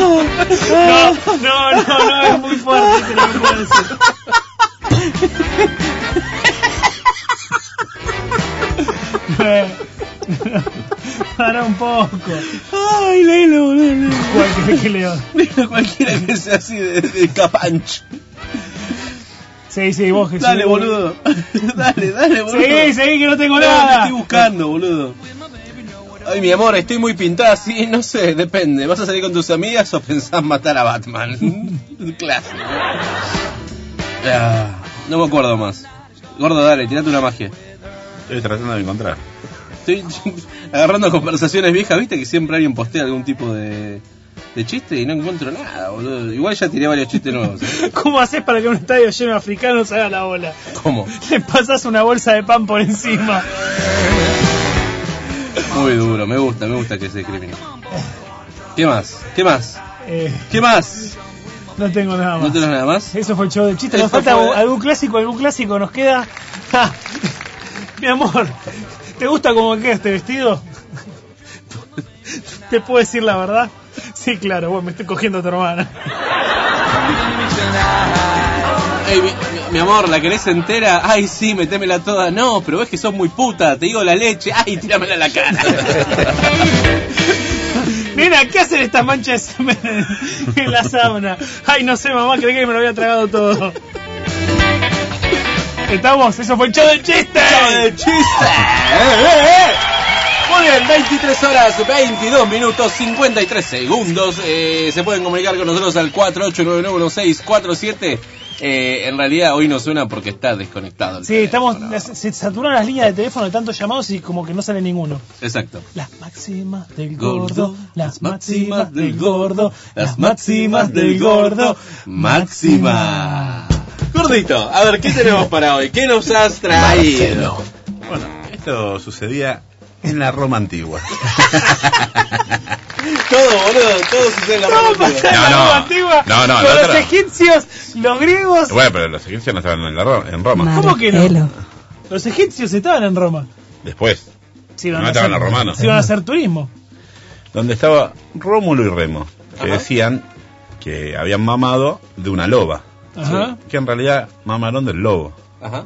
Speaker 1: No, no, no, no, es muy fuerte este no me puedo decir. Eh, Para un poco. Ay, léelo, boludo. ¿Cuál querés que leo?
Speaker 4: Cualquiera que sea así de, de capancho.
Speaker 1: Sí, sí, vos Jesús.
Speaker 4: Dale, boludo. Dale, dale, boludo.
Speaker 1: Seguí, seguí, que no tengo
Speaker 4: No,
Speaker 1: nada.
Speaker 4: me estoy buscando, boludo. Ay, mi amor, estoy muy pintada, sí, no sé, depende. ¿Vas a salir con tus amigas o pensás matar a Batman? Clásico. Ah, no me acuerdo más. Gordo, dale, tirate una magia.
Speaker 5: Estoy tratando de encontrar.
Speaker 4: Estoy agarrando conversaciones viejas, viste que siempre alguien postea algún tipo de, de chiste y no encuentro nada, boludo. Igual ya tiré varios chistes nuevos.
Speaker 1: ¿Cómo haces para que un estadio lleno de africanos haga la bola?
Speaker 4: ¿Cómo?
Speaker 1: Le pasas una bolsa de pan por encima.
Speaker 4: Muy duro, me gusta, me gusta que se discrimine. ¿Qué más? ¿Qué más?
Speaker 1: Eh,
Speaker 4: ¿Qué más?
Speaker 1: no tengo nada más.
Speaker 4: ¿No tenés nada más?
Speaker 1: Eso fue el show de chistes. Nos
Speaker 4: Esto
Speaker 1: falta
Speaker 4: fue-
Speaker 1: algún clásico, algún clásico nos queda. Ja. Mi amor, ¿te gusta cómo me queda este vestido? ¿Te puedo decir la verdad? Sí, claro, bueno, me estoy cogiendo a tu hermana.
Speaker 4: Ey, mi, mi- mi amor, ¿la querés entera? Ay, sí, metémela toda. No, pero ves que sos muy puta, te digo la leche. Ay, tíramela a la cara.
Speaker 1: Nena, ¿qué hacen estas manchas de semen en, en la sábana? Ay, no sé, mamá, creí que me lo había tragado todo. Estamos, eso fue el show de chistes.
Speaker 4: ¡Chau de chiste! Eh, Muy bien, 23 horas, 22 minutos, 53 segundos. Eh, se pueden comunicar con nosotros al 48991647. Eh, en realidad hoy no suena porque está desconectado.
Speaker 1: Sí, estamos, las- se saturan las líneas de teléfono de tantos llamados y como que no sale ninguno.
Speaker 4: Exacto.
Speaker 1: Las máximas del
Speaker 4: Gordo,
Speaker 1: gordo, las máximas del gordo,
Speaker 4: Las máximas del gordo. Máxima. Gordito, a ver, ¿qué tenemos para hoy? ¿Qué nos has traído?
Speaker 5: Bueno, esto sucedía en la Roma antigua.
Speaker 4: Todo, boludo, todo sucede en la
Speaker 1: Todo
Speaker 4: Roma
Speaker 1: pasa en la
Speaker 5: No, no.
Speaker 1: Roma antigua.
Speaker 5: No, no,
Speaker 1: con
Speaker 5: la
Speaker 1: los
Speaker 5: otra.
Speaker 1: egipcios, los griegos.
Speaker 5: Bueno, pero los egipcios no estaban en, la Ro- en Roma.
Speaker 1: ¿Cómo que no? Los egipcios estaban en Roma.
Speaker 5: Después,
Speaker 1: Se iban
Speaker 5: No
Speaker 1: a
Speaker 5: estaban
Speaker 1: hacer-
Speaker 5: los romanos.
Speaker 1: Se iban a hacer turismo.
Speaker 5: donde estaba Rómulo y Remo, que decían que habían mamado de una loba,
Speaker 1: Ajá.
Speaker 5: que en realidad mamaron del lobo.
Speaker 4: Ajá.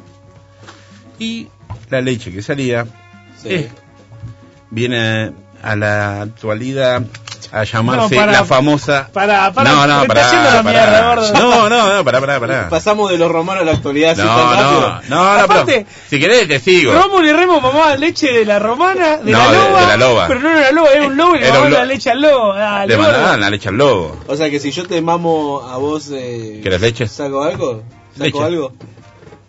Speaker 5: Y la leche que salía
Speaker 4: Sí.
Speaker 5: eh, viene a la actualidad a llamarse
Speaker 1: No, para-
Speaker 5: la famosa...
Speaker 1: Para, para,
Speaker 5: no, no,
Speaker 1: está
Speaker 5: pará,
Speaker 1: yendo la
Speaker 5: pará.
Speaker 1: mierda, gordo.
Speaker 5: No, no, no, pará, pará, pará.
Speaker 4: Pasamos de los romanos a la actualidad. así
Speaker 5: No,
Speaker 4: tan rápido.
Speaker 5: no, no, no, pero
Speaker 1: Aparte-
Speaker 5: si querés te sigo.
Speaker 1: Rómulo y Remo mamaban leche de la romana, de,
Speaker 5: No,
Speaker 1: la
Speaker 5: de-
Speaker 1: loba,
Speaker 5: de la loba.
Speaker 1: Pero no era la loba, era un lobo y le
Speaker 5: Era un
Speaker 1: mamaban
Speaker 5: lo-
Speaker 1: la leche al lobo. Ah,
Speaker 5: Le
Speaker 1: gordo.
Speaker 5: mandaban la leche al lobo.
Speaker 4: O sea que si yo te mamo a vos, eh,
Speaker 5: ¿Querés leche?
Speaker 4: ¿saco algo? ¿Saco
Speaker 5: Leche.
Speaker 4: algo?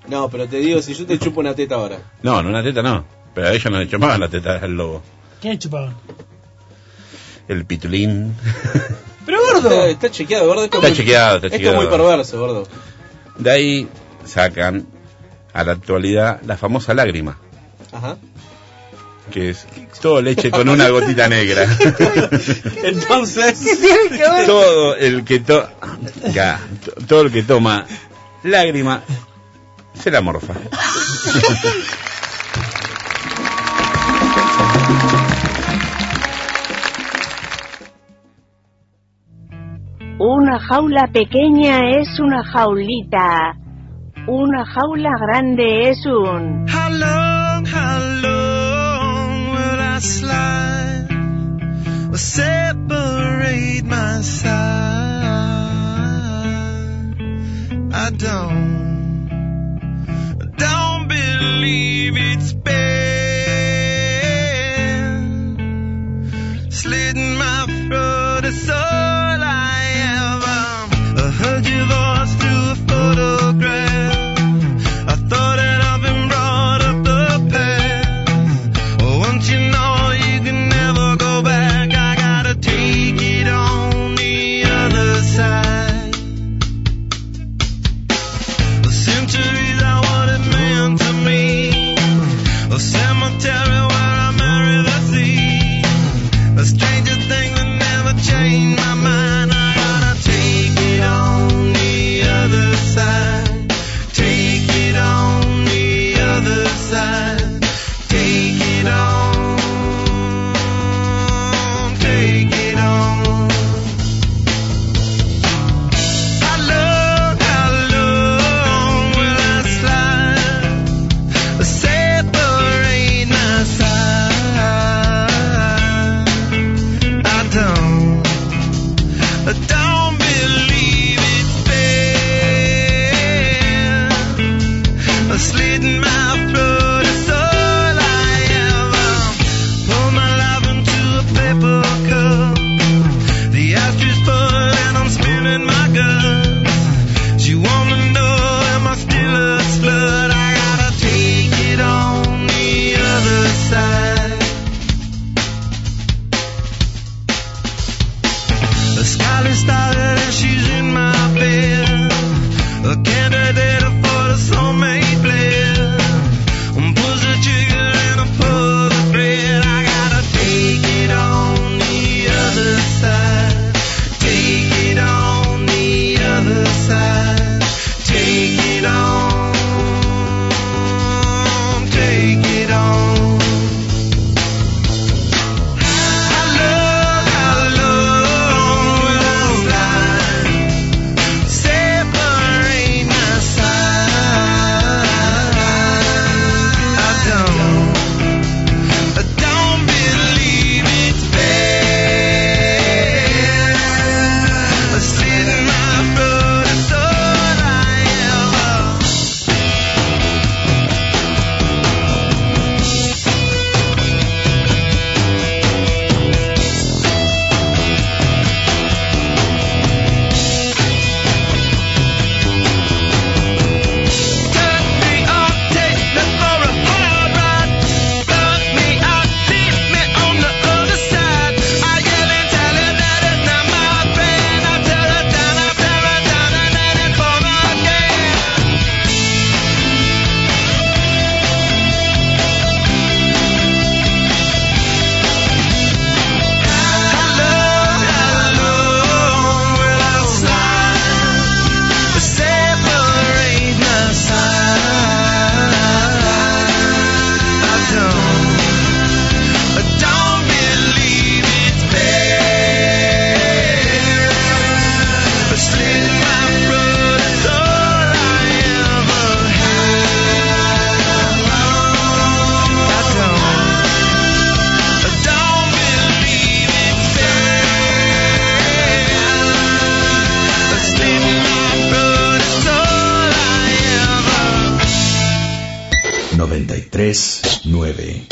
Speaker 4: No, pero te digo, si yo te chupo una teta ahora.
Speaker 5: No, no una teta no. Pero a ellos no le chupaban la teta al lobo.
Speaker 1: ¿Quién chupaban?
Speaker 5: El pitulín.
Speaker 1: Pero gordo.
Speaker 4: Está, está chequeado, gordo. Esto es
Speaker 5: Está
Speaker 4: muy-
Speaker 5: chequeado, está
Speaker 4: Esto es muy
Speaker 5: chequeado.
Speaker 4: perverso, gordo.
Speaker 5: De ahí sacan a la actualidad la famosa lágrima,
Speaker 4: Ajá.
Speaker 5: que es todo leche con una gotita negra.
Speaker 4: Entonces,
Speaker 1: ¿Qué tiene que ver?
Speaker 5: todo el que to- Ya, to- todo el que toma lágrima se la morfa.
Speaker 22: Una jaula pequeña es una jaulita. Una jaula grande es un...
Speaker 3: will I slide or separate my side? I don't, I don't believe it's been slitting my throat. It's all I am. I heard your voice through a photograph. I thought that I've been brought up the past. Oh, once you know you can never go back, I gotta take it on the other side. The centuries I wanted meant to me, a cemetery where I marry the sea, a stranger thing that never changed my mind. finally started and she's in my bed. A candidate for the soulmate bliss. Pulls the trigger and I pull the thread. I gotta take it on the other side. Take it on the other side. Take it on. Take it on.
Speaker 11: Tres, nueve.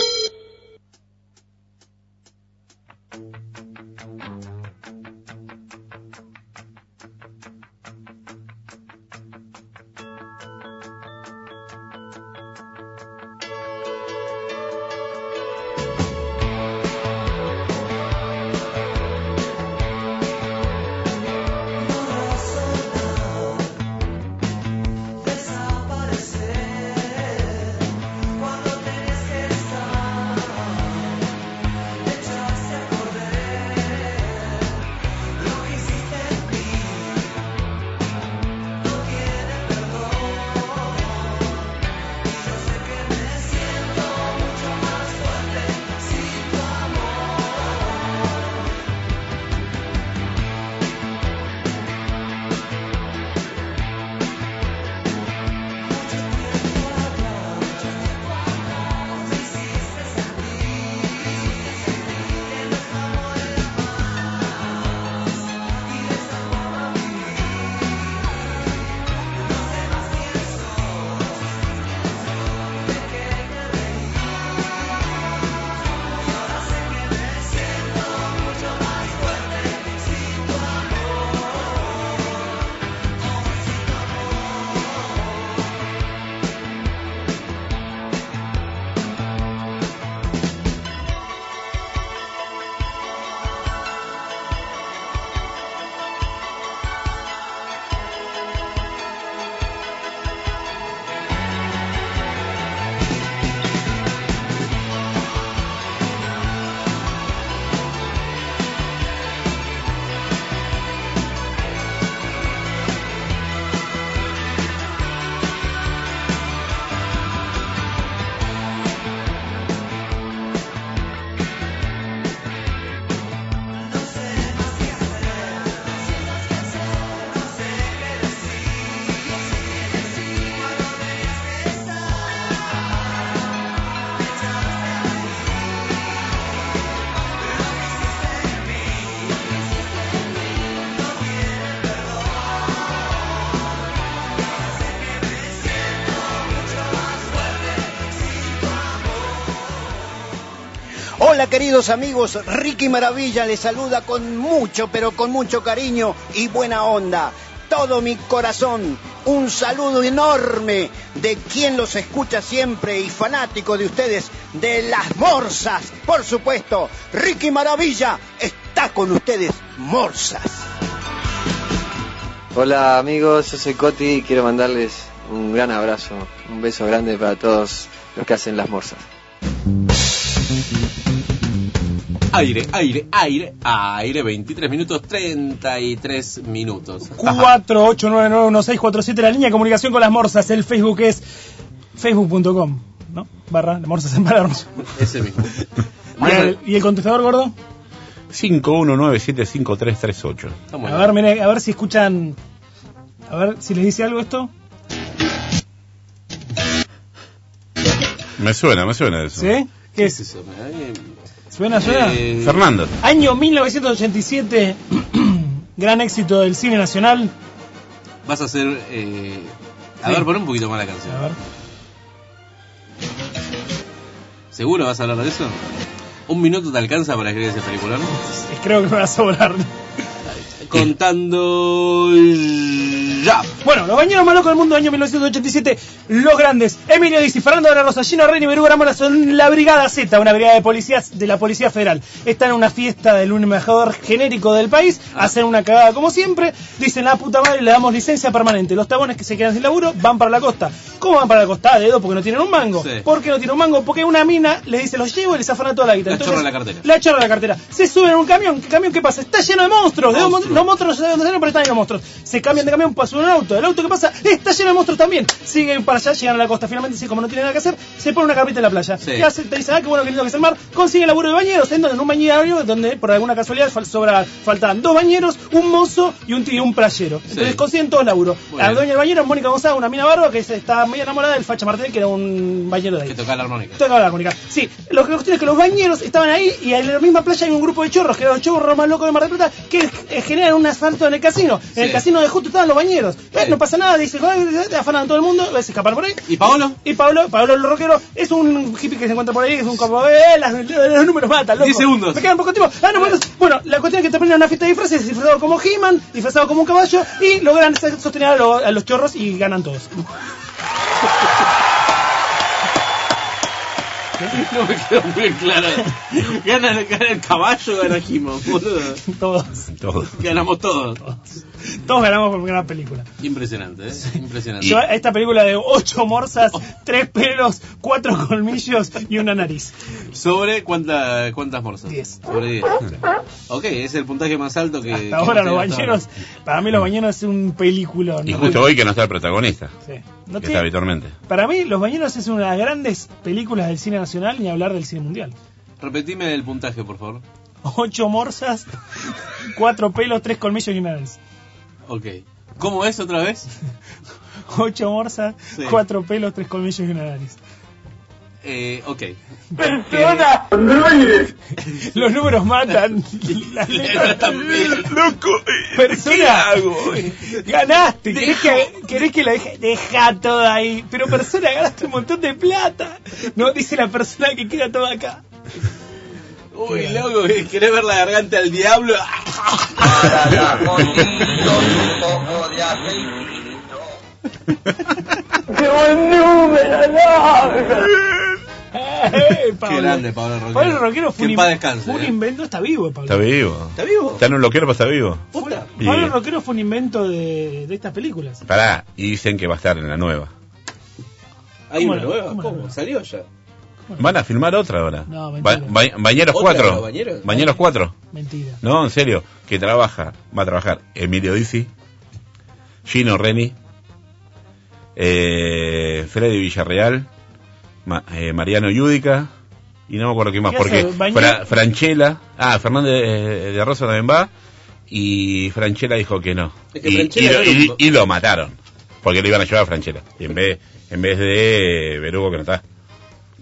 Speaker 7: Hola queridos amigos, Ricky Maravilla les saluda con mucho, pero con mucho cariño y buena onda. Todo mi corazón, un saludo enorme de quien los escucha siempre y fanático de ustedes, de las morsas, por supuesto. Ricky Maravilla está con ustedes, morsas.
Speaker 9: Hola amigos, yo soy Coti y quiero mandarles un gran abrazo, un beso grande para todos los que hacen las morsas.
Speaker 4: Aire, aire, aire, aire, 23 minutos, 33 minutos.
Speaker 1: 48991647 la línea de comunicación con las morsas. El Facebook es facebook.com, ¿no? Barra, las morsas en Palermo.
Speaker 4: Ese mismo.
Speaker 1: ¿Y el, y el contestador, gordo?
Speaker 5: 51975338.
Speaker 1: A ver, mire, a ver si escuchan. A ver si les dice algo esto.
Speaker 5: Me suena, me suena eso.
Speaker 1: ¿Sí? ¿Qué es?
Speaker 4: eso?
Speaker 1: ¿Suena, suena?
Speaker 4: Eh,
Speaker 5: Fernando.
Speaker 1: Año 1987, gran éxito del cine nacional.
Speaker 4: Vas a hacer. eh, A
Speaker 1: Sí.
Speaker 4: ver, pon un poquito más la canción.
Speaker 1: A ver.
Speaker 4: ¿Seguro vas a hablar de eso? ¿Un minuto te alcanza para escribir ese peliculón?
Speaker 1: Creo que me va a sobrar.
Speaker 4: Contando. Ya.
Speaker 1: Bueno, los bañeros más locos del mundo, año 1987. Los grandes. Emilio Dizzi, Fernando de la Rosa, Gino Reni, Beruga Ramona son la Brigada Z, una brigada de policías de la Policía Federal. Están en una fiesta del embajador genérico del país,
Speaker 4: Ah.
Speaker 1: hacen una cagada como siempre. Dicen la puta madre, le damos licencia permanente. Los tabones que se quedan sin laburo van para la costa. ¿Cómo van para la costa? A dedo, porque no tienen un mango.
Speaker 4: Sí.
Speaker 1: ¿Por qué no tienen un mango? Porque una mina les dice, los llevo y les zafan a toda la guita.
Speaker 4: La
Speaker 1: Entonces,
Speaker 4: chorra en la cartera.
Speaker 1: la chorra de la cartera. Se suben a un camión. ¿Qué camión qué pasa? Está lleno de monstruos. De
Speaker 4: Monstruos.
Speaker 1: mon- los monstruos no saben dónde salen, pero están ahí los monstruos. Se cambian de camión, pasan un auto. El auto que pasa está lleno de monstruos también. Siguen para allá, llegan a la costa. Finalmente, sí, como no tienen nada que hacer, se pone una carpita en la playa.
Speaker 4: Sí.
Speaker 1: ¿Qué hacen? Te dicen, ah, qué bueno que lindo que es el mar. Consiguen laburo de bañeros. En donde, en un bañario donde por alguna casualidad fal- sobra, faltan dos bañeros, un mozo y un, tío, un playero. Entonces
Speaker 4: Sí.
Speaker 1: consiguen todos laburo.
Speaker 4: Muy
Speaker 1: La
Speaker 4: bien.
Speaker 1: dueña del bañero es Mónica González, una mina barba que se está muy enamorada del Facha Martel, que era un bañero de ahí.
Speaker 4: Que toca la armónica.
Speaker 1: Esto acaba de comunicar. Sí, lo que cuestión es que los bañeros estaban ahí y en la misma playa hay un grupo de chorros, que eran los chorros más locos de Mar del Plata, que eh, generan un asalto en el casino. En el
Speaker 4: Sí.
Speaker 1: casino de justo estaban los bañeros. Eh,
Speaker 4: Sí.
Speaker 1: No pasa nada, dice, "Joder", afanan a todo el mundo, se escapan por ahí.
Speaker 4: ¿Y Paolo?
Speaker 1: Y Pablo, Pablo el rockero, es un hippie que se encuentra por ahí, es un capo, eh, las- los números matan, loco.
Speaker 4: Diez segundos.
Speaker 1: Me quedan poco tiempo. Ah, no, bueno, bueno, la cuestión es que terminan una fiesta de disfraces, disfrazado como He-Man, disfrazado como un caballo, y logran sostener a, lo- a los chorros y ganan todos.
Speaker 4: No me quedó muy claro. Gana, gana el caballo, gana He-Man, boludo.
Speaker 1: Todos.
Speaker 5: Todo.
Speaker 4: Ganamos todos.
Speaker 1: Todos ganamos por gran película.
Speaker 4: Impresionante, ¿eh? Impresionante.
Speaker 1: Yo, esta película de ocho morsas, tres pelos, cuatro colmillos y una nariz.
Speaker 4: ¿Sobre cuánta, cuántas morsas?
Speaker 1: 10.
Speaker 4: Sobre 10. Ok, es el puntaje más alto que. que
Speaker 1: Hasta ahora
Speaker 4: hemos
Speaker 1: los
Speaker 4: tenido hasta
Speaker 1: bañeros, para mí los bañeros es un película.
Speaker 5: Y
Speaker 4: Eh,
Speaker 5: justo hoy que no está el protagonista,
Speaker 1: No
Speaker 5: que
Speaker 1: tiene-
Speaker 5: está habitualmente.
Speaker 1: para mí los bañeros es una de las grandes películas del cine nacional, ni hablar del cine mundial.
Speaker 4: ahora. Repetime el puntaje, por favor.
Speaker 1: Ocho morsas, cuatro pelos, tres colmillos y una nariz.
Speaker 4: Ok. ¿Cómo es otra vez?
Speaker 1: Ocho morsas,
Speaker 4: Sí.
Speaker 1: cuatro pelos, tres colmillos y una nariz.
Speaker 4: Eh, ok.
Speaker 1: Los números matan. Las letras también. Persona, Ganaste, querés que, querés que la deje, deja todo ahí. Pero persona, ganaste un montón de plata. No dice la persona que queda todo acá.
Speaker 4: Uy, loco, ¿querés ver la garganta del diablo?
Speaker 1: Eh, Pablo.
Speaker 4: Qué grande, Pablo Roquero.
Speaker 1: Pablo Roquero fue
Speaker 4: Que
Speaker 1: un,
Speaker 4: en
Speaker 1: in-
Speaker 4: paz descanse,
Speaker 1: fue un
Speaker 4: eh.
Speaker 1: invento, está vivo Pablo.
Speaker 5: Está vivo.
Speaker 4: ¿Está vivo?
Speaker 5: Está en un loquero, pero está vivo.
Speaker 4: Puta.
Speaker 5: Y-
Speaker 1: Pablo Roquero fue un invento de, de estas películas.
Speaker 5: Pará, y dicen que va a estar en la nueva.
Speaker 4: ¿Hay
Speaker 1: ¿Cómo
Speaker 4: una
Speaker 1: la-
Speaker 4: nueva?
Speaker 1: cómo
Speaker 4: ¿Cómo?
Speaker 1: la nueva?
Speaker 4: ¿Salió ya?
Speaker 5: Van a filmar otra ahora.
Speaker 1: No,
Speaker 5: Ba-
Speaker 1: mentira.
Speaker 5: ba- bañeros
Speaker 4: ¿Otra,
Speaker 5: 4.
Speaker 4: Bañeros?
Speaker 5: Bañeros 4.
Speaker 1: Mentira.
Speaker 5: No, en serio. Que trabaja, va a trabajar Emilio Dizzi, Gino Reni, eh, Freddy Villarreal, Ma- eh, Mariano Yudica y no me acuerdo quién más.
Speaker 1: ¿Qué
Speaker 5: Porque
Speaker 1: hace? Bañe-
Speaker 5: Fra- Franchella, ah, Fernández eh, de Rosa también va y Franchella dijo que no.
Speaker 4: Es que
Speaker 5: y,
Speaker 4: Franchella
Speaker 5: y lo-
Speaker 4: era
Speaker 5: y-
Speaker 4: un-
Speaker 5: y lo mataron. Porque le iban a llevar a Franchella. Y en vez, en vez de Verugo que no está.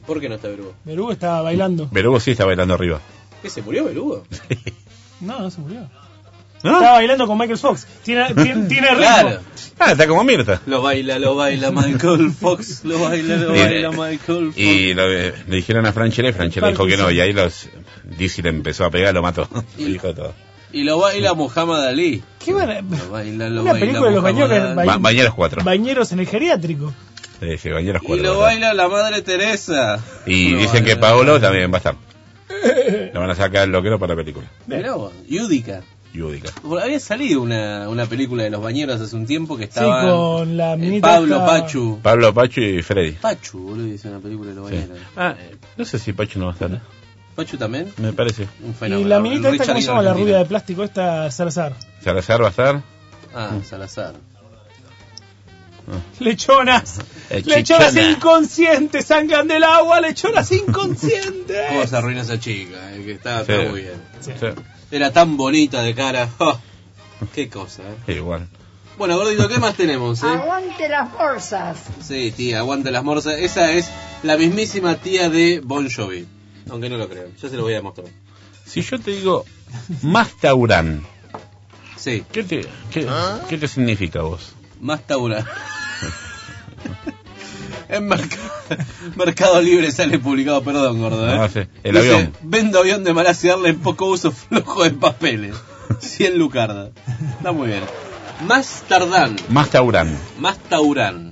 Speaker 4: ¿Por qué no está Verugo?
Speaker 1: Berugo estaba bailando.
Speaker 5: Verugo sí está bailando arriba.
Speaker 4: ¿Qué se murió Verugo?
Speaker 1: No, no se murió.
Speaker 5: ¿No?
Speaker 1: Estaba bailando con Michael Fox. Tiene, tiene, tiene ritmo.
Speaker 4: Claro.
Speaker 5: Ah, está como Mirta.
Speaker 4: Lo baila, lo baila Michael Fox, lo baila, lo
Speaker 5: Y-
Speaker 4: baila Michael Fox.
Speaker 5: Y lo- eh, le dijeron a Franchella y Franchella dijo que no. Y ahí los Dizzy le empezó a pegar, lo mató.
Speaker 4: Y-
Speaker 5: dijo todo.
Speaker 4: Y lo baila Muhammad Ali.
Speaker 1: Qué
Speaker 5: Eh,
Speaker 1: buena-
Speaker 4: Lo baila, lo
Speaker 1: Una
Speaker 4: baila
Speaker 1: película de los
Speaker 4: Muhammad
Speaker 1: bañeros.
Speaker 4: Ali.
Speaker 1: Ba-
Speaker 5: Ba- bañeros 4.
Speaker 1: Bañeros en el geriátrico.
Speaker 5: Sí, sí, bañeros
Speaker 4: Y
Speaker 5: 4.
Speaker 4: lo baila la madre Teresa.
Speaker 5: Y
Speaker 4: Lo
Speaker 5: dicen que
Speaker 4: baila.
Speaker 5: Paolo también va a estar. Lo van a sacar el loquero para la película.
Speaker 4: Mirá vos, Yudica.
Speaker 5: Yúdica.
Speaker 4: Bueno, Había salido una, una película de los bañeros hace un tiempo que
Speaker 1: Sí,
Speaker 4: estaba.
Speaker 1: con la minita.
Speaker 4: Pablo
Speaker 1: esta-
Speaker 4: Pachu.
Speaker 5: Pablo Pacho y Freddy.
Speaker 4: Pachu, boludo, hizo una película de los bañeros.
Speaker 5: Ah, no sé si Pacho no va a estar, ¿eh?
Speaker 4: Pachu también,
Speaker 5: me parece.
Speaker 4: un
Speaker 1: Y
Speaker 4: fenómeno.
Speaker 1: la minita
Speaker 4: El
Speaker 1: esta, ¿cómo
Speaker 4: Richard
Speaker 1: se llama? La
Speaker 4: Argentina.
Speaker 1: rubia de plástico esta, Salazar.
Speaker 5: Salazar va a estar.
Speaker 4: Ah, Salazar.
Speaker 1: Lechonas.
Speaker 5: Eh,
Speaker 1: Lechonas
Speaker 5: chichona.
Speaker 1: inconscientes, sangran del agua, lechonas inconscientes.
Speaker 4: ¿Cómo se arruinó esa chica? eh, que estaba
Speaker 5: Sí.
Speaker 4: estaba muy bien.
Speaker 5: Sí.
Speaker 4: Era tan bonita de cara. ¡oh! Qué cosa, eh.
Speaker 5: Igual.
Speaker 4: Bueno, gordito, ¿qué más tenemos? eh?
Speaker 6: Ah.
Speaker 19: Aguante las fuerzas.
Speaker 4: Sí, tía, aguante las morsas. Esa es la mismísima tía de Bon Jovi. Aunque no lo crean, yo se lo voy a mostrar.
Speaker 5: Si yo te digo Mastaurán,
Speaker 4: Sí.
Speaker 5: ¿qué te, qué,
Speaker 4: ¿Ah?
Speaker 5: qué te significa a vos?
Speaker 4: Más Taura. en merc- Mercado Libre sale publicado, perdón, gordo. ¿eh?
Speaker 5: Ah, sí, el
Speaker 4: Dice,
Speaker 5: avión.
Speaker 4: Vendo avión de Malasia darle poco uso flojo de papeles. 100 lucarda. Está muy bien. Más tardán,
Speaker 5: Mastaurán.
Speaker 4: más taurán.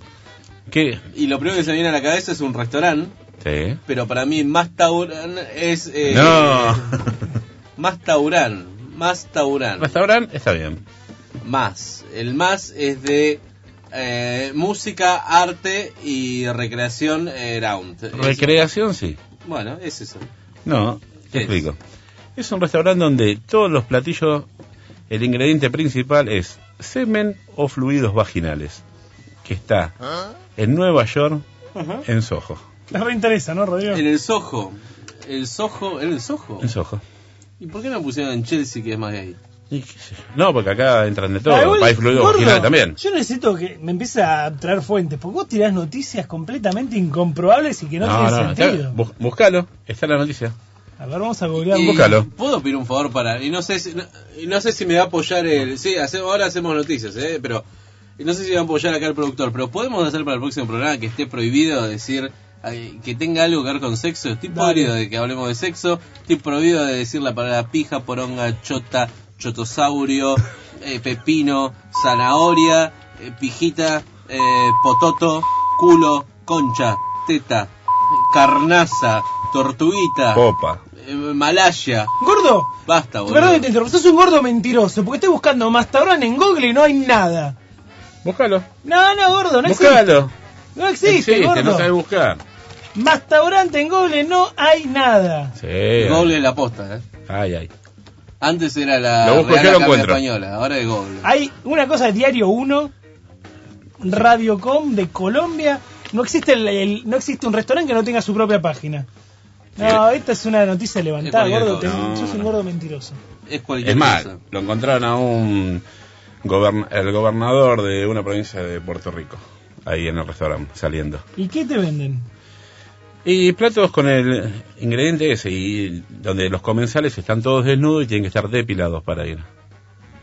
Speaker 5: ¿Qué?
Speaker 4: Y lo primero que se me viene a la cabeza es un restaurante,
Speaker 5: Sí.
Speaker 4: pero para mí más taurán es... eh,
Speaker 5: No.
Speaker 4: Más taurán, más taurán.
Speaker 5: Mastaurán está bien.
Speaker 4: Más. El más es de eh, música, arte y recreación eh, round. Es-
Speaker 5: Recreación, sí.
Speaker 4: bueno, es eso.
Speaker 5: No,
Speaker 4: ¿Qué
Speaker 5: te
Speaker 4: es?
Speaker 5: explico. Es un restaurante donde todos los platillos, el ingrediente principal es semen o fluidos vaginales, que está en Nueva York,
Speaker 1: Ajá.
Speaker 5: en Soho.
Speaker 1: La reinteresa, ¿no, Rodrigo?
Speaker 4: En el Soho. El Soho, ¿en el Soho?
Speaker 5: En Soho.
Speaker 4: ¿Y por qué no pusieron en Chelsea que es más gay?
Speaker 5: Y qué sé yo. No, porque acá entran de
Speaker 1: Ah,
Speaker 5: todo,
Speaker 1: igual,
Speaker 5: hay fluidos
Speaker 1: gordo,
Speaker 5: vaginales también.
Speaker 1: Yo necesito que me empieces a traer fuentes, porque vos tirás noticias completamente incomprobables y que no, tienen
Speaker 5: está-
Speaker 1: sentido.
Speaker 5: bus- buscalo, está la noticia.
Speaker 1: A ver, vamos a googlear. un
Speaker 4: Y-
Speaker 1: poco.
Speaker 5: Búscalo.
Speaker 4: ¿Puedo pedir un favor para.? Y no sé si, no, y no sé si me va a apoyar el. Sí, hace- ahora hacemos noticias, ¿eh? Pero. y No sé si va a apoyar acá el productor, pero podemos hacer para el próximo programa que esté prohibido decir. ay, Que tenga algo que ver con sexo. Estoy prohibido de que hablemos de sexo. Estoy prohibido de decir la palabra pija, poronga, chota, chotosaurio, eh, pepino, zanahoria, eh, pijita, eh, pototo, culo, concha, teta, carnaza, tortuguita,
Speaker 5: Popa.
Speaker 4: eh, Malaya.
Speaker 1: Gordo,
Speaker 4: Basta, boludo.
Speaker 1: perdón que te interrumpa, sos un gordo mentiroso, porque estoy buscando Mastaurán en Google y no hay nada.
Speaker 5: Búscalo.
Speaker 1: No, no, gordo, no existe.
Speaker 5: Buscalo.
Speaker 1: No existe, gordo.
Speaker 5: no sabes buscar.
Speaker 1: Mastaurante en Google no hay nada.
Speaker 5: Sí.
Speaker 4: Google es la posta, ¿eh?
Speaker 5: Ay, ay.
Speaker 4: Antes era la
Speaker 5: Lo busco,
Speaker 4: Real
Speaker 5: yo lo
Speaker 4: Academia
Speaker 5: encuentro.
Speaker 4: Española, ahora es Google.
Speaker 1: Hay una cosa de Diario 1, Radiocom de Colombia. No existe, el, el- no existe un restaurante que no tenga su propia página. No, esta es una noticia levantada,
Speaker 4: Es
Speaker 1: gordo.
Speaker 4: cualquier
Speaker 1: te-
Speaker 5: cosa.
Speaker 1: sos un gordo mentiroso.
Speaker 4: Es cualquier
Speaker 5: Es más,
Speaker 4: cosa.
Speaker 5: lo encontraron a un gobern- el gobernador de una provincia de Puerto Rico, ahí en el restaurante, saliendo.
Speaker 1: ¿Y qué te venden?
Speaker 5: Y platos con el ingrediente ese, y donde los comensales están todos desnudos y tienen que estar depilados para ir.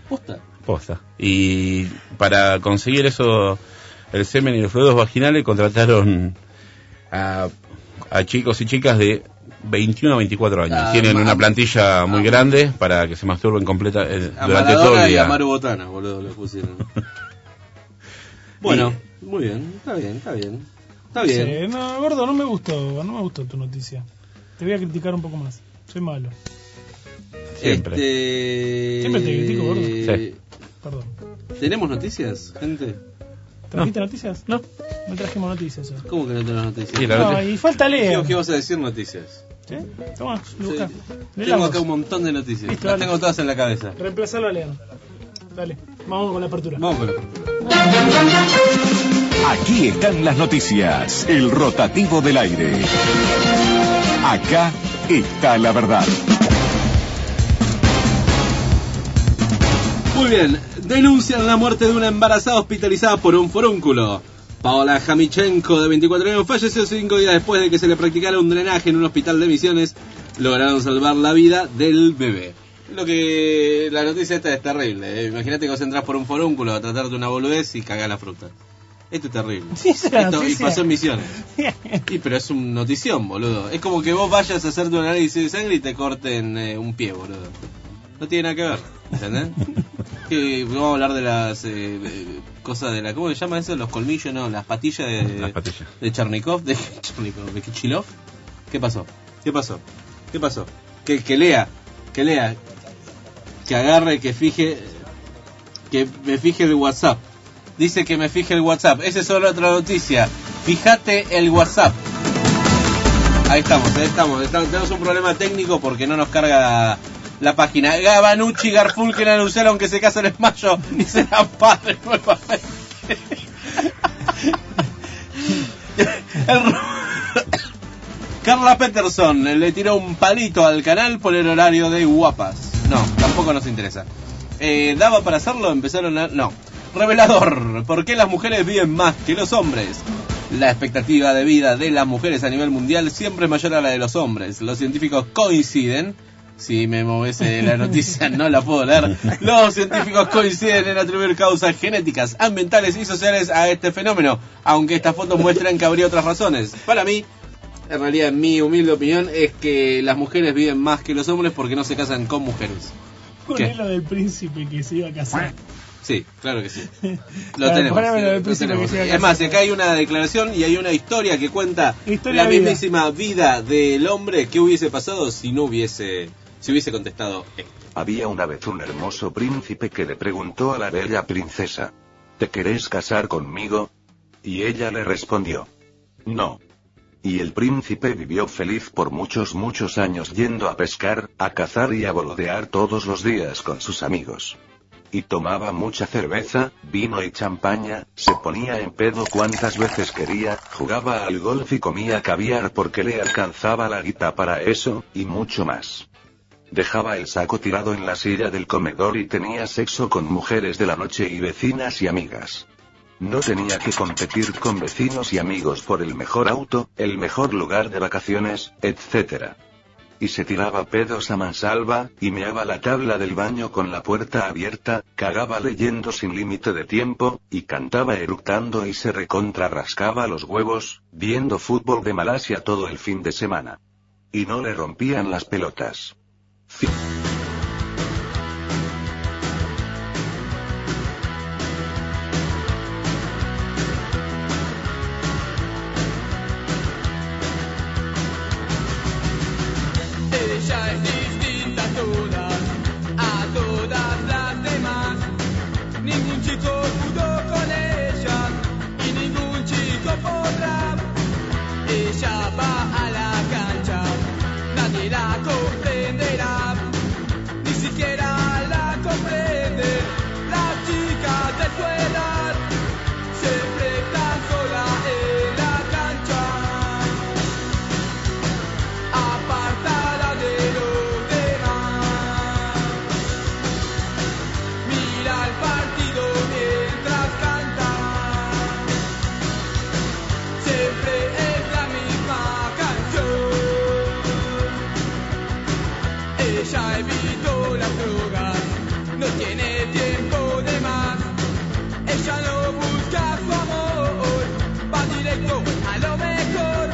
Speaker 4: Posta.
Speaker 5: Posta. Y para conseguir eso, el semen y los fluidos vaginales, contrataron a, a chicos y chicas de 21 a 24 años.
Speaker 4: Ah,
Speaker 5: Tienen
Speaker 4: ma- ah,
Speaker 5: una plantilla muy grande para que se masturben completa eh,
Speaker 4: A
Speaker 5: durante todo
Speaker 4: Maradona
Speaker 5: el
Speaker 4: y a
Speaker 5: día.
Speaker 4: Maru Botana, boludo, lo pusieron. bueno, muy bien, está bien, está bien. Está bien.
Speaker 1: Sí, no, gordo, no me gustó, no me gustó tu noticia. Te voy a criticar un poco más. Soy malo.
Speaker 5: Siempre.
Speaker 4: Este...
Speaker 1: Siempre te critico, gordo.
Speaker 4: Eh,
Speaker 1: Perdón.
Speaker 4: ¿Tenemos noticias, gente?
Speaker 1: ¿Trajiste noticias? No. No trajimos noticias. ¿eh? hoy.
Speaker 4: ¿Cómo que no tenemos noticias?
Speaker 5: Sí, la
Speaker 1: No,
Speaker 5: noticia-
Speaker 1: y falta
Speaker 4: ¿Qué,
Speaker 1: Leo.
Speaker 4: qué vas a decir noticias?
Speaker 1: ¿Sí? Toma,
Speaker 4: Sí,
Speaker 1: busca.
Speaker 4: Tengo acá un montón de noticias.
Speaker 1: Listo,
Speaker 4: Las
Speaker 1: dale.
Speaker 4: tengo todas en la cabeza.
Speaker 1: Reemplazalo a Leo. Dale, vamos con la apertura.
Speaker 4: Vamos con la
Speaker 10: Aquí están las noticias, el rotativo del aire. Acá está la verdad.
Speaker 4: Muy bien, denuncian la muerte de una embarazada hospitalizada por un forúnculo. Paola Jamichenko, de 24 años, falleció cinco días después de que se le practicara un drenaje en un hospital de misiones. Lograron salvar la vida del bebé. Lo que la noticia esta es terrible. ¿eh? Imagínate que vos entras por un forúnculo a tratar de una boludez y cagás la fruta. Esto es terrible.
Speaker 1: Sí, esa es la
Speaker 4: Esto, y
Speaker 1: noticia.
Speaker 4: pasó en misiones. Y pero es un notición, boludo. Es como que vos vayas a hacerte un análisis de sangre y te corten eh, un pie, boludo. No tiene nada que ver, ¿entendés? que vamos a hablar de las eh, eh, cosas de la ¿cómo se llama eso? Los colmillos, no, las patillas de
Speaker 5: Las patillas.
Speaker 4: de Charnikov, de Charnikov, de Kichilov. ¿Qué pasó? ¿Qué pasó? ¿Qué pasó? Que, que lea, que lea. que agarre, que fije, que me fije el WhatsApp. Dice que me fije el WhatsApp. Esa es solo otra noticia. Fíjate el WhatsApp. Ahí estamos, ahí estamos. Estamos- Tenemos un problema técnico porque no nos carga la, la página. Gabanucci y Garfunkel anunciaron que se casan en mayo y serán padres nuevamente. El ru- Carla Peterson le tiró un palito al canal por el horario de guapas. No, tampoco nos interesa. Eh, ¿Daba para hacerlo? Empezaron a... No. Revelador. ¿Por qué las mujeres viven más que los hombres? La expectativa de vida de las mujeres a nivel mundial siempre es mayor a la de los hombres. Los científicos coinciden. Si me movese la noticia no la puedo leer. Los científicos coinciden en atribuir causas genéticas, ambientales y sociales a este fenómeno, aunque estas fotos muestran que habría otras razones. Para mí, en realidad en mi humilde opinión, es que las mujeres viven más que los hombres porque no se casan con mujeres.
Speaker 1: Con
Speaker 4: ¿Qué?
Speaker 1: él lo del príncipe que se iba a casar.
Speaker 4: Sí, claro que sí. Lo
Speaker 1: Claro,
Speaker 4: tenemos.
Speaker 1: poneme lo del
Speaker 4: lo
Speaker 1: príncipe
Speaker 4: tenemos.
Speaker 1: que llega a
Speaker 4: Es más,
Speaker 1: casa.
Speaker 4: acá hay una declaración y hay una historia que cuenta
Speaker 1: Historia
Speaker 4: la
Speaker 1: de vida.
Speaker 4: mismísima vida. del hombre que hubiese pasado si no hubiese, si hubiese contestado esto.
Speaker 12: Había una vez un hermoso príncipe que le preguntó a la bella princesa. ¿Te querés casar conmigo? Y ella le respondió. No. Y el príncipe vivió feliz por muchos muchos años yendo a pescar, a cazar y a bolodear todos los días con sus amigos. Y tomaba mucha cerveza, vino y champaña, se ponía en pedo cuantas veces quería, jugaba al golf y comía caviar porque le alcanzaba la guita para eso, y mucho más. Dejaba el saco tirado en la silla del comedor y tenía sexo con mujeres de la noche y vecinas y amigas. No tenía que competir con vecinos y amigos por el mejor auto, el mejor lugar de vacaciones, etc. Y se tiraba pedos a mansalva, y meaba la tabla del baño con la puerta abierta, cagaba leyendo sin límite de tiempo, y cantaba eructando y se recontrarrascaba los huevos, viendo fútbol de Malasia todo el fin de semana. Y no le rompían las pelotas.
Speaker 3: Ella es distinta a todas, a todas las demás. Ningún chico pudo con ella y ningún chico podrá. Ella va a la cancha, nadie la comprenderá, ni siquiera la comprende las chicas de su edad. Siempre tan sola en la cancha apartada de los demás. Mira el partido mientras canta. Siempre es la misma canción. Ella evitó las drogas, no tiene tiempo de más. Ella no busca su amor, va directo a lo mejor.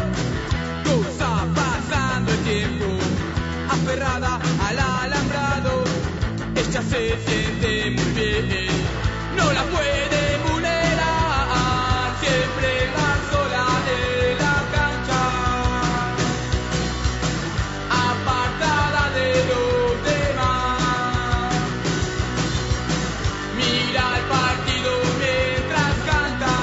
Speaker 3: Cosa pasando el tiempo, aferrada al alambrado. Ella se siente muy bien, no la puede vulnerar. Siempre va sola de la cancha, apartada de los demás. Mira el partido mientras canta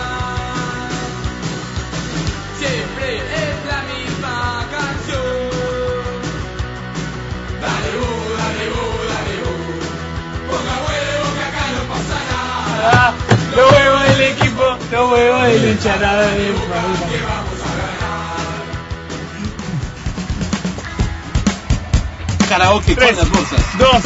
Speaker 3: siempre es la misma canción. Dale bu, dale bu, dale bu, ponga huevo que acá no pasa
Speaker 2: Ah.
Speaker 3: nada.
Speaker 1: Los huevos del equipo, los huevos de la hinchada de
Speaker 4: Karaoke con las bolsas.
Speaker 1: Dos,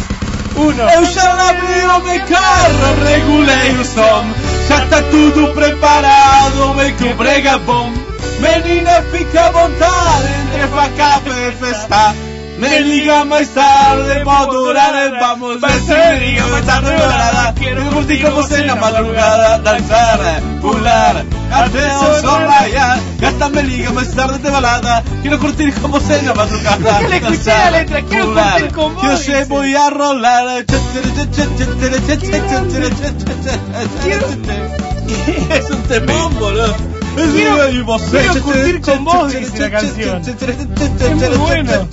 Speaker 1: uno.
Speaker 3: Eu já lavei o meu carro, regulei o som. Já tá tudo preparado, meio que o brega é bom. Menina, fica à vontade, entre faca e festa. Me liga mais tarde, pode durar, vamos ver se me liga mais tarde, morada. Quero curtir com você na madrugada, dançar, pular, até o sol raiar. Ya está, me liga mais tarde de balada, quiero curtir con você na madrugada.
Speaker 1: Que le escuché la letra, quiero
Speaker 3: pular.
Speaker 1: curtir con vos,
Speaker 3: Yo
Speaker 1: dice.
Speaker 3: se voy a rolar. Es un temón, boludo.
Speaker 1: Quiero-
Speaker 3: Y vos-
Speaker 1: quiero curtir con vos, dice la canción. Es muy bueno.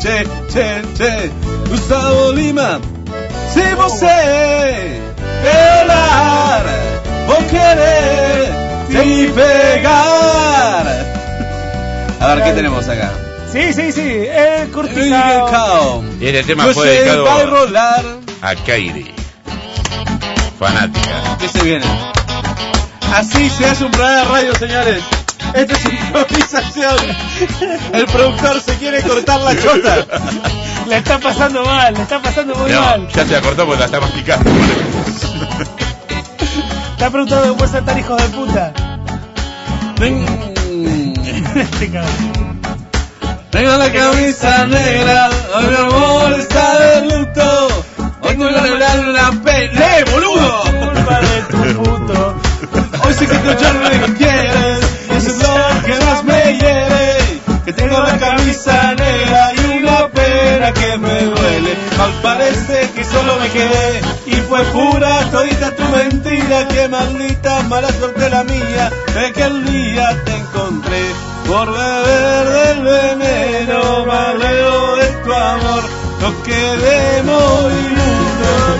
Speaker 3: Che, che, che. Gustavo Lima. Sí,
Speaker 2: no sé pelar, vos querés ni pegar. A ver, ¿qué tenemos acá?
Speaker 1: Sí, sí, sí. Eh, Curticao.
Speaker 5: Y este tema
Speaker 2: Yo
Speaker 5: fue
Speaker 2: sé
Speaker 5: dedicado
Speaker 2: bailar.
Speaker 5: a Kairi. Fanática.
Speaker 2: ¿Qué se viene? Así se hace un programa de radio, señores. Esto es improvisación. El productor se quiere cortar la chota.
Speaker 1: La está pasando mal, la está pasando muy mal.
Speaker 5: No, ya se la cortó porque la está masticando.
Speaker 1: Te ha preguntado de vuelta estar hijos de puta. Este cabrón.
Speaker 2: Tengo la camisa negra, hoy mi amor está de luto. Hoy te voy a regalar una pelea, ¡Eh, boludo! Culpa de tu puto. Hoy sí que te echaron lo que quieres, eso es lo que más me hiere. Que tengo la camisa negra y una pena que me duele. Mal parece que solo me quedé y fue pura todita tu mentira. Que maldita mala suerte la mía de que el día te encontré por beber del veneno malveo de tu amor. Nos quedé moribundo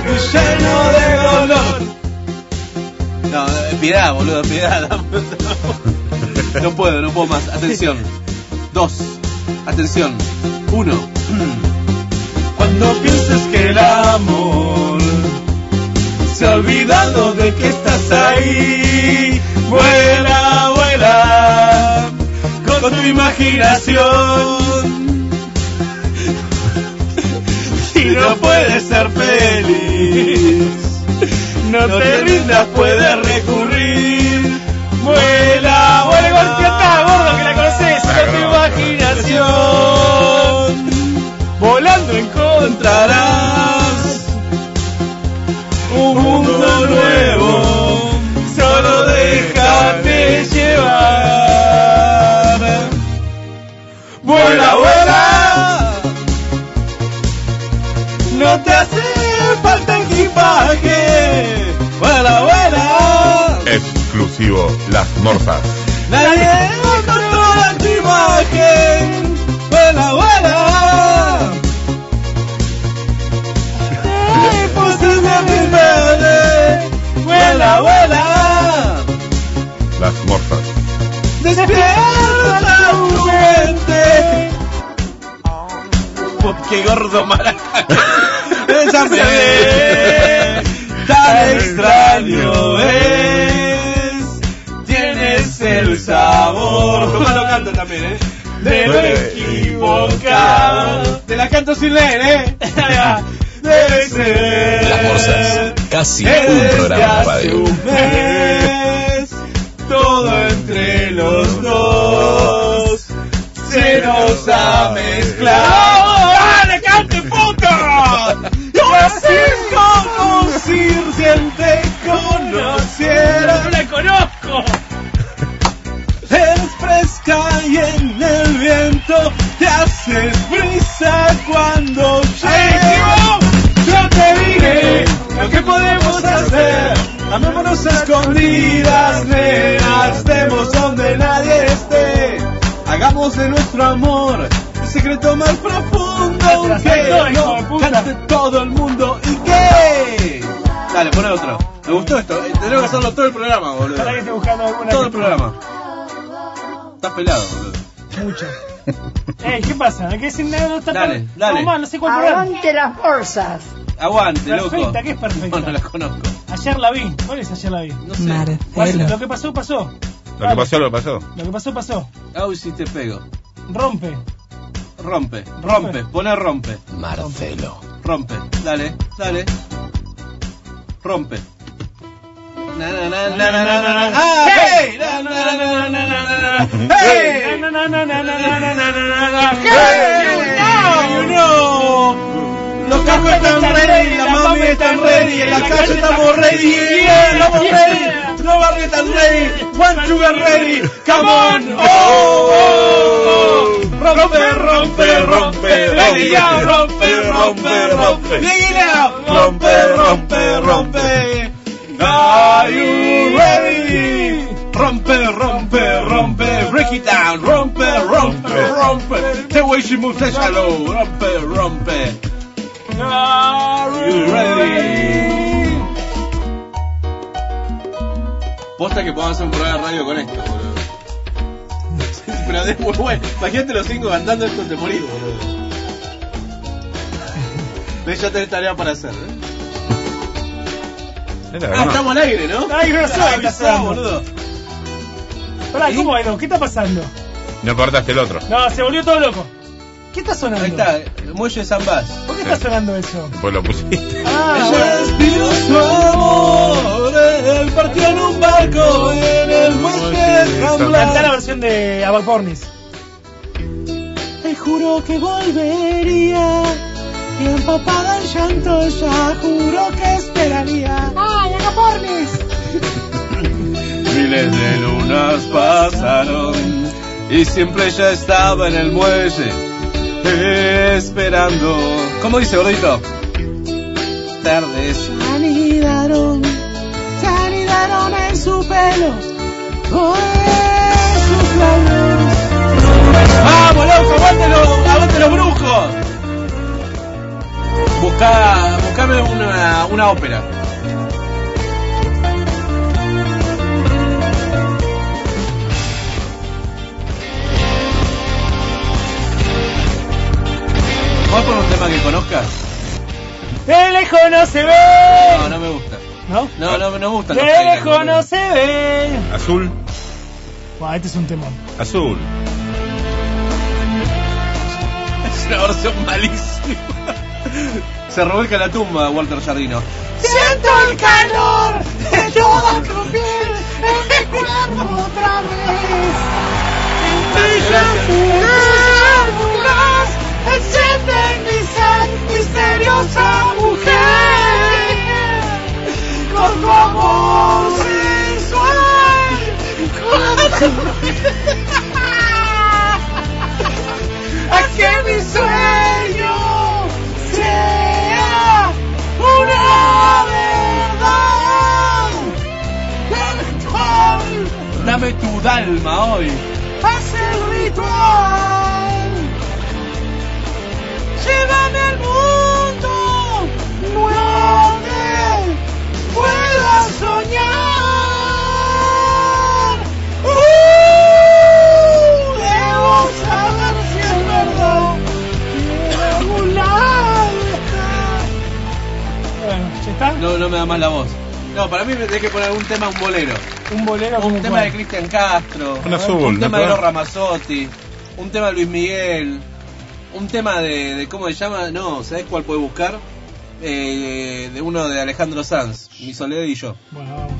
Speaker 2: y lleno de dolor. No, eh, piedad, boludo, piedad. No puedo, no puedo más. Atención. Dos. Atención. Uno. Cuando pienses que el amor se ha olvidado de que estás ahí, vuela, vuela con tu imaginación. Y no puedes ser feliz. No, te rindas, puedes recurrir. Vuela, vuela, igual que está, gordo, que la conoces, con tu imaginación. Volando encontrarás un mundo nuevo, solo déjate llevar. Vuela, vuela, no te hace falta equipaje. Vuela, vuela.
Speaker 5: Exclusivo, las morsas.
Speaker 2: Nadie controla tu imagen. Vuela, vuela. Te puse de mi madre. Vuela, vuela.
Speaker 5: Las morsas.
Speaker 2: Despierta la mente. Porque gordo maraca. Esa fe tan extraño es. Tienes el sabor. Toma lo canto también, eh. De lo equivocado. Te la canto sin leer, eh. Ahí va. Debe ser.
Speaker 3: Las Morsas, casi un programa de radio.
Speaker 2: mes, todo entre los dos se nos ha mezclado. ¡Dale, cante, puto! Y así como si recién te conociera. ¡No la conozco! Es fresca y en el viento te hace brisa cuando llega. Yo te diré lo que podemos hacer. Amémonos a escondidas, nena. Estemos donde nadie esté. Hagamos de nuestro amor el secreto más profundo.
Speaker 1: atrasando,
Speaker 2: Aunque
Speaker 1: hijo de
Speaker 2: no
Speaker 1: puta.
Speaker 2: cante todo el mundo. ¿Y qué? Dale, pon otro. Me gustó esto. Eh, Tenemos que hacerlo todo el programa, boludo.
Speaker 1: Para que esté buscando alguna.
Speaker 2: Todo el programa. Estás pelado, boludo.
Speaker 1: Mucho. Ey, ¿qué pasa? ¿Qué sin nada? No está
Speaker 2: Dale,
Speaker 1: pa-
Speaker 2: dale.
Speaker 1: No, más, no sé cuál programa.
Speaker 23: Aguante las fuerzas.
Speaker 4: Este
Speaker 2: Aguante, loco.
Speaker 1: Perfecta, ¿qué es perfecta?
Speaker 2: No, no la conozco.
Speaker 1: Ayer la vi. ¿Cuál es ayer la vi? No
Speaker 2: sé.
Speaker 1: Lo que pasó, pasó.
Speaker 5: Lo que pasó, lo que pasó.
Speaker 1: Lo que pasó, pasó.
Speaker 2: Au, si Ah, te pego.
Speaker 1: Rompe.
Speaker 2: Rompe, rompe, pone rompe. Marcelo. Rompe, dale, dale. Rompe. Na, na, na, na, na, na, na, na. ¡Ah, hey! Na, na, na, na, na, na, na, na. ¡Hey!
Speaker 1: Na, na, na, na, na, na, na, na, na, na, na.
Speaker 2: ¡Hey! You know. Los cacos están ready, la mami está ready, en la calle estamos ready, yeah, estamos ready, los barrios están ready, one sugar ready, come on, oh, oh, oh. rompe, rompe, rompe, ready, ya, rompe, rompe, rompe, dig it out, rompe, rompe, rompe, are you ready? Rompe, rompe, rompe, break it down, rompe, rompe, rompe, the way she moves, that's hello, rompe, rompe. Are you ready? Posta que podamos hacer un programa de radio con esto, boludo. Pero es muy bueno. Imagínate los cinco cantando esto, te morís, boludo. Ves, ya tenés tarea para hacer, ¿eh? Ah, estamos al aire, ¿no?
Speaker 1: Ay, no sé,
Speaker 2: Ah,
Speaker 1: qué
Speaker 2: avisá,
Speaker 1: estamos.
Speaker 2: boludo.
Speaker 1: Pará, ¿cómo bailó? ¿Qué está pasando?
Speaker 5: No cortaste el otro.
Speaker 1: No, se volvió todo loco. ¿Qué está sonando?
Speaker 2: Ahí está, el muelle de San Bas.
Speaker 1: ¿Por qué está sonando eso?
Speaker 5: Pues lo pusiste.
Speaker 1: Ah,
Speaker 2: Vio su amor, él partió en un barco en el muelle de San
Speaker 1: Cantá la
Speaker 2: Blas.
Speaker 1: versión de Abapornis.
Speaker 3: Te juro que volvería. Y empapada en llanto ya juro que esperaría. ¡Ay, Agapornis!
Speaker 2: Miles de lunas pasaron y siempre ya estaba en el muelle esperando. ¿Cómo dice, gordito? Tardes.
Speaker 3: Se anidaron, se anidaron en su pelo. Por sus labios.
Speaker 2: ¡Vamos, loco! ¡Aguántelo! ¡Aguante los brujos! Busca, buscame una, una ópera. ¿Vos por un tema que conozcas?
Speaker 1: ¡De lejos no se ve!
Speaker 2: No, no me gusta.
Speaker 1: ¿No?
Speaker 2: No, no, no me gustan
Speaker 1: ¡De
Speaker 2: los tailas,
Speaker 1: lejos
Speaker 2: boludo.
Speaker 1: no se ve!
Speaker 5: Azul,
Speaker 1: Buah, este es un temón.
Speaker 5: azul.
Speaker 2: Es una versión malísima. Se revuelca la tumba, Walter Jardino.
Speaker 3: Siento el calor de toda tu piel en mi cuerpo otra vez. Las encienden mi ser, misteriosa mujer. Con tu amor sensual. A que mi sueño sea una verdad. El cual
Speaker 2: Dame tu dalma hoy.
Speaker 3: Haz el ritual. Llévame al mundo donde pueda soñar. Uh, debo saber si es verdad. Quiero volar.
Speaker 1: Bueno, ¿ya está?
Speaker 2: No, no me da más la voz. No, para mí me tenés que poner un tema, un bolero.
Speaker 1: Un bolero como
Speaker 2: Un tema de Cristian Castro.
Speaker 5: Un azul,
Speaker 2: Un
Speaker 5: ¿no
Speaker 2: tema de
Speaker 5: podés?
Speaker 2: los Ramazzotti. Un tema de Luis Miguel. Un tema de, de ¿cómo se llama? No, ¿sabés cuál puede buscar? Eh, de uno de Alejandro Sanz, Mi Soledad y yo.
Speaker 1: Bueno, vamos.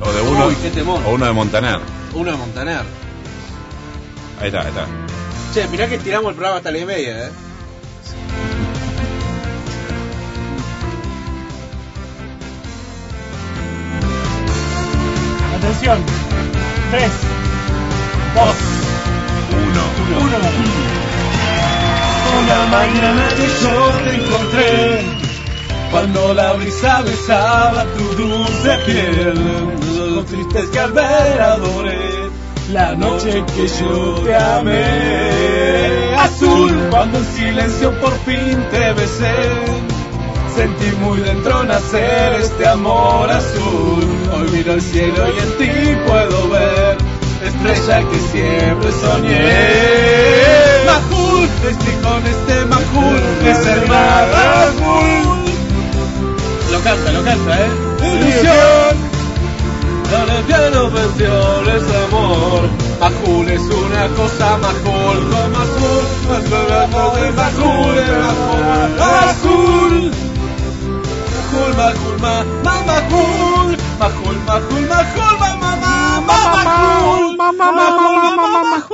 Speaker 5: O de uno.
Speaker 2: Uy, qué temón.
Speaker 5: o uno de Montaner.
Speaker 2: Uno de Montaner.
Speaker 5: Ahí está, ahí está.
Speaker 2: Che, mirá que tiramos el programa hasta la y media, eh.
Speaker 1: Atención. Tres. Dos. Uno.
Speaker 2: Una mañana que yo te encontré Cuando la brisa besaba tu dulce piel Lo triste es que al ver adoré La noche que yo te amé Azul, cuando en silencio por fin te besé Sentí muy dentro nacer este amor azul Hoy miro el cielo y en ti puedo ver Estrella que siempre Eh. soñé Majul, estoy con este Majul Es el mar azul Lo canta, lo canta, eh Ilusión La lesbiana ofensión es amor Majul es una cosa Majul Como azul Más el amor de Majul El amor azul Majul, Majul, ma, ma, Majul Majul, Majul, Majul, ma, ma, ma, ma, Majul
Speaker 3: Mamá,
Speaker 2: Majul, ma, ma, ma,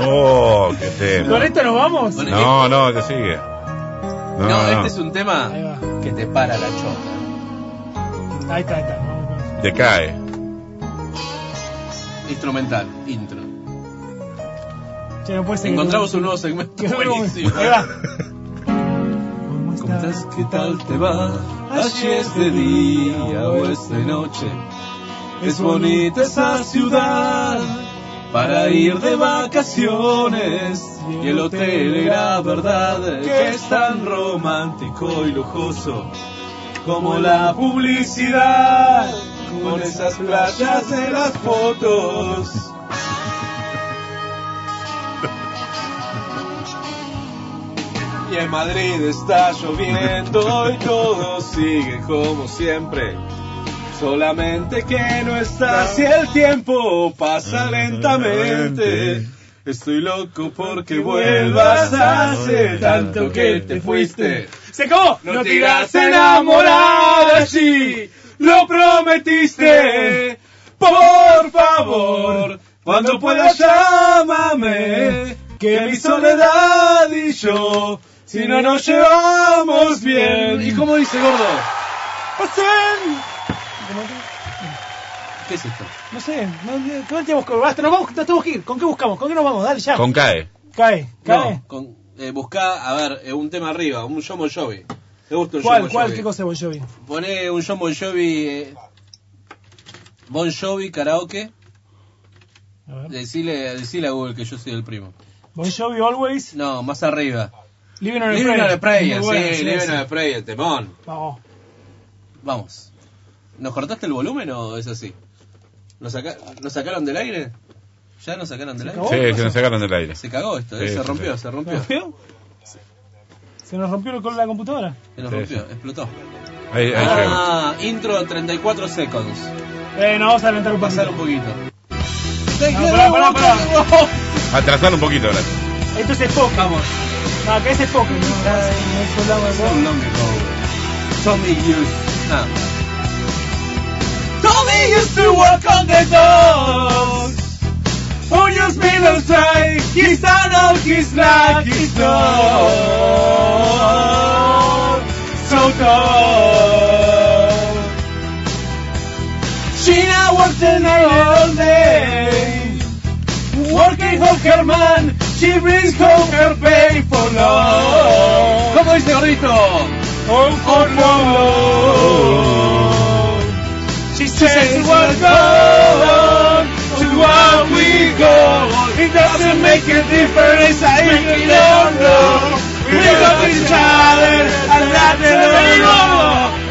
Speaker 5: Oh, qué tema.
Speaker 1: ¿Con esto nos vamos?
Speaker 5: No,
Speaker 4: este-
Speaker 5: no, que sigue. No,
Speaker 2: No,
Speaker 5: no.
Speaker 2: este es un tema que te para la chota.
Speaker 1: Ahí está, ahí está.
Speaker 5: Decae.
Speaker 2: Instrumental, intro.
Speaker 1: Che, no puede ser. que-
Speaker 2: Encontramos un nuevo segmento.
Speaker 1: Qué bueno.
Speaker 2: Buenísimo.
Speaker 1: Ahí va.
Speaker 2: ¿Cómo estás? ¿Qué tal te va? Allí es de día o es de noche. Es bonita esa ciudad.
Speaker 4: para ir de vacaciones. Y el hotel era verdad que es tan romántico y lujoso como la publicidad con esas playas de las fotos. Y en Madrid está lloviendo y todo sigue como siempre. Solamente que no estás y el tiempo pasa lentamente. Estoy loco porque vuelvas hace tanto que te fuiste.
Speaker 1: ¡Se acabó!
Speaker 4: No te irás a enamorar así, lo prometiste. Por favor, cuando puedas llámame, que mi soledad y yo, si no nos llevamos bien. ¿Y cómo dice gordo? ¡Pasen! ¿Qué es esto?
Speaker 1: No sé, no, no- ¿qué tenemos que basta, Nos vamos, nos tenemos que ir. ¿Con qué buscamos? ¿Con qué nos vamos? Dale ya.
Speaker 5: Con CAE.
Speaker 1: Cae, cae.
Speaker 4: No, con, eh, buscá, a ver, eh, un tema arriba, un John Bon Jovi. ¿Te gusta un
Speaker 1: ¿Cuál,
Speaker 4: John Bon
Speaker 1: cuál,
Speaker 4: Jovi?
Speaker 1: qué cosa Bon Jovi?
Speaker 4: Poné un John Bon Jovi. eh, bon Jovi karaoke. Decile, decile a Google que yo soy el primo.
Speaker 1: Bon Jovi Always,
Speaker 4: No, más arriba.
Speaker 1: Living on a
Speaker 4: Living on a Prayer,
Speaker 1: Muy bueno,
Speaker 4: sí, Living on
Speaker 1: sí.
Speaker 4: a Prayer, temón.
Speaker 1: Vamos.
Speaker 4: Vamos. ¿Nos cortaste el volumen o es así? ¿Nos, saca- nos sacaron del aire? ¿Ya nos sacaron del
Speaker 5: Sí,
Speaker 4: aire?
Speaker 5: se nos sacaron del aire.
Speaker 4: Se cagó esto, eh,
Speaker 5: Sí,
Speaker 4: se
Speaker 5: sí,
Speaker 4: rompió,
Speaker 5: sí.
Speaker 4: se rompió.
Speaker 1: Se nos rompió el color de la computadora.
Speaker 4: Se nos
Speaker 5: Sí,
Speaker 4: rompió, explotó.
Speaker 5: Ahí, ahí
Speaker 4: ah, intro 34 seconds.
Speaker 1: Eh, no, vamos a adelantar un
Speaker 4: Pasar un poquito.
Speaker 1: No, pará, pará, pará.
Speaker 5: llegamos. Atrasar un poquito ahora.
Speaker 1: Esto es Spock. Vamos. No, que es Spock. No, no, es un lado de Spock.
Speaker 4: Long ago. Tommy used. Ah.
Speaker 2: Tommy used to work on the dogs. On your middle side, he's done all his like he's done. So tall. She now works the night all day. Working for her man, she brings home her pay for love.
Speaker 4: ¿Cómo dice gordito?
Speaker 2: Home for love. She says what's gone to what we go. It doesn't make a difference, I really don't know. We love each other and that's the way we go.